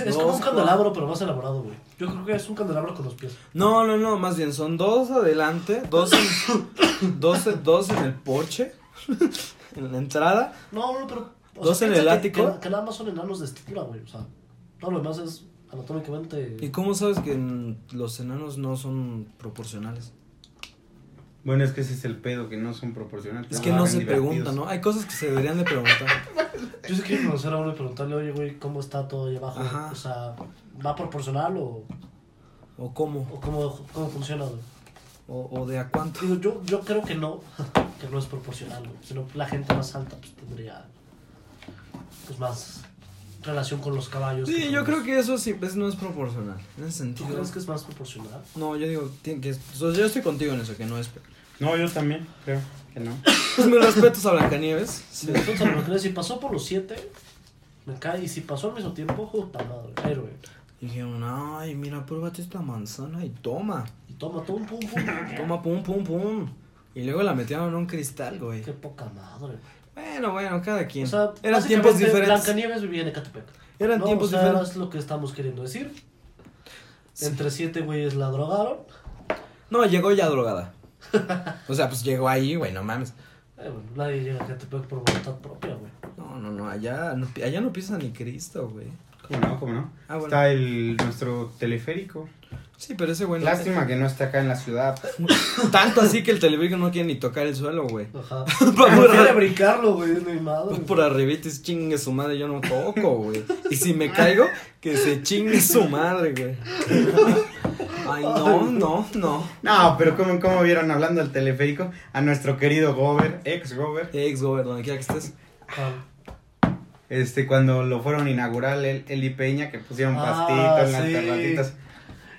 [SPEAKER 2] Es como
[SPEAKER 1] dos,
[SPEAKER 2] un candelabro, pero más elaborado, güey. Yo creo que es un candelabro con los pies.
[SPEAKER 1] No, no, no, más bien son dos adelante, dos en, dos, en- dos en el porche, en la entrada.
[SPEAKER 2] No, no, pero. o
[SPEAKER 1] ¿Dos en
[SPEAKER 2] piensa
[SPEAKER 1] el
[SPEAKER 2] que-
[SPEAKER 1] ático?
[SPEAKER 2] Que, que nada más son enanos de estatura, güey. O sea, todo lo demás es anatómicamente.
[SPEAKER 1] ¿Y cómo sabes que en- los enanos no son proporcionales?
[SPEAKER 3] Bueno, es que ese es el pedo, que no son proporcionales.
[SPEAKER 1] Es que no se pregunta, ¿no? Hay cosas que se deberían de preguntar.
[SPEAKER 2] Yo sí quiero conocer a uno y preguntarle, oye, güey, ¿cómo está todo ahí abajo?
[SPEAKER 1] Ajá.
[SPEAKER 2] O sea, ¿va proporcional o,
[SPEAKER 1] ¿O cómo?
[SPEAKER 2] o cómo, cómo funciona, güey?
[SPEAKER 1] ¿O, o de a cuánto?
[SPEAKER 2] Digo, yo, yo creo que no, que no es proporcional, güey. Sino la gente más alta, pues tendría. Pues más relación con los caballos.
[SPEAKER 1] Sí,
[SPEAKER 2] con
[SPEAKER 1] yo
[SPEAKER 2] los-
[SPEAKER 1] creo que eso sí pues, no es proporcional. En ese
[SPEAKER 2] ¿Tú
[SPEAKER 1] sentido.
[SPEAKER 2] crees que es más proporcional?
[SPEAKER 1] No, yo digo, tiene que, o sea, yo estoy contigo en eso, que no es.
[SPEAKER 3] No, yo también, creo que no.
[SPEAKER 1] Pues mis respetos a Blancanieves. Sí.
[SPEAKER 2] Entonces, lo que- si pasó por los siete, me cae. Y si pasó al mismo tiempo, puta madre, héroe.
[SPEAKER 1] Y dijeron, ay, mira, pruébate esta manzana y toma.
[SPEAKER 2] Y toma todo un pum pum. pum.
[SPEAKER 1] Toma, pum, pum, pum. Y luego la metieron en un cristal, güey.
[SPEAKER 2] Qué poca madre.
[SPEAKER 1] Bueno, bueno, cada quien.
[SPEAKER 2] O sea,
[SPEAKER 1] Eran tiempos diferentes.
[SPEAKER 2] Blancanieves vivía en Ecatepec.
[SPEAKER 1] Eran
[SPEAKER 2] No,
[SPEAKER 1] tiempos
[SPEAKER 2] o sea,
[SPEAKER 1] diferentes.
[SPEAKER 2] Es lo que estamos queriendo decir.
[SPEAKER 1] Sí.
[SPEAKER 2] Entre siete güeyes la drogaron.
[SPEAKER 1] No, llegó ya drogada. o sea, pues llegó ahí, güey, no mames.
[SPEAKER 2] Eh, bueno, nadie llega a Ecatepec por voluntad propia, güey.
[SPEAKER 1] No, no, no, allá no, pi- allá no pisa ni Cristo, güey.
[SPEAKER 3] ¿Cómo no? ¿Cómo no?
[SPEAKER 1] Ah, bueno.
[SPEAKER 3] Está el, nuestro teleférico.
[SPEAKER 1] Sí, pero ese güey no.
[SPEAKER 3] Lástima que no está acá en la ciudad.
[SPEAKER 1] Tanto así que el teleférico no quiere ni tocar el suelo, güey.
[SPEAKER 2] Ajá.
[SPEAKER 1] Vamos
[SPEAKER 2] Prefiere
[SPEAKER 1] a-
[SPEAKER 2] brincarlo, güey, no hay madre. güey.
[SPEAKER 1] Pues Por arribitis, chingue su madre, yo no toco, güey. Y si me caigo, que se chingue su madre, güey. Ay, no, no, no.
[SPEAKER 3] No, pero ¿cómo, cómo vieron hablando del teleférico a nuestro querido Gober, ex Gober?
[SPEAKER 1] Ex, güey, donde quiera que estés.
[SPEAKER 2] Ah,
[SPEAKER 3] este, cuando lo fueron a inaugurar el, Eli Peña, que pusieron
[SPEAKER 2] Ah,
[SPEAKER 3] pastito en las
[SPEAKER 2] sí.
[SPEAKER 3] terratitas.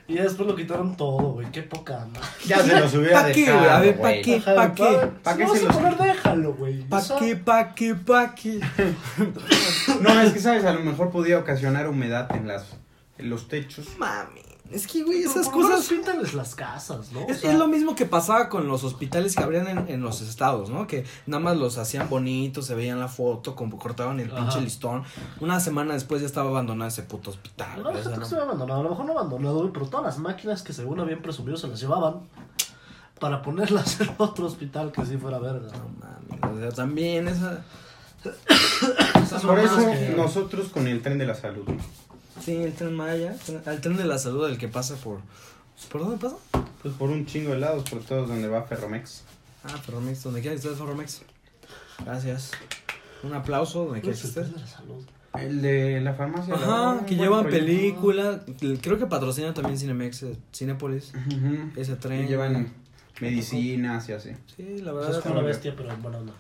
[SPEAKER 2] Y ya después lo quitaron todo, güey. Qué poca madre.
[SPEAKER 3] Ya se los hubiera
[SPEAKER 1] ¿Para qué, güey? A ver,
[SPEAKER 3] dejado,
[SPEAKER 1] ¿para
[SPEAKER 3] güey.
[SPEAKER 1] qué?
[SPEAKER 2] Ajá,
[SPEAKER 1] ¿Para qué?
[SPEAKER 2] pa-
[SPEAKER 3] ¿Pa'
[SPEAKER 2] si
[SPEAKER 3] qué
[SPEAKER 2] lo vas
[SPEAKER 3] se
[SPEAKER 2] a
[SPEAKER 3] los-
[SPEAKER 2] poner, déjalo, güey. O
[SPEAKER 1] ¿Para
[SPEAKER 2] sea,
[SPEAKER 1] qué? ¿Para qué? ¿Para qué?
[SPEAKER 3] No, es que, ¿sabes? A lo mejor podía ocasionar humedad en, las, en los techos.
[SPEAKER 1] Mami, es que, güey,
[SPEAKER 2] pero
[SPEAKER 1] esas
[SPEAKER 2] por lo menos
[SPEAKER 1] cosas...
[SPEAKER 2] Píntales las casas, ¿no? O
[SPEAKER 1] Es,
[SPEAKER 2] sea,
[SPEAKER 1] es lo mismo que pasaba con los hospitales que abrían en, en los estados, ¿no? Que nada más los hacían bonitos, se veían la foto, como cortaban el
[SPEAKER 2] Ajá.
[SPEAKER 1] pinche listón. Una semana después ya estaba abandonado ese puto hospital.
[SPEAKER 2] No,
[SPEAKER 1] güey, o sea,
[SPEAKER 2] deja tú
[SPEAKER 1] Ah, no-
[SPEAKER 2] que se había abandonado, a lo mejor no abandonado, güey, pero todas las máquinas que según habían presumido se las llevaban para ponerlas en otro hospital que sí fuera verga.
[SPEAKER 1] no
[SPEAKER 2] ¿no?
[SPEAKER 1] mames, o sea, también esa...
[SPEAKER 2] Esas
[SPEAKER 3] Por
[SPEAKER 2] mamadas
[SPEAKER 3] eso,
[SPEAKER 2] que-
[SPEAKER 3] nosotros con el tren de la salud.
[SPEAKER 1] Sí, el tren Maya, tren- al tren de la salud del que pasa por... ¿Por dónde pasa?
[SPEAKER 3] Pues por un chingo de lados, por todos donde va Ferromex.
[SPEAKER 1] Ah, Ferromex, donde quiera que estés, Ferromex. Gracias. Un aplauso donde quiera que
[SPEAKER 2] Pues,
[SPEAKER 1] estés.
[SPEAKER 2] de la salud.
[SPEAKER 3] El de la farmacia. la verdad,
[SPEAKER 1] Ajá,
[SPEAKER 3] un
[SPEAKER 1] que
[SPEAKER 3] buen
[SPEAKER 1] llevan
[SPEAKER 3] proyecto.
[SPEAKER 1] película. Creo que patrocina también Cinemex, eh, Cinépolis.
[SPEAKER 3] Ujú.
[SPEAKER 1] Ese tren.
[SPEAKER 3] Y llevan medicinas y así.
[SPEAKER 1] Sí, la
[SPEAKER 2] O sea, Pues es
[SPEAKER 1] verdad.
[SPEAKER 2] como una bestia, pero en buena onda.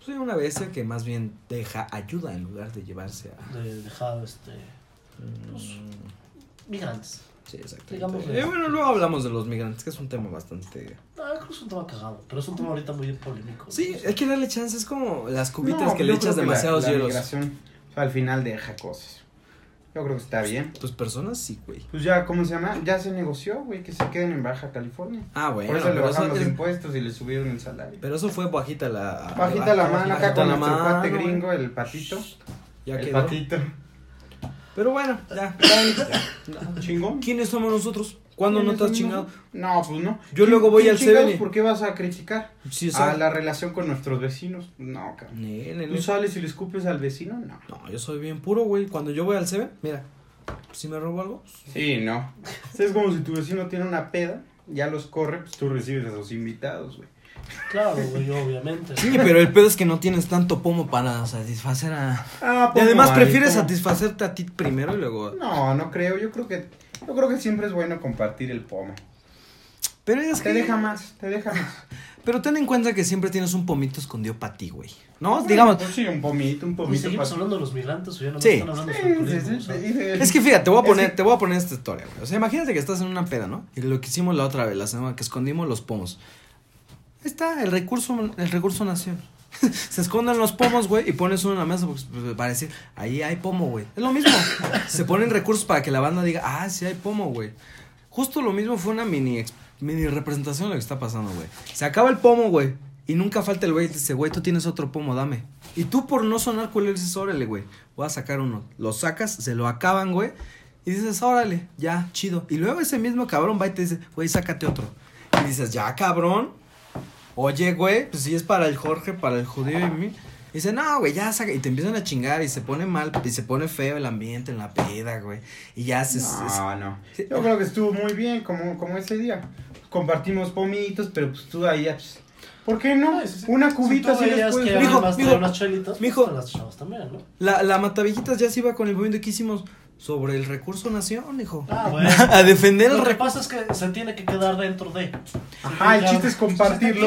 [SPEAKER 1] Soy una bestia que más bien deja ayuda en lugar de llevarse a. Mm,
[SPEAKER 2] De dejado, este. Pues, migrantes.
[SPEAKER 1] Sí, exacto.
[SPEAKER 2] Digámosle.
[SPEAKER 1] Eh, bueno, luego hablamos de los migrantes, que es un tema bastante.
[SPEAKER 2] Ah, creo que es un tema cagado, pero es un tema ahorita muy polémico. ¿no?
[SPEAKER 1] Sí, eh,
[SPEAKER 2] O sea,
[SPEAKER 1] hay que darle chance. Es como las cubitas
[SPEAKER 3] No,
[SPEAKER 1] que
[SPEAKER 3] yo
[SPEAKER 1] le echas
[SPEAKER 3] creo la-
[SPEAKER 1] demasiados
[SPEAKER 3] la
[SPEAKER 1] hielos.
[SPEAKER 3] migración, o sea, al final deja cosas. Yo creo que está bien.
[SPEAKER 1] Pues personas sí, güey.
[SPEAKER 3] Pues ya, ¿cómo se llama? Ya se negoció, güey, que se queden en Baja California.
[SPEAKER 1] Ah, bueno.
[SPEAKER 3] Por eso le
[SPEAKER 1] pero, eso
[SPEAKER 3] bajaron los
[SPEAKER 1] es-
[SPEAKER 3] impuestos y le subieron el salario.
[SPEAKER 1] pero eso fue bajita la.
[SPEAKER 3] Bajita la mano acá
[SPEAKER 1] bajita
[SPEAKER 3] con
[SPEAKER 1] la
[SPEAKER 3] nuestro
[SPEAKER 1] mano,
[SPEAKER 3] cuate
[SPEAKER 1] güey.
[SPEAKER 3] gringo, el patito.
[SPEAKER 1] Ya
[SPEAKER 3] el
[SPEAKER 1] quedó.
[SPEAKER 3] patito.
[SPEAKER 1] Pero bueno, ya.
[SPEAKER 3] ¿Chingón?
[SPEAKER 1] ¿Quiénes somos nosotros? ¿Cuándo no te has chingado?
[SPEAKER 3] No, pues no.
[SPEAKER 1] Yo
[SPEAKER 3] ¿Quién-
[SPEAKER 1] luego voy
[SPEAKER 3] quién
[SPEAKER 1] al
[SPEAKER 3] chingados
[SPEAKER 1] 7?
[SPEAKER 3] ¿Por qué vas a criticar?
[SPEAKER 1] Sí, o sea,
[SPEAKER 3] A la relación con nuestros vecinos. No, cabrón.
[SPEAKER 1] ne, ne, ne.
[SPEAKER 3] ¿Tú sales y le escupes al vecino? No.
[SPEAKER 1] No, yo soy bien puro, güey. Cuando yo voy al CB, mira, si me robo algo,
[SPEAKER 3] Sí, no. Es como si tu vecino tiene una peda, ya los corre, pues tú recibes a los invitados, güey.
[SPEAKER 2] Claro, güey, obviamente.
[SPEAKER 1] Sí, pero el pedo es que no tienes tanto pomo para satisfacer a.
[SPEAKER 3] Ah,
[SPEAKER 1] Y además
[SPEAKER 3] poco
[SPEAKER 1] prefieres
[SPEAKER 3] marito.
[SPEAKER 1] satisfacerte a ti primero y luego.
[SPEAKER 3] No, no creo. Yo creo que yo creo que siempre es bueno compartir el pomo.
[SPEAKER 1] Pero es
[SPEAKER 3] Te
[SPEAKER 1] que.
[SPEAKER 3] deja más, te deja más.
[SPEAKER 1] Pero ten en cuenta que siempre tienes un pomito escondido para ti, güey. ¿No?
[SPEAKER 3] Bueno,
[SPEAKER 1] Digamos.
[SPEAKER 3] pues sí, un pomito, un
[SPEAKER 2] Uy,
[SPEAKER 3] pomito.
[SPEAKER 2] seguimos
[SPEAKER 3] pa-
[SPEAKER 2] hablando de los migrantes, o ya no
[SPEAKER 1] Sí.
[SPEAKER 2] están hablando del
[SPEAKER 3] Sí,
[SPEAKER 2] populismo,
[SPEAKER 3] sí,
[SPEAKER 2] o
[SPEAKER 3] sí,
[SPEAKER 2] sea.
[SPEAKER 3] y de-
[SPEAKER 1] Es que fíjate, te voy a
[SPEAKER 3] Es
[SPEAKER 1] poner,
[SPEAKER 3] que-
[SPEAKER 1] te voy a poner esta historia, güey. O sea, imagínate que estás en una peda, ¿no? Y lo que hicimos la otra vez, la semana que escondimos los pomos. Ahí está, el recurso, el recurso nació. Se esconden los pomos, güey, y pones uno en la mesa pues, pues, para decir, ahí hay pomo, güey. Es lo mismo. Se ponen recursos para que la banda diga, ah, sí hay pomo, güey. Justo lo mismo fue una mini, ex- mini representación de lo que está pasando, güey. Se acaba el pomo, güey. Y nunca falta el güey que dice, güey, tú tienes otro pomo, dame. Y tú por no sonar culero dices, órale, güey, voy a sacar uno. Lo sacas, se lo acaban, güey. Y dices, órale, ya, chido. Y luego ese mismo cabrón va y te dice, güey, sácate otro. Y dices, ya, cabrón. Oye, güey, pues si es para el Jorge, para el judío y mí. Y dice, no, güey, ya saca. Y te empiezan a chingar y se pone mal, y se pone feo el ambiente en la peda, güey. Y ya se... se-
[SPEAKER 3] No, no. Yo creo que estuvo muy bien como, como ese día. Compartimos pomitos, pero pues tú ahí, pues, ¿por qué no?
[SPEAKER 2] Sí, sí, sí.
[SPEAKER 3] Una cubita
[SPEAKER 2] si
[SPEAKER 3] sí
[SPEAKER 2] tú
[SPEAKER 3] les
[SPEAKER 2] veías
[SPEAKER 3] puedes
[SPEAKER 2] que
[SPEAKER 3] dar.
[SPEAKER 1] Mijo,
[SPEAKER 2] además
[SPEAKER 1] mijo,
[SPEAKER 2] traía unas chelitas,
[SPEAKER 1] mijo.
[SPEAKER 2] pues, las chavas también, ¿no?
[SPEAKER 1] La, la Matavijitas ya se iba con el movimiento que hicimos sobre el recurso nación, hijo.
[SPEAKER 2] Ah, bueno.
[SPEAKER 1] a defender el
[SPEAKER 2] Lo que
[SPEAKER 1] recurso.
[SPEAKER 2] pasa es que se tiene que quedar dentro de.
[SPEAKER 3] Ajá, el chiste es
[SPEAKER 1] Pues
[SPEAKER 3] compartirlo,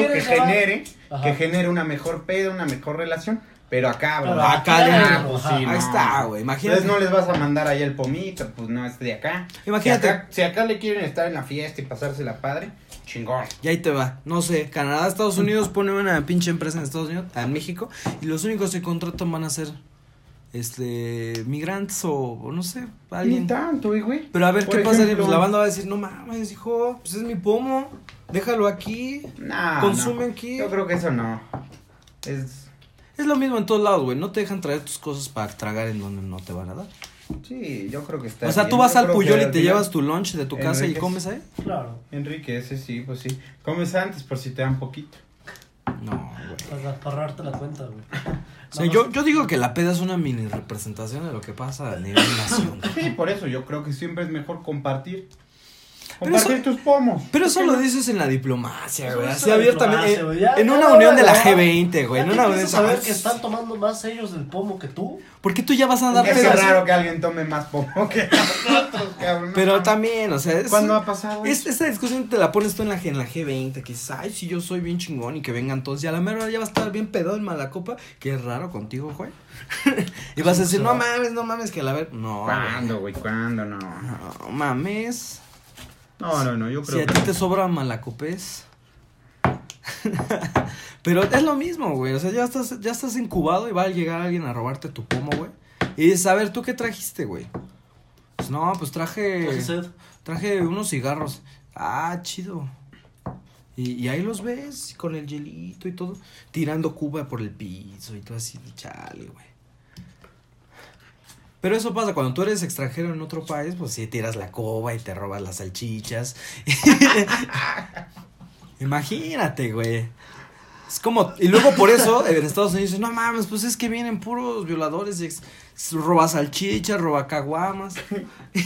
[SPEAKER 2] Si te
[SPEAKER 3] que
[SPEAKER 2] quieres llevar-
[SPEAKER 3] genere,
[SPEAKER 2] Ajá.
[SPEAKER 3] que genere una mejor peda, una mejor relación. Pero acá, bro,
[SPEAKER 2] Pero
[SPEAKER 1] acá
[SPEAKER 2] dentro,
[SPEAKER 3] pues
[SPEAKER 2] ajá.
[SPEAKER 1] Ahí
[SPEAKER 3] sí, no.
[SPEAKER 1] está, güey, imagínate.
[SPEAKER 3] Entonces no les vas a mandar ahí el pomito, pues no, este de acá.
[SPEAKER 1] Imagínate.
[SPEAKER 3] Si acá, si acá le quieren estar en la fiesta y pasársela padre, chingón.
[SPEAKER 1] Y ahí te va. No sé, Canadá, Estados Unidos pone una pinche empresa en Estados Unidos, en México, y los únicos que contratan van a ser este migrantes o, o no sé,
[SPEAKER 3] Ni
[SPEAKER 1] alguien.
[SPEAKER 3] tanto, eh, güey.
[SPEAKER 1] Pero a ver
[SPEAKER 3] Por
[SPEAKER 1] qué pasaría,
[SPEAKER 3] ejemplo,
[SPEAKER 1] pues la banda va a decir, "No mames, hijo, pues es mi pomo. Déjalo aquí."
[SPEAKER 3] nah,
[SPEAKER 1] consume
[SPEAKER 3] no.
[SPEAKER 1] aquí.
[SPEAKER 3] Yo creo que eso no. Es.
[SPEAKER 1] Es lo mismo en todos lados, güey. No te dejan traer tus cosas para tragar en donde no te van a dar.
[SPEAKER 3] Sí, yo creo que está.
[SPEAKER 1] o sea, tú
[SPEAKER 3] bien.
[SPEAKER 1] vas
[SPEAKER 3] Yo
[SPEAKER 1] al
[SPEAKER 3] creo que
[SPEAKER 1] Puyol y
[SPEAKER 3] al
[SPEAKER 1] te
[SPEAKER 3] final-
[SPEAKER 1] llevas tu lunch de tu casa y
[SPEAKER 3] Enriquez.
[SPEAKER 1] comes ahí.
[SPEAKER 2] Claro.
[SPEAKER 3] Enrique, ese sí, pues sí. Comes antes por si te dan poquito.
[SPEAKER 1] No, güey.
[SPEAKER 2] Para parrarte Pues la cuenta, güey.
[SPEAKER 1] O sea, yo, yo digo que la peda es una mini representación de lo que pasa a nivel nacional.
[SPEAKER 3] Sí, por eso yo creo que siempre es mejor compartir.
[SPEAKER 1] Pero eso-
[SPEAKER 3] Compartir tus pomos.
[SPEAKER 1] Pero eso lo dices en la diplomacia,
[SPEAKER 2] Eso
[SPEAKER 1] güey.
[SPEAKER 2] es
[SPEAKER 1] Así
[SPEAKER 2] la
[SPEAKER 1] abiertamente.
[SPEAKER 2] diplomacia,
[SPEAKER 1] En,
[SPEAKER 2] güey. Ya,
[SPEAKER 1] en
[SPEAKER 2] ya,
[SPEAKER 1] una
[SPEAKER 2] ya,
[SPEAKER 1] unión de la
[SPEAKER 2] ya.
[SPEAKER 1] G20, güey. En una
[SPEAKER 2] Ya que
[SPEAKER 1] unión de
[SPEAKER 2] empiezas a ver que están tomando más ellos del pomo que tú.
[SPEAKER 1] ¿Por qué tú ya vas a dar
[SPEAKER 3] Es que
[SPEAKER 1] pedos?
[SPEAKER 3] es raro que alguien tome más pomo que nosotros, cabrón. No
[SPEAKER 1] Pero
[SPEAKER 3] mames.
[SPEAKER 1] también, o sea, es,
[SPEAKER 3] ¿Cuándo ha pasado
[SPEAKER 1] es-
[SPEAKER 3] eso?
[SPEAKER 1] esa discusión te la pones tú en la, G- en la G20, que dices, ay, si yo soy bien chingón y que vengan todos, y a la mera hora ya vas a estar bien pedo en mala copa, que es raro contigo, güey. y vas a decir, no mames, no mames, que la ver, no, güey,
[SPEAKER 2] Ah.
[SPEAKER 3] ¿Cuándo, güey? ¿Cuándo? No.
[SPEAKER 1] no mames.
[SPEAKER 3] No, no, no, yo
[SPEAKER 1] Si
[SPEAKER 3] creo
[SPEAKER 1] a ti
[SPEAKER 3] que...
[SPEAKER 1] te sobra malacopés. Pero es lo mismo, güey. O sea, ya estás, ya estás incubado y va a llegar alguien a robarte tu pomo, güey. Y dices, a ver, ¿tú qué trajiste, güey? Pues no, pues traje.
[SPEAKER 2] Traje sed.
[SPEAKER 1] Traje unos cigarros. Ah, chido. Y, y ahí los ves con el hielito y todo. Tirando cuba por el piso y todo así de chale, güey. Pero eso pasa cuando tú eres extranjero en otro país, pues sí tiras la coba y te robas las salchichas. Imagínate, güey. Es como, y luego por eso en Estados Unidos no mames, pues es que vienen puros violadores y ex- roba salchichas, roba caguamas.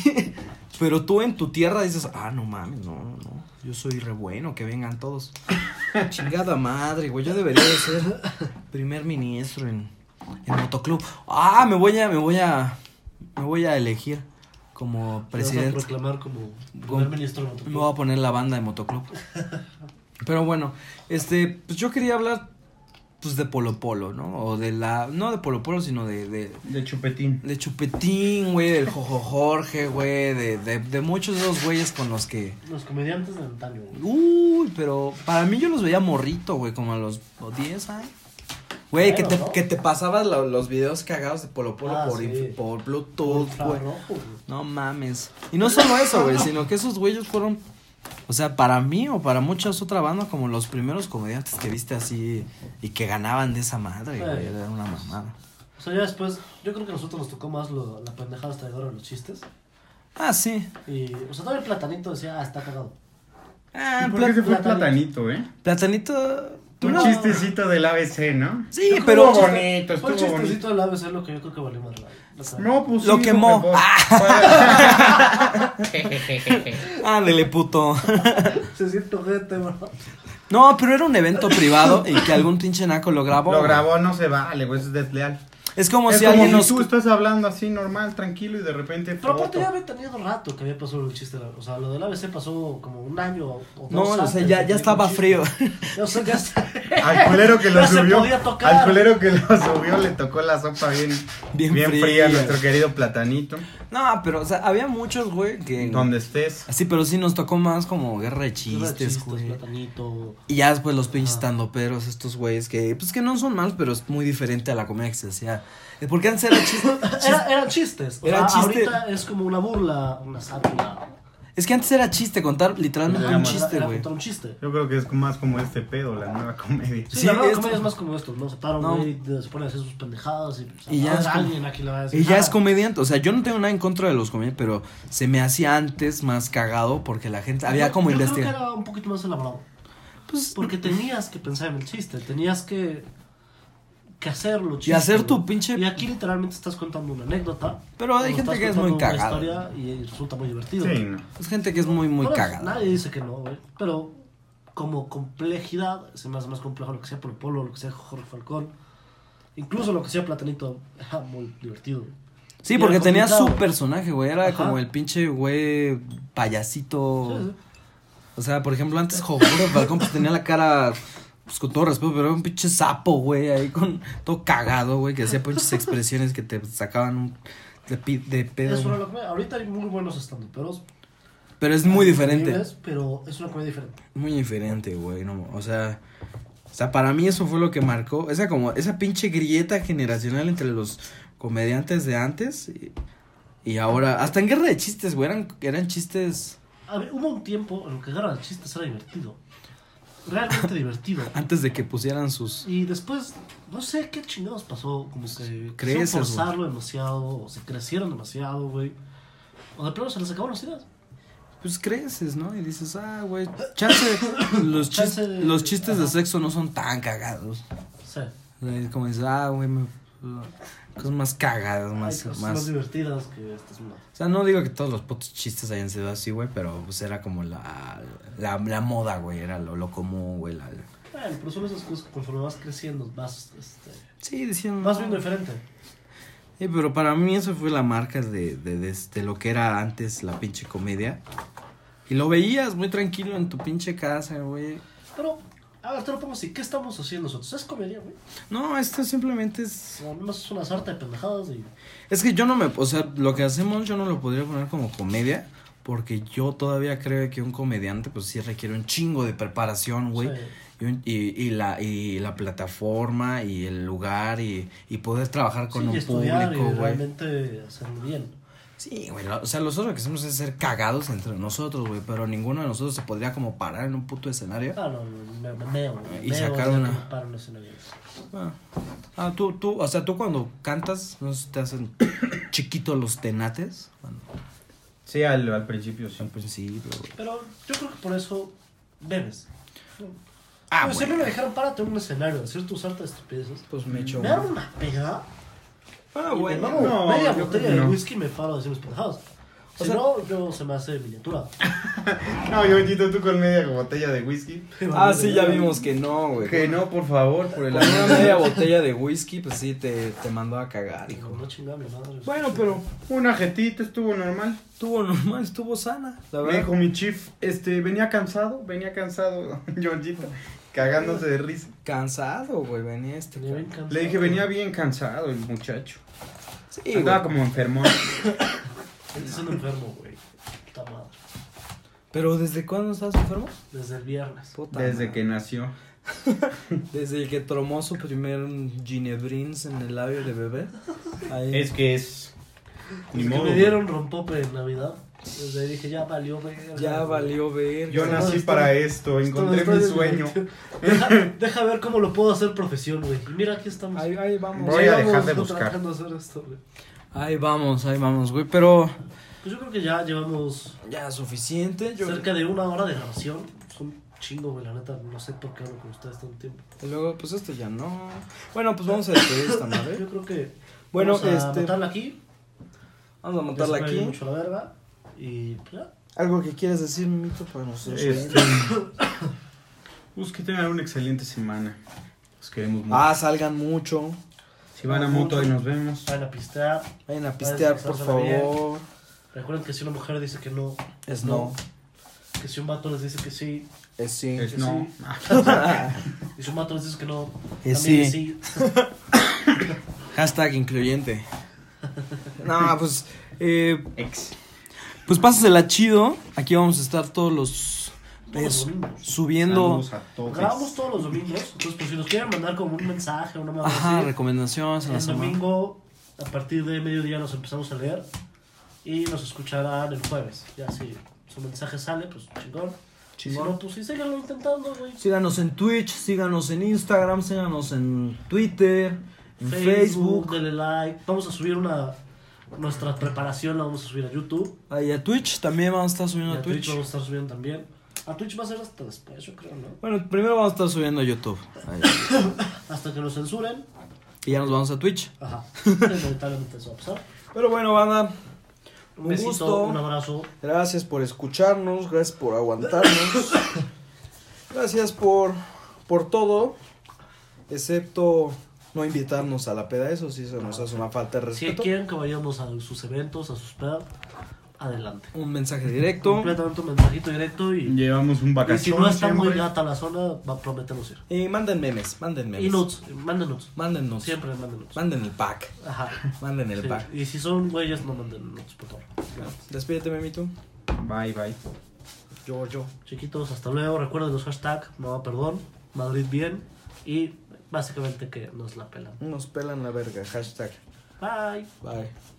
[SPEAKER 1] Pero tú en tu tierra dices, ah, no mames, no, no, no, yo soy re bueno, que vengan todos. Chingada madre, güey, yo debería de ser primer ministro en, en motoclub. Ah, me voy a, me voy a, me voy a elegir como
[SPEAKER 2] Te vas a
[SPEAKER 1] presidente.
[SPEAKER 2] proclamar como
[SPEAKER 1] Con-
[SPEAKER 2] primer ministro de
[SPEAKER 1] Me voy a
[SPEAKER 2] Motoclub.
[SPEAKER 1] poner la banda de motoclub. Pero bueno, este, pues yo quería hablar pues de Polo Polo, ¿no? O de la, no de Polo Polo, sino de, de,
[SPEAKER 3] De chupetín.
[SPEAKER 1] de Chupetín, güey, del Jojo Jorge, güey, de, de, de muchos de esos güeyes con los que...
[SPEAKER 2] Los comediantes de antaño, güey.
[SPEAKER 1] Uy, pero para mí yo los veía morrito, güey, como a los 10 años. Güey, que, te,
[SPEAKER 2] Bueno, ¿no?
[SPEAKER 1] que te pasabas lo- los videos cagados de Polo Polo
[SPEAKER 2] Ah,
[SPEAKER 1] por,
[SPEAKER 2] sí.
[SPEAKER 1] inf- por Bluetooth, güey.
[SPEAKER 2] Infrarrojo, güey.
[SPEAKER 1] No mames. Y no solo eso, güey, sino que esos güeyes fueron, o sea, para mí o para muchas otras bandas, como los primeros comediantes que viste así y que ganaban de esa madre, güey.
[SPEAKER 2] Eh.
[SPEAKER 1] Era una mamada.
[SPEAKER 2] O sea, ya después, yo creo que a nosotros nos tocó más lo- la pendejada traidora de los chistes.
[SPEAKER 1] Ah, sí.
[SPEAKER 2] Y, o sea, todavía el platanito decía, ah, está cagado.
[SPEAKER 1] Ah,
[SPEAKER 3] ¿Y ¿Por
[SPEAKER 1] Pla-
[SPEAKER 3] qué se fue
[SPEAKER 2] platanito.
[SPEAKER 3] platanito, eh?
[SPEAKER 1] Platanito.
[SPEAKER 3] Un
[SPEAKER 1] no.
[SPEAKER 3] chistecito del ABC, ¿no?
[SPEAKER 1] Sí, pero.
[SPEAKER 3] Estuvo bonito,
[SPEAKER 2] Fue el
[SPEAKER 3] estuvo bonito.
[SPEAKER 2] chistecito del ABC lo que yo creo que valió más la, la
[SPEAKER 3] No, pues
[SPEAKER 1] Lo
[SPEAKER 3] sí,
[SPEAKER 1] quemó. Ah.
[SPEAKER 3] pues, pues.
[SPEAKER 1] Ándele, puto.
[SPEAKER 2] Se siente gente, bro.
[SPEAKER 1] No, pero era un evento privado y que algún pinche naco lo grabó.
[SPEAKER 3] Lo
[SPEAKER 1] güey.
[SPEAKER 3] grabó, no se vale, güey, eso es desleal.
[SPEAKER 1] Es como
[SPEAKER 3] es
[SPEAKER 1] si
[SPEAKER 3] como
[SPEAKER 1] alguien
[SPEAKER 3] si
[SPEAKER 1] nos.
[SPEAKER 3] tú estás hablando así normal, tranquilo y de repente
[SPEAKER 2] Pero aparte ya
[SPEAKER 3] foto.
[SPEAKER 2] había tenido rato que había pasado el chiste. O sea, lo del ABC pasó como un año o o dos
[SPEAKER 1] No, o
[SPEAKER 2] antes
[SPEAKER 1] sea,
[SPEAKER 2] de
[SPEAKER 1] ya,
[SPEAKER 2] que
[SPEAKER 1] ya estaba
[SPEAKER 2] llegó
[SPEAKER 1] frío.
[SPEAKER 2] el chiste. O sea, ya está-
[SPEAKER 3] Al culero que lo
[SPEAKER 2] Ya se
[SPEAKER 3] subió.
[SPEAKER 2] podía tocar.
[SPEAKER 3] Al culero que lo subió le tocó la sopa bien,
[SPEAKER 1] Bien
[SPEAKER 3] bien,
[SPEAKER 1] fría.
[SPEAKER 3] fría. a nuestro querido platanito.
[SPEAKER 1] No, pero, o sea, había muchos, güey, que.
[SPEAKER 3] Donde estés.
[SPEAKER 1] Sí, pero sí nos tocó más como guerra de chistes, güey.
[SPEAKER 2] platanito.
[SPEAKER 1] Y ya después los pinches tandoperos, estos güeyes que, pues que no son malos, pero es muy diferente a la comedia que se hacía. Eh, Porque antes era chiste.
[SPEAKER 2] Era, eran chistes. O
[SPEAKER 1] Era
[SPEAKER 2] sea,
[SPEAKER 1] chiste.
[SPEAKER 2] Ahorita es como una burla, una sátira.
[SPEAKER 1] es que antes era chiste contar literalmente
[SPEAKER 2] Era-
[SPEAKER 1] Ah, un
[SPEAKER 2] era
[SPEAKER 1] chiste, güey.
[SPEAKER 2] contar un chiste.
[SPEAKER 3] Yo creo que es más como este pedo, la nueva comedia.
[SPEAKER 2] Sí,
[SPEAKER 1] Sí,
[SPEAKER 2] la verdad,
[SPEAKER 1] esto-
[SPEAKER 2] comedia es más como esto, ¿no? Se paran,
[SPEAKER 1] No.
[SPEAKER 2] güey, te- se ponen a hacer sus pendejadas y, o sea,
[SPEAKER 1] Y ya
[SPEAKER 2] ahora
[SPEAKER 1] es como-
[SPEAKER 2] alguien aquí le va a decir.
[SPEAKER 1] Y ya
[SPEAKER 2] "Ah,
[SPEAKER 1] es comediante, o sea, yo no tengo nada en contra de los comediantes, pero se me hacía antes más cagado porque la gente había
[SPEAKER 2] yo-
[SPEAKER 1] como
[SPEAKER 2] yo creo que
[SPEAKER 1] investigar.
[SPEAKER 2] era un poquito más elaborado.
[SPEAKER 1] Pues,
[SPEAKER 2] Porque tenías que pensar en el chiste, tenías que, que hacerlo. Chiste,
[SPEAKER 1] hacer
[SPEAKER 2] güey.
[SPEAKER 1] tu pinche-
[SPEAKER 2] Y aquí literalmente estás contando una anécdota.
[SPEAKER 1] Pero hay
[SPEAKER 2] o
[SPEAKER 1] gente
[SPEAKER 2] estás
[SPEAKER 1] que es muy
[SPEAKER 2] contando una
[SPEAKER 1] cagada.
[SPEAKER 2] historia y resulta muy divertido.
[SPEAKER 3] Sí, no.
[SPEAKER 1] es gente que es muy, muy
[SPEAKER 2] Pero
[SPEAKER 1] cagada.
[SPEAKER 2] Nadie dice que no, güey. Pero como complejidad, se me hace más complejo lo que sea Polo Polo, lo que sea Jorge Falcón. Incluso lo que sea Platanito, era muy divertido. güey.
[SPEAKER 1] Sí,
[SPEAKER 2] era
[SPEAKER 1] porque tenía su
[SPEAKER 2] complicado.
[SPEAKER 1] personaje, güey, era
[SPEAKER 2] Ajá.
[SPEAKER 1] como el pinche güey payasito.
[SPEAKER 2] Sí, sí.
[SPEAKER 1] O sea, por ejemplo, antes Joguro Falcón pues, tenía la cara, pues con todo respeto, pero era un pinche sapo, güey, ahí con todo cagado, güey, que hacía pinches expresiones que te sacaban un- de, pi- de pedo.
[SPEAKER 2] Es una
[SPEAKER 1] güey.
[SPEAKER 2] locura. Ahorita hay muy buenos estando, pero
[SPEAKER 1] Pero es muy diferente,
[SPEAKER 2] Pero es una comedia diferente.
[SPEAKER 1] muy diferente, güey, no, o sea, o sea, para mí eso fue lo que marcó, esa como, esa pinche grieta generacional entre los comediantes de antes y, y ahora, hasta en guerra de chistes, güey, eran, eran chistes
[SPEAKER 2] A ver, hubo un tiempo en lo que agarra el chiste era divertido. Realmente divertido.
[SPEAKER 1] antes de que pusieran sus...
[SPEAKER 2] Y después, no sé qué chingados pasó. Como que
[SPEAKER 1] creces,
[SPEAKER 2] quisieron forzarlo demasiado, o se crecieron demasiado, güey. O de plano se les acabaron las ideas.
[SPEAKER 1] pues creces, ¿no? Y dices, ah, güey, chance, los, chis-
[SPEAKER 2] Chance de-
[SPEAKER 1] los chistes de
[SPEAKER 2] ajá.
[SPEAKER 1] sexo no son tan cagados.
[SPEAKER 2] O sea,
[SPEAKER 1] O sea, es como dices, ah, güey, me- Cosas más cagadas,
[SPEAKER 2] Hay
[SPEAKER 1] más,
[SPEAKER 2] cosas
[SPEAKER 1] más.
[SPEAKER 2] pues, más divertidas que estas más.
[SPEAKER 1] O sea, no digo que todos los putos chistes hayan sido así, güey, pero pues era como la, la, la moda, güey, era lo, lo común, güey. la- la-
[SPEAKER 2] Bueno, pero son esas cosas que conforme vas creciendo, vas, este,
[SPEAKER 1] Sí, decían... "Ah".
[SPEAKER 2] vas viendo diferente.
[SPEAKER 1] Sí, pero para mí eso fue la marca de, de, de, este, lo que era antes la pinche comedia. Y lo veías muy tranquilo en tu pinche casa, güey.
[SPEAKER 2] Pero, a ver, te lo pongo así, ¿qué estamos haciendo nosotros? Es comedia, güey.
[SPEAKER 1] No, esto simplemente es...
[SPEAKER 2] No, no es una sarta de pendejadas y...
[SPEAKER 1] Es que yo no me... O sea, lo que hacemos yo no lo podría poner como comedia. Porque yo todavía creo que un comediante pues sí requiere un chingo de preparación, güey.
[SPEAKER 2] Sí.
[SPEAKER 1] Y, un- y- y la, y la plataforma y el lugar y, y poder trabajar con
[SPEAKER 2] sí, y
[SPEAKER 1] un
[SPEAKER 2] estudiar
[SPEAKER 1] público,
[SPEAKER 2] y
[SPEAKER 1] güey.
[SPEAKER 2] realmente hacerlo bien.
[SPEAKER 1] Sí, güey. lo- O sea, nosotros lo que hacemos es ser cagados entre nosotros, güey. Pero ninguno de nosotros se podría como parar en un puto escenario.
[SPEAKER 2] Ah, no, no, me me meo, güey.
[SPEAKER 1] Y
[SPEAKER 2] meo,
[SPEAKER 1] sacar
[SPEAKER 2] o sea,
[SPEAKER 1] una-
[SPEAKER 2] como Para un escenario.
[SPEAKER 1] Ah, Ah, tú, tú, o sea, tú cuando cantas, ¿no se te hacen chiquitos los tenates? Bueno,
[SPEAKER 3] Sí, al, al principio sí.
[SPEAKER 1] al principio, güey.
[SPEAKER 2] Pero yo creo que por eso bebes.
[SPEAKER 1] Ah,
[SPEAKER 2] Pero Pues, siempre
[SPEAKER 1] bueno.
[SPEAKER 2] me dejaron párate en un escenario, hacer tus sarta de estupideces.
[SPEAKER 1] Pues me echo
[SPEAKER 2] Me dan una pegada.
[SPEAKER 1] Ah,
[SPEAKER 2] y
[SPEAKER 1] güey.
[SPEAKER 2] Me mamo
[SPEAKER 3] no,
[SPEAKER 2] media
[SPEAKER 3] yo creo
[SPEAKER 2] botella
[SPEAKER 3] que
[SPEAKER 2] de
[SPEAKER 3] no.
[SPEAKER 2] whisky y me paro a decir mis pendejadas. Si
[SPEAKER 1] sea-
[SPEAKER 2] no, yo se me hace miniatura.
[SPEAKER 3] No, yo quito tú con media botella de whisky.
[SPEAKER 1] Ah, sí, ya vimos que no, güey.
[SPEAKER 3] Pues Que no, por favor, por el
[SPEAKER 1] Con
[SPEAKER 3] amor.
[SPEAKER 1] una media botella de whisky, pues sí, te, te mandó a cagar,
[SPEAKER 2] Dijo,
[SPEAKER 1] hijo.
[SPEAKER 2] no chingame, madre.
[SPEAKER 1] Bueno, pero
[SPEAKER 3] Una jetita estuvo normal.
[SPEAKER 1] estuvo normal, estuvo sana, la
[SPEAKER 3] Me
[SPEAKER 1] verdad.
[SPEAKER 3] dijo mi chief, este, venía cansado, venía cansado, Georgito, cagándose de risa.
[SPEAKER 1] Cansado, güey, venía este.
[SPEAKER 2] Tenía bien
[SPEAKER 1] cabrón.
[SPEAKER 2] cansado.
[SPEAKER 3] Le dije, venía bien cansado el muchacho.
[SPEAKER 1] Sí,
[SPEAKER 3] Estaba
[SPEAKER 1] güey.
[SPEAKER 3] como enfermo.
[SPEAKER 2] Este es un enfermo, güey. Puta madre.
[SPEAKER 1] Pero ¿desde cuándo estás enfermo?
[SPEAKER 2] Desde el viernes.
[SPEAKER 1] Puta
[SPEAKER 3] Desde
[SPEAKER 1] madre.
[SPEAKER 3] que nació.
[SPEAKER 1] Desde que tromó su primer ginebrins en el labio de bebé. Ahí.
[SPEAKER 3] Es que es. Ni
[SPEAKER 2] Desde que
[SPEAKER 3] modo.
[SPEAKER 2] me dieron rompope en Navidad. Desde ahí dije, ya valió, verga.
[SPEAKER 1] Ya valió ver.
[SPEAKER 3] Yo
[SPEAKER 2] No,
[SPEAKER 3] nací
[SPEAKER 2] estoy-
[SPEAKER 3] para esto,
[SPEAKER 2] Esto
[SPEAKER 3] encontré
[SPEAKER 2] está
[SPEAKER 3] mi
[SPEAKER 2] desde-
[SPEAKER 3] sueño.
[SPEAKER 2] Deja, deja ver cómo lo puedo hacer profesión, güey. Y mira, aquí estamos.
[SPEAKER 1] Ahí, ahí vamos.
[SPEAKER 3] Voy a
[SPEAKER 2] Llevamos
[SPEAKER 3] dejar de buscar.
[SPEAKER 2] trabajando a hacer esto, güey.
[SPEAKER 1] Ahí vamos, ahí vamos, güey. Pero
[SPEAKER 2] Pues yo creo que ya llevamos
[SPEAKER 1] ya suficiente. Yo...
[SPEAKER 2] cerca de una hora de grabación. Es un chingo, güey, la neta. No sé por qué hablo con ustedes tanto tiempo.
[SPEAKER 1] Y luego, pues esto ya no. Bueno, pues vamos a despedir esta madre.
[SPEAKER 2] Yo creo que.
[SPEAKER 1] Bueno,
[SPEAKER 2] vamos a
[SPEAKER 1] este-
[SPEAKER 2] matarla aquí.
[SPEAKER 1] Vamos a
[SPEAKER 2] que
[SPEAKER 1] montarla
[SPEAKER 2] se vaya
[SPEAKER 1] aquí.
[SPEAKER 2] mucho la verga. Y pues ya.
[SPEAKER 1] Algo que quieras decir, mito, para nosotros.
[SPEAKER 3] Este, pues que tengan una excelente semana. Los queremos mucho.
[SPEAKER 1] Ah, salgan mucho.
[SPEAKER 3] si van a moto, ahí nos vemos.
[SPEAKER 2] Vayan a pistear.
[SPEAKER 1] Vayan a pistear, por
[SPEAKER 2] pasársela bien.
[SPEAKER 1] favor.
[SPEAKER 2] Recuerden que si una mujer dice que no,
[SPEAKER 1] Es no,
[SPEAKER 2] que si un vato les dice que sí,
[SPEAKER 1] es sí.
[SPEAKER 3] Es no. ah,
[SPEAKER 2] y si un vato les dice que no,
[SPEAKER 1] Es
[SPEAKER 2] también
[SPEAKER 1] sí.
[SPEAKER 2] es sí.
[SPEAKER 1] Hashtag incluyente. No, pues. Eh,
[SPEAKER 3] Ex.
[SPEAKER 1] pues pásasela chido. Aquí vamos a estar todos los.
[SPEAKER 2] Todos los
[SPEAKER 1] eh,
[SPEAKER 2] domingos.
[SPEAKER 1] subiendo.
[SPEAKER 3] Saludos a todos.
[SPEAKER 2] Grabamos todos los domingos, entonces pues si nos quieren mandar como un mensaje, una mamá
[SPEAKER 1] Ajá,
[SPEAKER 2] así,
[SPEAKER 1] recomendaciones en la
[SPEAKER 2] el
[SPEAKER 1] semana.
[SPEAKER 2] domingo a partir de mediodía nos empezamos a leer y nos escucharán el jueves. Ya si su mensaje sale, pues chingón.
[SPEAKER 1] Chingón.
[SPEAKER 2] Si no, pues sí, síganlo intentando, güey.
[SPEAKER 1] Síganos en Twitch, síganos en Instagram, síganos en Twitter, en
[SPEAKER 2] Facebook,
[SPEAKER 1] Facebook.
[SPEAKER 2] denle like. Vamos a subir una nuestra preparación, la vamos a subir a YouTube.
[SPEAKER 1] Ah, y a Twitch también vamos a estar
[SPEAKER 2] Y
[SPEAKER 1] subiendo
[SPEAKER 2] a
[SPEAKER 1] a Twitch.
[SPEAKER 2] vamos a estar subiendo también. A Twitch va a ser hasta después, yo creo, ¿no?
[SPEAKER 1] Bueno, primero vamos a estar subiendo a YouTube. Ahí.
[SPEAKER 2] Hasta que nos censuren.
[SPEAKER 1] Y ya nos vamos a Twitch.
[SPEAKER 2] Ajá. Lamentablemente eso va a pasar.
[SPEAKER 1] Pero bueno, banda.
[SPEAKER 2] Un
[SPEAKER 1] Un
[SPEAKER 2] besito,
[SPEAKER 1] gusto.
[SPEAKER 2] un abrazo.
[SPEAKER 1] Gracias por escucharnos, gracias por aguantarnos. gracias por, por todo. Excepto no invitarnos a la peda, eso sí se nos hace una falta de
[SPEAKER 2] Si
[SPEAKER 1] respeto.
[SPEAKER 2] quieren que vayamos a sus eventos, a sus pedas, adelante.
[SPEAKER 1] Un mensaje directo.
[SPEAKER 2] Completamente un mensajito directo y,
[SPEAKER 3] Llevamos un
[SPEAKER 2] y
[SPEAKER 3] vacaciones.
[SPEAKER 2] si no está muy
[SPEAKER 3] siempre.
[SPEAKER 2] gata la zona, va, prometemos ir.
[SPEAKER 1] Y manden memes, manden memes.
[SPEAKER 2] Y nudes, manden nudes.
[SPEAKER 1] Manden nudes.
[SPEAKER 2] Siempre manden nudes.
[SPEAKER 1] Manden el pack.
[SPEAKER 2] Ajá.
[SPEAKER 1] Manden el
[SPEAKER 2] Sí.
[SPEAKER 1] pack.
[SPEAKER 2] Y si son güeyes, no manden nudes, por favor.
[SPEAKER 1] Despídete, memito.
[SPEAKER 3] Bye, bye.
[SPEAKER 1] Yo, yo.
[SPEAKER 2] Chiquitos, hasta luego. Recuerden los hashtags, no, perdón, Madrid bien y básicamente que nos la pelan.
[SPEAKER 1] Nos pelan la verga. Hashtag.
[SPEAKER 2] Bye.
[SPEAKER 1] Bye.